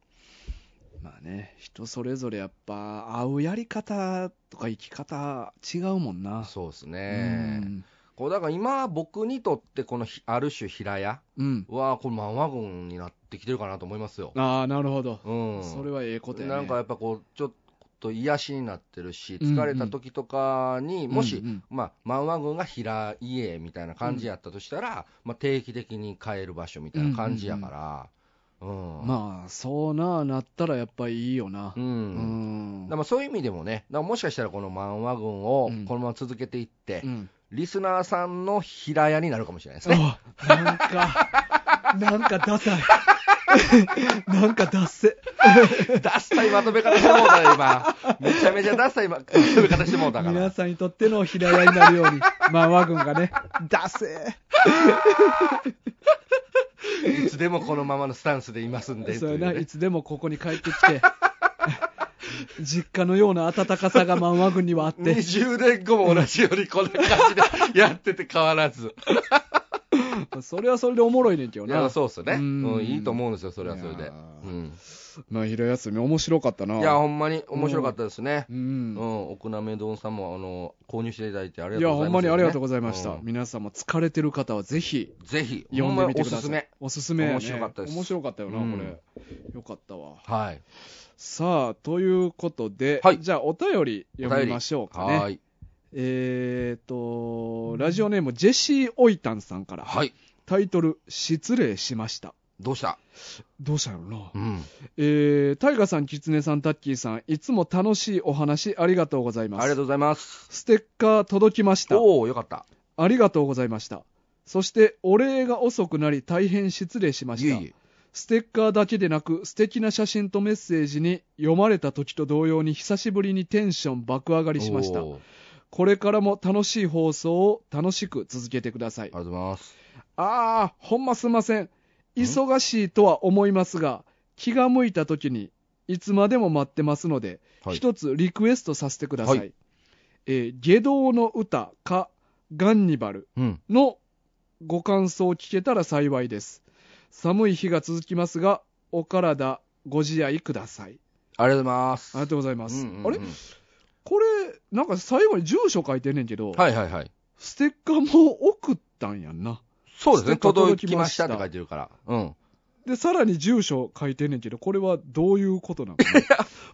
[SPEAKER 1] まあね人それぞれやっぱ合うやり方とか生き方違うもんな
[SPEAKER 2] そうです
[SPEAKER 1] う
[SPEAKER 2] ね。
[SPEAKER 1] ん
[SPEAKER 2] こう、だから今、僕にとって、このひ、ある種平屋
[SPEAKER 1] うん
[SPEAKER 2] は、これ、マンワゴンになってきてるかなと思いますよ。
[SPEAKER 1] ああなるほど、
[SPEAKER 2] うん。
[SPEAKER 1] それはええことやね
[SPEAKER 2] なんかやっぱこう、ちょっと癒しになってるし、
[SPEAKER 1] うんうん
[SPEAKER 2] 疲れた時とかに、もし、
[SPEAKER 1] うんうん
[SPEAKER 2] まあ、漫画軍が平家みたいな感じやったとしたら、まあ、定期的に帰る場所みたいな感じやから、うん。
[SPEAKER 1] まあそうななったらやっぱいいよなう
[SPEAKER 2] う。
[SPEAKER 1] んん
[SPEAKER 2] だからそういう意味でもね、だからもしかしたらこの漫画軍を
[SPEAKER 1] うん
[SPEAKER 2] このまま続けていって、
[SPEAKER 1] うん
[SPEAKER 2] リスナーさんの平屋になるかもしれないですね。
[SPEAKER 1] あなんかなんかダサい なんかダッセ
[SPEAKER 2] ダサいまとめ方してもうたね、今。めちゃめちゃダサいまとめ方してもうたから。
[SPEAKER 1] 皆さんにとっての平屋になるように漫画軍がねダセ
[SPEAKER 2] いつでもこのままのスタンスでいますんで。
[SPEAKER 1] そうや
[SPEAKER 2] と
[SPEAKER 1] な、
[SPEAKER 2] いうね
[SPEAKER 1] いつでもここに帰ってきて、実家のような温かさが漫画軍にはあって、
[SPEAKER 2] 20年後も同じようにこんな感じ でやってて変わらず。
[SPEAKER 1] それはそれでおもろいねんけど
[SPEAKER 2] いや
[SPEAKER 1] な。
[SPEAKER 2] そうっすね。
[SPEAKER 1] う
[SPEAKER 2] うんん、いいと思うんですよ、それはそれ
[SPEAKER 1] い
[SPEAKER 2] で
[SPEAKER 1] や。ー
[SPEAKER 2] うん、
[SPEAKER 1] まあ、昼休み面白かったな。
[SPEAKER 2] いや、ほんまに面白かったですね
[SPEAKER 1] う。
[SPEAKER 2] うんん、奥なめ丼さんも、あの、購入していただいてあり
[SPEAKER 1] い
[SPEAKER 2] が
[SPEAKER 1] や、
[SPEAKER 2] と
[SPEAKER 1] ほ
[SPEAKER 2] うござい
[SPEAKER 1] ん
[SPEAKER 2] ま、
[SPEAKER 1] ますにありがとうございました。
[SPEAKER 2] うん
[SPEAKER 1] 皆さんも疲れてる方はぜひ、
[SPEAKER 2] ぜひ、
[SPEAKER 1] 読んでみて
[SPEAKER 2] ほ
[SPEAKER 1] くだ
[SPEAKER 2] まおす
[SPEAKER 1] さ
[SPEAKER 2] す
[SPEAKER 1] い
[SPEAKER 2] め。。
[SPEAKER 1] おすすめやね。
[SPEAKER 2] 面白かったです
[SPEAKER 1] 面白かったよな、
[SPEAKER 2] う
[SPEAKER 1] こ
[SPEAKER 2] ん
[SPEAKER 1] れ。よかったわ。
[SPEAKER 2] はい。
[SPEAKER 1] さあ、ということで、
[SPEAKER 2] はい
[SPEAKER 1] じゃあお便り読みましょうかね。
[SPEAKER 2] はい。
[SPEAKER 1] えっ、と、ラジオネーム、ジェシー・オイタンさんから。
[SPEAKER 2] はい。
[SPEAKER 1] タイトル、失礼しました。
[SPEAKER 2] どうした
[SPEAKER 1] どうしたんやろな。
[SPEAKER 2] うん。
[SPEAKER 1] えー、タイガさん、キツネさん、タッキーさん、いつも楽しいお話ありがとうござい
[SPEAKER 2] あ
[SPEAKER 1] ま
[SPEAKER 2] り
[SPEAKER 1] す。
[SPEAKER 2] がとうございます。
[SPEAKER 1] ステッカー届きました。
[SPEAKER 2] おおよかった。
[SPEAKER 1] ありがとうございました。そして、お礼が遅くなり大変失礼しました。
[SPEAKER 2] いえいえ
[SPEAKER 1] ステッカーだけでなく、素敵な写真とメッセージに、読まれた時と同様に久しぶりにテンション爆上がりしました。
[SPEAKER 2] おー
[SPEAKER 1] これからも楽しい放送を楽しく続けてください。
[SPEAKER 2] ありがとうございます。
[SPEAKER 1] ああ、ほんますんません。忙しいとは思いますが、気が向いた時にいつまでも待ってますので、
[SPEAKER 2] はい
[SPEAKER 1] 一つリクエストさせてください。
[SPEAKER 2] は
[SPEAKER 1] えー下道の歌かガンニバル
[SPEAKER 2] うん。
[SPEAKER 1] のご感想を聞けたら幸いです。寒い日が続きますが、お体ご自愛ください。
[SPEAKER 2] ありがとうございます。
[SPEAKER 1] ありがとうございます。
[SPEAKER 2] うんうんうん
[SPEAKER 1] あれこれ、なんか最後に住所書いてんねんけど、
[SPEAKER 2] はいはいはい。
[SPEAKER 1] ステッカーも送ったんやんな。
[SPEAKER 2] そうです
[SPEAKER 1] ステ
[SPEAKER 2] ね。
[SPEAKER 1] ッカー届
[SPEAKER 2] 届
[SPEAKER 1] き
[SPEAKER 2] き
[SPEAKER 1] ま
[SPEAKER 2] ま
[SPEAKER 1] し
[SPEAKER 2] したたって書いてるから。うん。
[SPEAKER 1] で、さらに住所書いてんねんけど、これはどういうことなの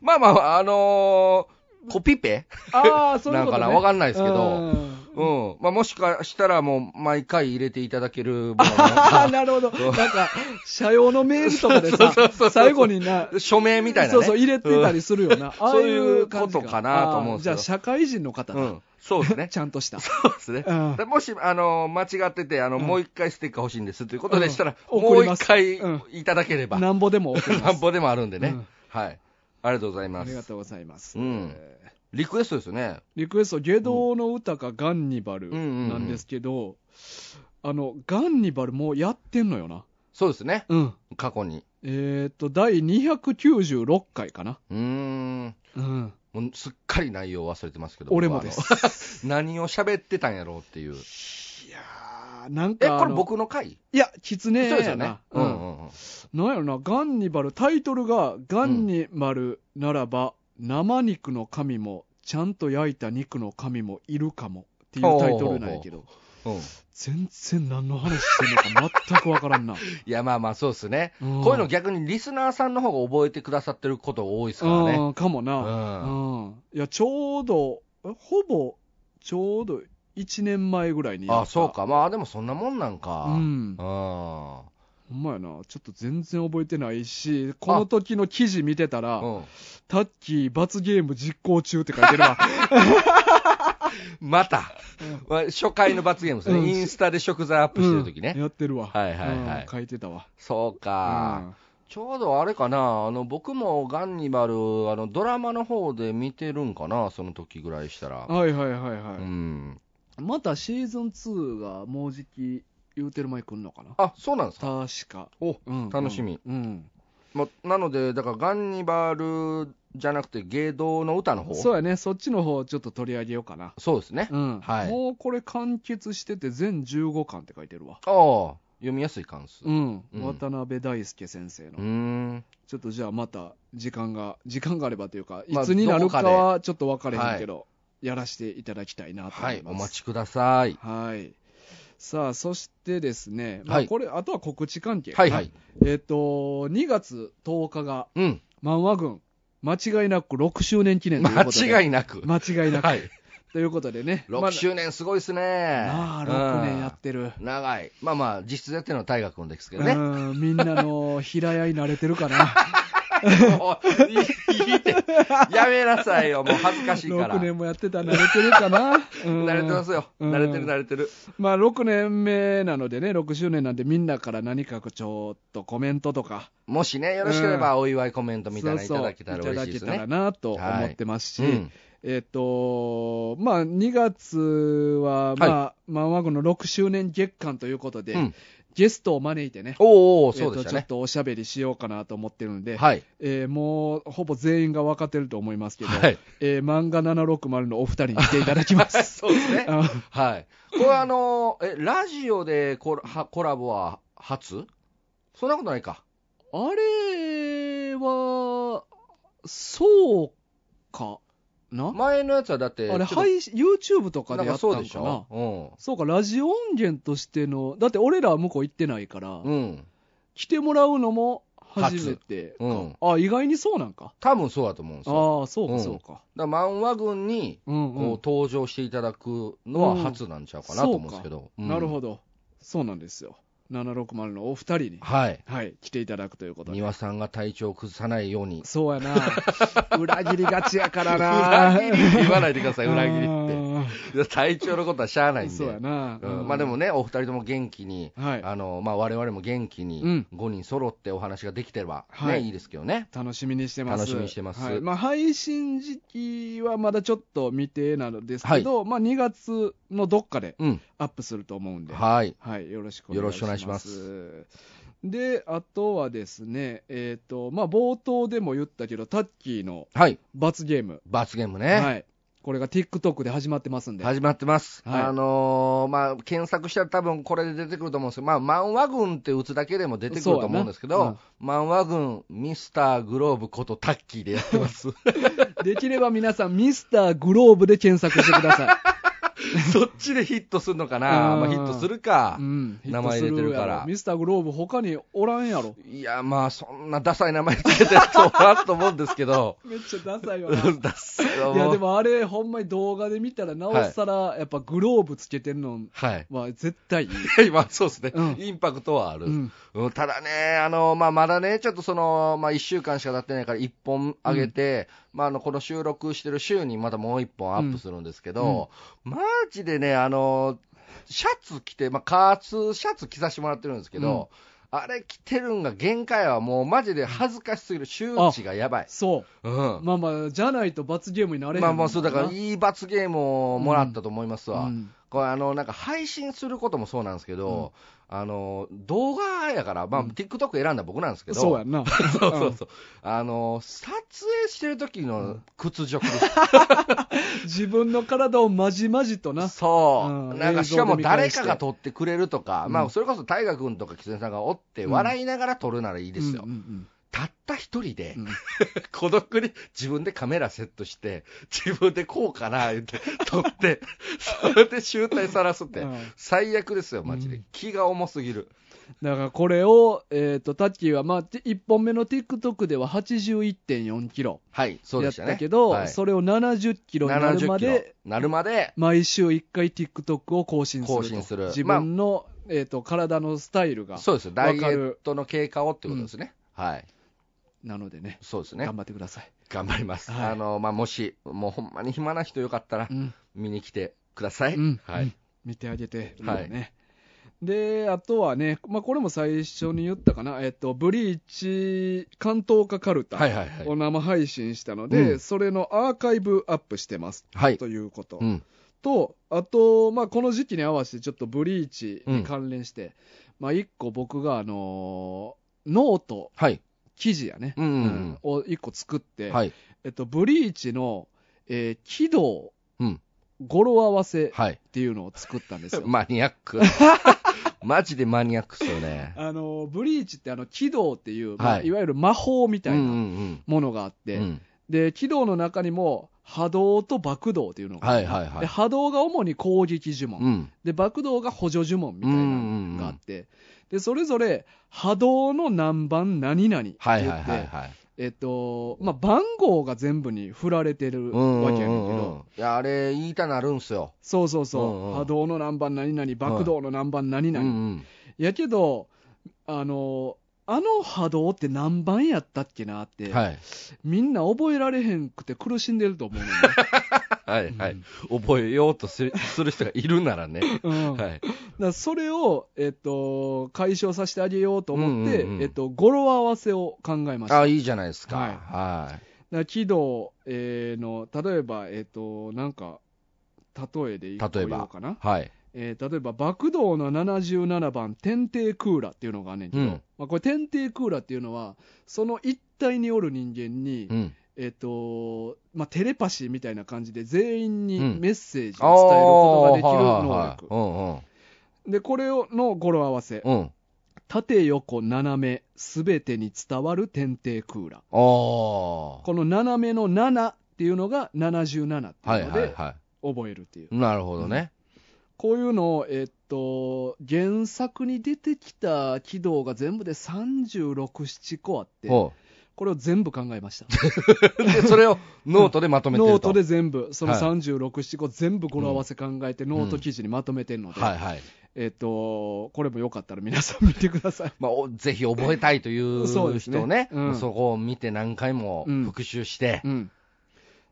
[SPEAKER 2] まあまあまあ、あのーコピペ
[SPEAKER 1] ああ、そ
[SPEAKER 2] なんかなわかんない
[SPEAKER 1] な
[SPEAKER 2] ですけど。
[SPEAKER 1] うん。
[SPEAKER 2] うん。まあもしかしたらもう毎回入れていただけるも
[SPEAKER 1] ああ、
[SPEAKER 2] の
[SPEAKER 1] なるほど。
[SPEAKER 2] そう
[SPEAKER 1] なんか、社用のメールとかでさ、最後にな、
[SPEAKER 2] の、署名みたいなね。
[SPEAKER 1] そうそう、入れてたりするよな。ああいう感じ
[SPEAKER 2] そういうことかなと思うんですけど
[SPEAKER 1] あーじゃあ、社会人の方
[SPEAKER 2] う
[SPEAKER 1] だ。
[SPEAKER 2] ん。そうですね。
[SPEAKER 1] ちゃんとした。
[SPEAKER 2] そうですね。
[SPEAKER 1] うん
[SPEAKER 2] でもし、あのー間違ってて、あの、
[SPEAKER 1] うん
[SPEAKER 2] もう一回ステッカー欲しいんですということでしたら、
[SPEAKER 1] うん
[SPEAKER 2] も
[SPEAKER 1] 送
[SPEAKER 2] う
[SPEAKER 1] りま
[SPEAKER 2] 一
[SPEAKER 1] す
[SPEAKER 2] 回
[SPEAKER 1] うん
[SPEAKER 2] いただければ、
[SPEAKER 1] なんぼでも送り
[SPEAKER 2] な
[SPEAKER 1] ま
[SPEAKER 2] ん
[SPEAKER 1] す。
[SPEAKER 2] ぼでもあるんでね、
[SPEAKER 1] うん
[SPEAKER 2] はい。ありがとうござい
[SPEAKER 1] あ
[SPEAKER 2] ま
[SPEAKER 1] りが
[SPEAKER 2] す。
[SPEAKER 1] とうございます。
[SPEAKER 2] うん
[SPEAKER 1] えー
[SPEAKER 2] リクエストですね。
[SPEAKER 1] リクエスト、下道の歌かガンニバルなんですけど、あの、ガンニバルもうやってんのよな。
[SPEAKER 2] そうですね。
[SPEAKER 1] うん。
[SPEAKER 2] 過去に。
[SPEAKER 1] えー、っと、第296回かな。
[SPEAKER 2] うーん。
[SPEAKER 1] うん。
[SPEAKER 2] もうすっかり内容忘れてますけど。
[SPEAKER 1] 俺もです
[SPEAKER 2] 僕はあの。 何を喋ってたんやろうっていう。
[SPEAKER 1] いやー、なん
[SPEAKER 2] え、
[SPEAKER 1] かあの、
[SPEAKER 2] これ僕の回
[SPEAKER 1] いや、キツネ
[SPEAKER 2] そうです
[SPEAKER 1] や
[SPEAKER 2] よね
[SPEAKER 1] な。。
[SPEAKER 2] う
[SPEAKER 1] うんん。
[SPEAKER 2] うんうん。
[SPEAKER 1] なんやろな、ガンニバル、タイトルが、ガンニバルならば、生肉の神も、ちゃんと焼いた肉の神もいるかも。っていうタイトルなんやけど、
[SPEAKER 2] うん、い
[SPEAKER 1] 全然何の話してんのか全くわから んな。
[SPEAKER 2] や、まあまあ、そうですね、
[SPEAKER 1] うん
[SPEAKER 2] こういうの逆にリスナーさんの方が覚えてくださってること多いですからね。
[SPEAKER 1] うん、かも
[SPEAKER 2] う。
[SPEAKER 1] な。うんん。いや、ちょうど、えほぼ、ちょうど1年前ぐらいにやった
[SPEAKER 2] あ、そう。か。まあ、でもそんなもんなんか。
[SPEAKER 1] うん。
[SPEAKER 2] あ
[SPEAKER 1] ほんまやな、ちょっと全然覚えてないし、この時の記事見てたら、
[SPEAKER 2] うん、
[SPEAKER 1] タッキー罰ゲーム実行中って書いてる わ。
[SPEAKER 2] また、まあ初回の罰ゲームですね、
[SPEAKER 1] うん
[SPEAKER 2] インスタで食材アップしてる時ね、
[SPEAKER 1] うんやってるわ。
[SPEAKER 2] はいはいはい
[SPEAKER 1] うん書いてたわ。
[SPEAKER 2] そうか、ちょうどあれかな、あの僕もガンニバル、あのドラマの方で見てるんかな、その時ぐらいしたら
[SPEAKER 1] う。んはいはいはいは
[SPEAKER 2] う
[SPEAKER 1] い。
[SPEAKER 2] ん、
[SPEAKER 1] またシーズン2がもうじき言うてる前来んのかな。
[SPEAKER 2] あそうなんですか、
[SPEAKER 1] 確か。
[SPEAKER 2] お
[SPEAKER 1] うん
[SPEAKER 2] 楽しみ。
[SPEAKER 1] うん。
[SPEAKER 2] ま、なので、だからガンニバルじゃなくて、芸道の歌の
[SPEAKER 1] う
[SPEAKER 2] 方
[SPEAKER 1] んそう
[SPEAKER 2] う
[SPEAKER 1] やね、そっちの方ちょっと取り上げようかな。
[SPEAKER 2] そうですね、
[SPEAKER 1] うん。
[SPEAKER 2] はい
[SPEAKER 1] もうこれ完結してて全15巻って書いてるわ。
[SPEAKER 2] ああ、読みやすい関数。
[SPEAKER 1] うん。
[SPEAKER 2] うん
[SPEAKER 1] 渡辺大輔先生
[SPEAKER 2] うー
[SPEAKER 1] の。
[SPEAKER 2] ん
[SPEAKER 1] ちょっとじゃあまた時間が、時間があればというか、い
[SPEAKER 2] まあ
[SPEAKER 1] つになるかはちょっと分かれへんけど、やらせていただきたいなと思
[SPEAKER 2] はい
[SPEAKER 1] い、ます。
[SPEAKER 2] お待ちください。
[SPEAKER 1] はい。さあ、そしてですね、ま
[SPEAKER 2] は
[SPEAKER 1] あ、
[SPEAKER 2] い
[SPEAKER 1] これ、あとは告知関係。
[SPEAKER 2] はいはい。
[SPEAKER 1] えっ、と、2月10日が、
[SPEAKER 2] うん、
[SPEAKER 1] 漫画軍、間違いなく6周年記念ということで。
[SPEAKER 2] 間違
[SPEAKER 1] い
[SPEAKER 2] いなく。
[SPEAKER 1] 間違いなく。
[SPEAKER 2] はい、
[SPEAKER 1] ということでね。
[SPEAKER 2] 6周年すごいですね。
[SPEAKER 1] まあ、6年やってる。
[SPEAKER 2] うん長い。まあまあ、実質やってるのは大河君ですけ
[SPEAKER 1] う
[SPEAKER 2] どね。
[SPEAKER 1] ん、みんなの平屋に慣れてるか な。
[SPEAKER 2] もういいいいって。やめなさいよ。もう恥ずかしいから。
[SPEAKER 1] 6
[SPEAKER 2] 慣
[SPEAKER 1] 年もやってたら慣れてるかな。うん
[SPEAKER 2] れてますよ。
[SPEAKER 1] うん
[SPEAKER 2] 慣れてる慣れてる。
[SPEAKER 1] まあ、6年目なのでね、6周年なんで、みんなから何かちょっとコメントとか、
[SPEAKER 2] もしね、よろしければお祝いコメントみたいなのい
[SPEAKER 1] そう
[SPEAKER 2] た
[SPEAKER 1] そう
[SPEAKER 2] だけたら嬉しいです
[SPEAKER 1] いただけ
[SPEAKER 2] ね。
[SPEAKER 1] たらなと思ってますし、
[SPEAKER 2] うん
[SPEAKER 1] えっ、と、まあ、2月は、まあ、漫画後の6周年月間ということで、
[SPEAKER 2] うん
[SPEAKER 1] ゲストを招いてね、
[SPEAKER 2] おーおー
[SPEAKER 1] えっ
[SPEAKER 2] そうで
[SPEAKER 1] と
[SPEAKER 2] した
[SPEAKER 1] ちょっ
[SPEAKER 2] ね。
[SPEAKER 1] とおしゃべりしようかなと思ってるんで、
[SPEAKER 2] はい。
[SPEAKER 1] えーもうほぼ全員が分かってると思いますけど、
[SPEAKER 2] はい。
[SPEAKER 1] えー漫画760のお二人に来ていただきます。
[SPEAKER 2] そうですね。
[SPEAKER 1] あ
[SPEAKER 2] はい。これあのー、え、ラジオでコラはコラボは初そんなことないか。
[SPEAKER 1] あれは、そうかな、
[SPEAKER 2] 前のやつはだって、
[SPEAKER 1] あれ、
[SPEAKER 2] ちょっと
[SPEAKER 1] 配信 YouTube とか
[SPEAKER 2] な
[SPEAKER 1] で
[SPEAKER 2] ん
[SPEAKER 1] や
[SPEAKER 2] か
[SPEAKER 1] ったんか
[SPEAKER 2] そうで
[SPEAKER 1] な
[SPEAKER 2] しょ。
[SPEAKER 1] そうか、ラジオ音源としての、だって俺らは向こう行ってないから、
[SPEAKER 2] うん。うん。
[SPEAKER 1] 来てもらうのも初めてか、
[SPEAKER 2] うん
[SPEAKER 1] あ意外にそうなんか、
[SPEAKER 2] 多分そうだと思うんですよ。
[SPEAKER 1] ああ、そう
[SPEAKER 2] う
[SPEAKER 1] か、
[SPEAKER 2] ん
[SPEAKER 1] そうか、
[SPEAKER 2] だから漫画軍に
[SPEAKER 1] うんうん
[SPEAKER 2] こう登場していただくのは初なんちゃうかなと思うんですけど、
[SPEAKER 1] なる
[SPEAKER 2] ど、
[SPEAKER 1] ほど、そうなんですよ、760のお二人に、
[SPEAKER 2] はい、
[SPEAKER 1] はい、来ていただくということ
[SPEAKER 2] 丹
[SPEAKER 1] で、
[SPEAKER 2] 羽さんが体調を崩さないように、
[SPEAKER 1] そうやな、裏切りがちやからな、
[SPEAKER 2] 裏切りって言わないでください、裏切りって。
[SPEAKER 1] あ
[SPEAKER 2] いや体調のことはしゃあないんで。
[SPEAKER 1] そうやな。
[SPEAKER 2] うんまあでもね、お二人とも元気に、
[SPEAKER 1] はい
[SPEAKER 2] あのまあ我々も元気
[SPEAKER 1] う
[SPEAKER 2] に
[SPEAKER 1] ん、
[SPEAKER 2] 5人揃ってお話ができてれば、ね
[SPEAKER 1] はい
[SPEAKER 2] いいですけどね。
[SPEAKER 1] 楽しみにしてます。
[SPEAKER 2] 楽しみにしてます
[SPEAKER 1] はいまあ、配信時期はまだちょっと未定なのですけど、まあ、2月のどっかで
[SPEAKER 2] うん、
[SPEAKER 1] アップすると思うんで、は
[SPEAKER 2] はい、
[SPEAKER 1] い、よろしくお願いし
[SPEAKER 2] よろしくお願
[SPEAKER 1] ま
[SPEAKER 2] い
[SPEAKER 1] す。
[SPEAKER 2] しま
[SPEAKER 1] で、あとはですね、えっ、と、まあ、冒頭でも言ったけど、タッキーの
[SPEAKER 2] はい、
[SPEAKER 1] 罰ゲーム。
[SPEAKER 2] 罰ゲームね、
[SPEAKER 1] はい。これが TikTok で始まってますんで。
[SPEAKER 2] 始まってます、
[SPEAKER 1] はい
[SPEAKER 2] あのーまあ、検索したら多分これで出てくると思うんですけど、まあ、マンワ軍って打つだけでも出てくると思うんですけ
[SPEAKER 1] そ
[SPEAKER 2] ど、
[SPEAKER 1] うやな
[SPEAKER 2] マンワ軍、ミスターグローブことタッキーでやって ます、
[SPEAKER 1] できれば皆さん、ミスターグローブで検索してくださ
[SPEAKER 2] そっちでヒットするのかな、
[SPEAKER 1] うん
[SPEAKER 2] まあ、ヒットするか
[SPEAKER 1] い。う。ん。
[SPEAKER 2] 名前入れてる
[SPEAKER 1] ヒット
[SPEAKER 2] から
[SPEAKER 1] すやろミスターグローブ他におらんやろ。、
[SPEAKER 2] いや、まあ、そんなダサい名前つけてるとはと思うんですけど
[SPEAKER 1] めっちゃダ サい よな。
[SPEAKER 2] ダサい
[SPEAKER 1] いやでもあれ、ほんまに動画で見たら、なおさら、やっぱグローブつけてるの
[SPEAKER 2] はい。
[SPEAKER 1] は絶対いい。
[SPEAKER 2] 今、そうですね、
[SPEAKER 1] うん
[SPEAKER 2] インパクトはある。
[SPEAKER 1] うん
[SPEAKER 2] うんただね、あの、まあ、まだね、ちょっとその、まあ、1週間しか経ってないから、1本上げて、まあ、あの、この収録してる週にまたもう1本アップするんですけど、マジでね、あの、シャツ着て、まあ、カーツシャツ着させてもらってるんですけど、あれ着てるんが限界はもうマジで恥ずかしすぎる。周知がやばい。
[SPEAKER 1] そ
[SPEAKER 2] うん
[SPEAKER 1] う。。まあまあ、じゃないと罰ゲームになれへんも
[SPEAKER 2] まあ
[SPEAKER 1] んな
[SPEAKER 2] まあ、そう、だから、いい罰ゲームをもらったと思いますわ。
[SPEAKER 1] うん
[SPEAKER 2] これあのなんか配信することもそうなんですけど、あの動画やから、まあ、
[SPEAKER 1] うん
[SPEAKER 2] TikTok 選んだ僕なんですけど、
[SPEAKER 1] そうやんな。
[SPEAKER 2] そうそうそうあの撮影してる時の屈辱、
[SPEAKER 1] 自分の体をまじまじとな。
[SPEAKER 2] そう、
[SPEAKER 1] うん
[SPEAKER 2] なんかしか
[SPEAKER 1] 映像で
[SPEAKER 2] も誰かが
[SPEAKER 1] 見返して
[SPEAKER 2] 撮ってくれるとか、
[SPEAKER 1] うん
[SPEAKER 2] まあ、それこそ大河君とか狐さんがおって、
[SPEAKER 1] うん
[SPEAKER 2] 笑いながら撮るならいいですよ、
[SPEAKER 1] うんうん
[SPEAKER 2] たった一人で、
[SPEAKER 1] うん
[SPEAKER 2] 孤独に自分でカメラセットして、自分でこうかな言って撮って、それで集大さらすって。
[SPEAKER 1] うん
[SPEAKER 2] 最悪ですよ、マジで、
[SPEAKER 1] うん
[SPEAKER 2] 気が重すぎる。
[SPEAKER 1] だからこれを、えっとタッキーは、まあ、1本目の TikTok では81.4キロ
[SPEAKER 2] はい、そう
[SPEAKER 1] や
[SPEAKER 2] で
[SPEAKER 1] っ
[SPEAKER 2] した
[SPEAKER 1] た
[SPEAKER 2] ね。
[SPEAKER 1] けど、
[SPEAKER 2] はい、
[SPEAKER 1] それを70キロになるま
[SPEAKER 2] 70キ
[SPEAKER 1] で
[SPEAKER 2] ロなるまで、
[SPEAKER 1] 毎週1回 TikTok を更新すると
[SPEAKER 2] 更新する
[SPEAKER 1] 自分の、えー、と体のスタイルが
[SPEAKER 2] そうですよダイエットの経過をってことですね。はい。
[SPEAKER 1] なのでね
[SPEAKER 2] そうですね
[SPEAKER 1] 頑。張ってください、
[SPEAKER 2] 頑張ります。
[SPEAKER 1] はい
[SPEAKER 2] あの、まあ、もし、もうほんまに暇な人よかったら
[SPEAKER 1] う、ん
[SPEAKER 2] 見に来てください。
[SPEAKER 1] うん
[SPEAKER 2] は
[SPEAKER 1] うん
[SPEAKER 2] い。
[SPEAKER 1] 見てあげて
[SPEAKER 2] はい
[SPEAKER 1] もうねであとはね、まあ、これも最初に言ったかな、えっとブリーチ関東化カルタ
[SPEAKER 2] はいはいはい
[SPEAKER 1] を生配信したので、
[SPEAKER 2] うん
[SPEAKER 1] それのアーカイブアップしてます
[SPEAKER 2] はい。
[SPEAKER 1] ということ、
[SPEAKER 2] うん。
[SPEAKER 1] と、あと、まあ、この時期に合わせて、ちょっとブリーチに関連して、まあ、一個僕が、あのーノート、
[SPEAKER 2] はい。
[SPEAKER 1] 記事やね、
[SPEAKER 2] うんうんうん
[SPEAKER 1] を一個作って、
[SPEAKER 2] はい。
[SPEAKER 1] えっと、ブリーチの、えー喜怒、
[SPEAKER 2] うん
[SPEAKER 1] 語呂合わせっ
[SPEAKER 2] はい。
[SPEAKER 1] ていうのを作ったんです よ。
[SPEAKER 2] マニアッ ク。マジでマニアックっすよね。
[SPEAKER 1] あのーブリーチってあの喜怒っていう、まあ
[SPEAKER 2] はい
[SPEAKER 1] いわゆる魔法み
[SPEAKER 2] う
[SPEAKER 1] た
[SPEAKER 2] ん
[SPEAKER 1] い
[SPEAKER 2] うん
[SPEAKER 1] なものがあっ
[SPEAKER 2] うん。
[SPEAKER 1] て、
[SPEAKER 2] うん
[SPEAKER 1] で喜怒の中にも波動と爆動っていうのがあって、
[SPEAKER 2] はいはいは
[SPEAKER 1] で
[SPEAKER 2] い。
[SPEAKER 1] 波動が主に攻撃呪文、
[SPEAKER 2] うん。
[SPEAKER 1] で爆動が補助呪文みたいなのがあって、でそれぞれ波動の何番何々って
[SPEAKER 2] はい
[SPEAKER 1] 言
[SPEAKER 2] はい
[SPEAKER 1] っ
[SPEAKER 2] はい
[SPEAKER 1] て、
[SPEAKER 2] はい。
[SPEAKER 1] えっとまあ、番号が全部に振られてるわけやねんけ
[SPEAKER 2] うんうんうんう
[SPEAKER 1] ど、
[SPEAKER 2] んいや、あれ、言いたなるんすよ。
[SPEAKER 1] そうそうそう
[SPEAKER 2] うんう、ん
[SPEAKER 1] 波動の何番何々、爆動の何番何
[SPEAKER 2] うんう
[SPEAKER 1] 々、
[SPEAKER 2] ん。
[SPEAKER 1] やけどあの、あの波動って何番やったっけなって、
[SPEAKER 2] はい。
[SPEAKER 1] みんな覚えられへんくて苦しんでると思うねん
[SPEAKER 2] はいは
[SPEAKER 1] う
[SPEAKER 2] い。覚えようとするする人がいるならね。
[SPEAKER 1] うん
[SPEAKER 2] はい。
[SPEAKER 1] だからそれを、えっと、解消させてあげようと思って、
[SPEAKER 2] うんうんうん
[SPEAKER 1] えっと、語呂合わせを考えました。
[SPEAKER 2] あ、いいじゃないですか。
[SPEAKER 1] は
[SPEAKER 2] はいい。
[SPEAKER 1] だから喜怒、えーの例えば、えっとなんか例えで一個
[SPEAKER 2] 例えば
[SPEAKER 1] 言おうかな
[SPEAKER 2] はい。
[SPEAKER 1] えー例えば爆動の77番天帝クーラっていうのがあんねんけど、
[SPEAKER 2] うん
[SPEAKER 1] まあ、これ天帝クーラっていうのはその一体におる人間に、
[SPEAKER 2] うん。
[SPEAKER 1] えっとまあ、テレパシーみたいな感じで全員に
[SPEAKER 2] うん
[SPEAKER 1] メッセージを伝えることができる能力、
[SPEAKER 2] あーは
[SPEAKER 1] でこれをの語呂合わせ
[SPEAKER 2] いはいうんうん。うん。
[SPEAKER 1] 縦横斜めすべてに伝わる天帝クーラ
[SPEAKER 2] あ
[SPEAKER 1] この斜めの7っていうのが77って
[SPEAKER 2] あ。はいいう
[SPEAKER 1] の
[SPEAKER 2] はい
[SPEAKER 1] で
[SPEAKER 2] は
[SPEAKER 1] 覚えるっていう、
[SPEAKER 2] い。なるほどね。
[SPEAKER 1] こういうのを、えっと、原作に出てきた軌道が全部で36、7個あって、こ
[SPEAKER 2] ほ
[SPEAKER 1] れを全部考えました。
[SPEAKER 2] う。で、それをノートでまとめてると。
[SPEAKER 1] ノートで。全部、その
[SPEAKER 2] はい
[SPEAKER 1] 36、7個全部語呂合わせ考えて、ノート記事にまとめてるので、
[SPEAKER 2] はいはい。
[SPEAKER 1] えっと、これもよかったら皆さん見てください。
[SPEAKER 2] まあ、おぜひ覚えたいとい
[SPEAKER 1] そうで
[SPEAKER 2] う
[SPEAKER 1] すね
[SPEAKER 2] 人ね
[SPEAKER 1] うん、
[SPEAKER 2] そこを見て何回も復習して
[SPEAKER 1] う、ん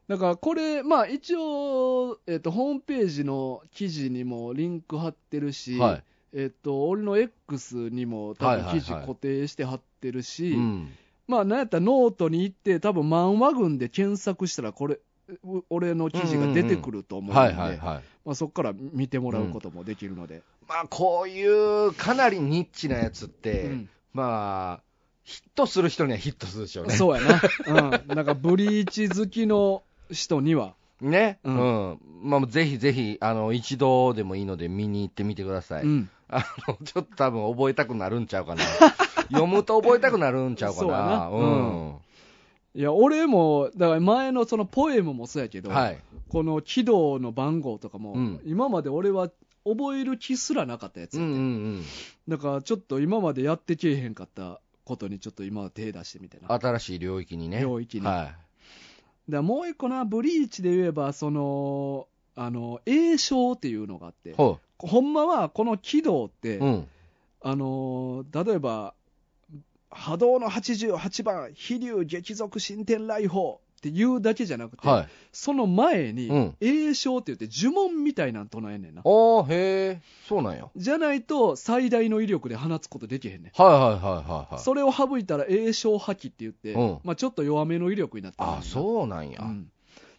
[SPEAKER 1] だからこれ、まあ一応、えっと、ホームページの記事にもリンク貼ってるし、
[SPEAKER 2] は
[SPEAKER 1] えっと、俺の X にも多分記事
[SPEAKER 2] はいはいはい
[SPEAKER 1] 固定して貼ってるし、
[SPEAKER 2] い。うん。
[SPEAKER 1] まあなんやったらノートに行って、多分漫画群で検索したら、これ、う俺の記事が出てくると思うの
[SPEAKER 2] は
[SPEAKER 1] で、
[SPEAKER 2] いはいはい。
[SPEAKER 1] まあ、そこから見てもらうこともできるので。
[SPEAKER 2] まあ、こういうかなりニッチなやつって、
[SPEAKER 1] うん
[SPEAKER 2] まあ、ヒットする人にはヒットするでしょうね。
[SPEAKER 1] そうやな。うん。なんかブリーチ好きの人には。
[SPEAKER 2] ね。
[SPEAKER 1] う
[SPEAKER 2] うんん。まあ、ぜひぜひ、あの、一度でもいいので見に行ってみてください。
[SPEAKER 1] うん。
[SPEAKER 2] あの、ちょっと多分覚えたくなるんちゃうか な。読むと覚えたくなるんちゃうか
[SPEAKER 1] そうやな
[SPEAKER 2] な。うん。
[SPEAKER 1] いや、俺も、だから前のそのポエムもそうやけど、
[SPEAKER 2] はい。
[SPEAKER 1] この軌道の番号とかも、
[SPEAKER 2] うん
[SPEAKER 1] 今まで俺は覚える気すらなかったやつ
[SPEAKER 2] う
[SPEAKER 1] や
[SPEAKER 2] ん
[SPEAKER 1] っ
[SPEAKER 2] う
[SPEAKER 1] て、
[SPEAKER 2] んうん。
[SPEAKER 1] だからちょっと今までやってけえへんかったことにちょっと今は手出してみたいな。
[SPEAKER 2] 新しい領域にね。
[SPEAKER 1] 領域に
[SPEAKER 2] は
[SPEAKER 1] だからもう一個な、ブリーチで言えば、その、あの、栄唱っていうのがあっ
[SPEAKER 2] い。
[SPEAKER 1] て、
[SPEAKER 2] ほ
[SPEAKER 1] ほんまはこの軌道って、
[SPEAKER 2] う。うん。
[SPEAKER 1] あのー例えば、波動の88番、飛竜激続進展来訪って言うだけじゃなくて、
[SPEAKER 2] はい。
[SPEAKER 1] その前
[SPEAKER 2] う
[SPEAKER 1] に
[SPEAKER 2] ん、
[SPEAKER 1] 栄唱って言って呪文みたいなん唱えんねんな。
[SPEAKER 2] おー、へえ。そうなんや。
[SPEAKER 1] じゃないと最大の威力で放つことできへんねん。
[SPEAKER 2] はいはいはいはいはい。
[SPEAKER 1] それを省いたら栄唱破棄って言って、
[SPEAKER 2] うん
[SPEAKER 1] まあ、ちょっと弱めの威力になった
[SPEAKER 2] あ、
[SPEAKER 1] う
[SPEAKER 2] そうなんや。
[SPEAKER 1] ん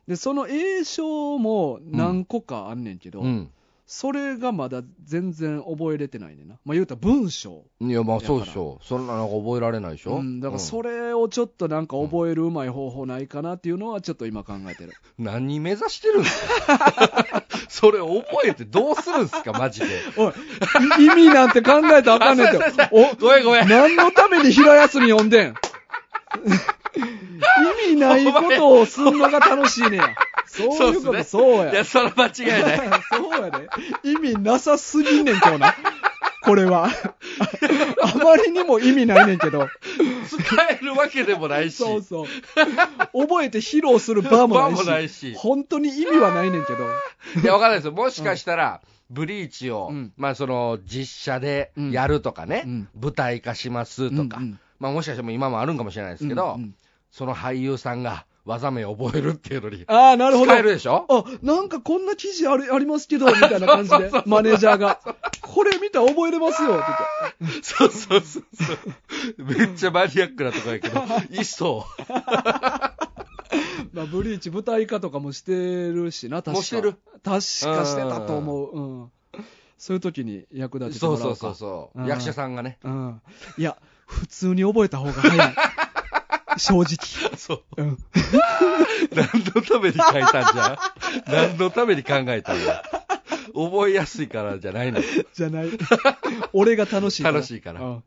[SPEAKER 1] で、その栄唱も何個かあんねんけど、
[SPEAKER 2] うん。
[SPEAKER 1] それがまだ全然覚えれてないねんな。まあ、言うたら文章。
[SPEAKER 2] いや、まあそうでしょう。そんななんか覚えられないでしょ。
[SPEAKER 1] うん、だからそれをちょっとなんか覚えるうまい方法ないかなっていうのはちょっと今考えてる。
[SPEAKER 2] 何目指してるんです かそれ覚えてどうするんですかマジで。
[SPEAKER 1] おい、い意 味なんて考えたらあかんねん て。お、
[SPEAKER 2] ごめんごめん。
[SPEAKER 1] 何のために平休み呼んでん 意味ないことをすんのが楽しい ねや。そういうこと、そう
[SPEAKER 2] っすね
[SPEAKER 1] や。
[SPEAKER 2] いや、それは間違いない。
[SPEAKER 1] そうやで。意味なさすぎんねん、今日な。これは。あまりにも意味ないねんけど。
[SPEAKER 2] 使えるわけでもないし。
[SPEAKER 1] そうそう。覚えて披露する場もないし。
[SPEAKER 2] 場もないし
[SPEAKER 1] 本当に意味はないねんけど。
[SPEAKER 2] いや、わかんないですよ。もしかしたら、ブリーチを、
[SPEAKER 1] うん
[SPEAKER 2] まあその、実写でやるとかね、
[SPEAKER 1] うん
[SPEAKER 2] 舞台化しますとか、
[SPEAKER 1] うんうん
[SPEAKER 2] まあもしかしても今もあるんかもしれないですけど、
[SPEAKER 1] うんうん
[SPEAKER 2] その俳優さんが技名を覚えるっていうのに、
[SPEAKER 1] ああ、なるほど。
[SPEAKER 2] 使えるでしょ
[SPEAKER 1] あ、なんかこんな記事あるありますけど、みたいな感じで、マネージャーが、これ見たら覚えれますよ、って言って。
[SPEAKER 2] そうそうそうそう。めっちゃマニアックなとこやけ ど、いそう。
[SPEAKER 1] まあ、ブリーチ舞台化とかもしてるしな、確か
[SPEAKER 2] もうしてる
[SPEAKER 1] 確かしてたと思う。うん。そういう時に役立てて
[SPEAKER 2] そ
[SPEAKER 1] も
[SPEAKER 2] う
[SPEAKER 1] らお
[SPEAKER 2] そうう
[SPEAKER 1] か。
[SPEAKER 2] そうそう、
[SPEAKER 1] うん
[SPEAKER 2] 役者さんがね。
[SPEAKER 1] うん。いや、普通に覚えた方が早 い。正直。
[SPEAKER 2] そう。
[SPEAKER 1] うん。
[SPEAKER 2] 何のために書いたんじ ゃん何のために考えたんだ覚えやすいからじゃないの。
[SPEAKER 1] じゃない。俺が楽しいから。
[SPEAKER 2] 楽しいから
[SPEAKER 1] うん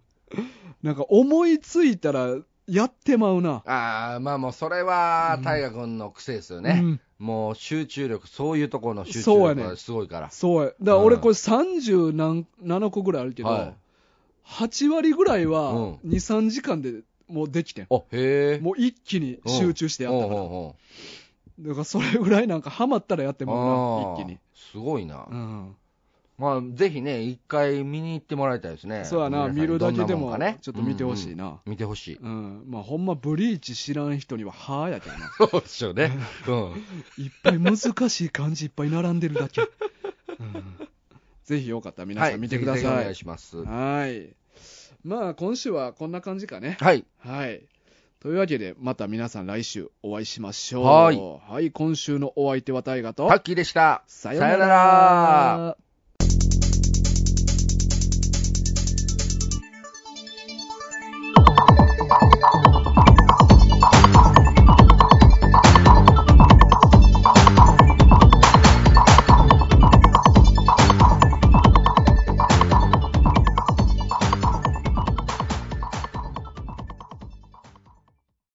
[SPEAKER 1] なんか思いついたら、やってまうな。
[SPEAKER 2] ああ、まあもうそれは、大河君の癖ですよ
[SPEAKER 1] う
[SPEAKER 2] ね
[SPEAKER 1] ん。
[SPEAKER 2] もう集中力、そういうところの集中
[SPEAKER 1] そうやね
[SPEAKER 2] 力がすごいから。
[SPEAKER 1] そうや。だから俺
[SPEAKER 2] うん
[SPEAKER 1] これ30何、7個ぐらいあるけど、
[SPEAKER 2] はい
[SPEAKER 1] 8割ぐらいは
[SPEAKER 2] う
[SPEAKER 1] 2、3時間でもうできてん。
[SPEAKER 2] あ、へえ。
[SPEAKER 1] もう一気に集中してやったか
[SPEAKER 2] うん
[SPEAKER 1] ら。
[SPEAKER 2] うんうん
[SPEAKER 1] だからそれぐらいなんかハマったらやってもうな、
[SPEAKER 2] あー
[SPEAKER 1] 一気に。
[SPEAKER 2] すごいな
[SPEAKER 1] う。ん。
[SPEAKER 2] まあ、ぜひね、一回見に行ってもらいたいですね。
[SPEAKER 1] そうやな、
[SPEAKER 2] 皆さん
[SPEAKER 1] 見るだけで
[SPEAKER 2] どんな
[SPEAKER 1] も
[SPEAKER 2] んかね、
[SPEAKER 1] ちょっと見てほしい
[SPEAKER 2] うんうん
[SPEAKER 1] な。
[SPEAKER 2] 見てほ しい。
[SPEAKER 1] うん。まあほんまブリーチ知らん人には、はあやけどな。
[SPEAKER 2] そうでしょうね。うん。
[SPEAKER 1] いっぱい難しい漢字いっぱい並んでるだけ。うんぜひよかったら皆
[SPEAKER 2] は
[SPEAKER 1] さ
[SPEAKER 2] い、
[SPEAKER 1] ん見てくだ
[SPEAKER 2] ぜひぜひお
[SPEAKER 1] さ
[SPEAKER 2] 願い
[SPEAKER 1] い。
[SPEAKER 2] します。
[SPEAKER 1] はい。まあ今週はこんな感じかね。
[SPEAKER 2] はい。
[SPEAKER 1] はい。というわけで、また皆さん来週お会いしましょう。
[SPEAKER 2] はい
[SPEAKER 1] はい。今週のお相手は大河と、
[SPEAKER 2] パッキーでした。
[SPEAKER 1] さような
[SPEAKER 2] さような
[SPEAKER 1] ら。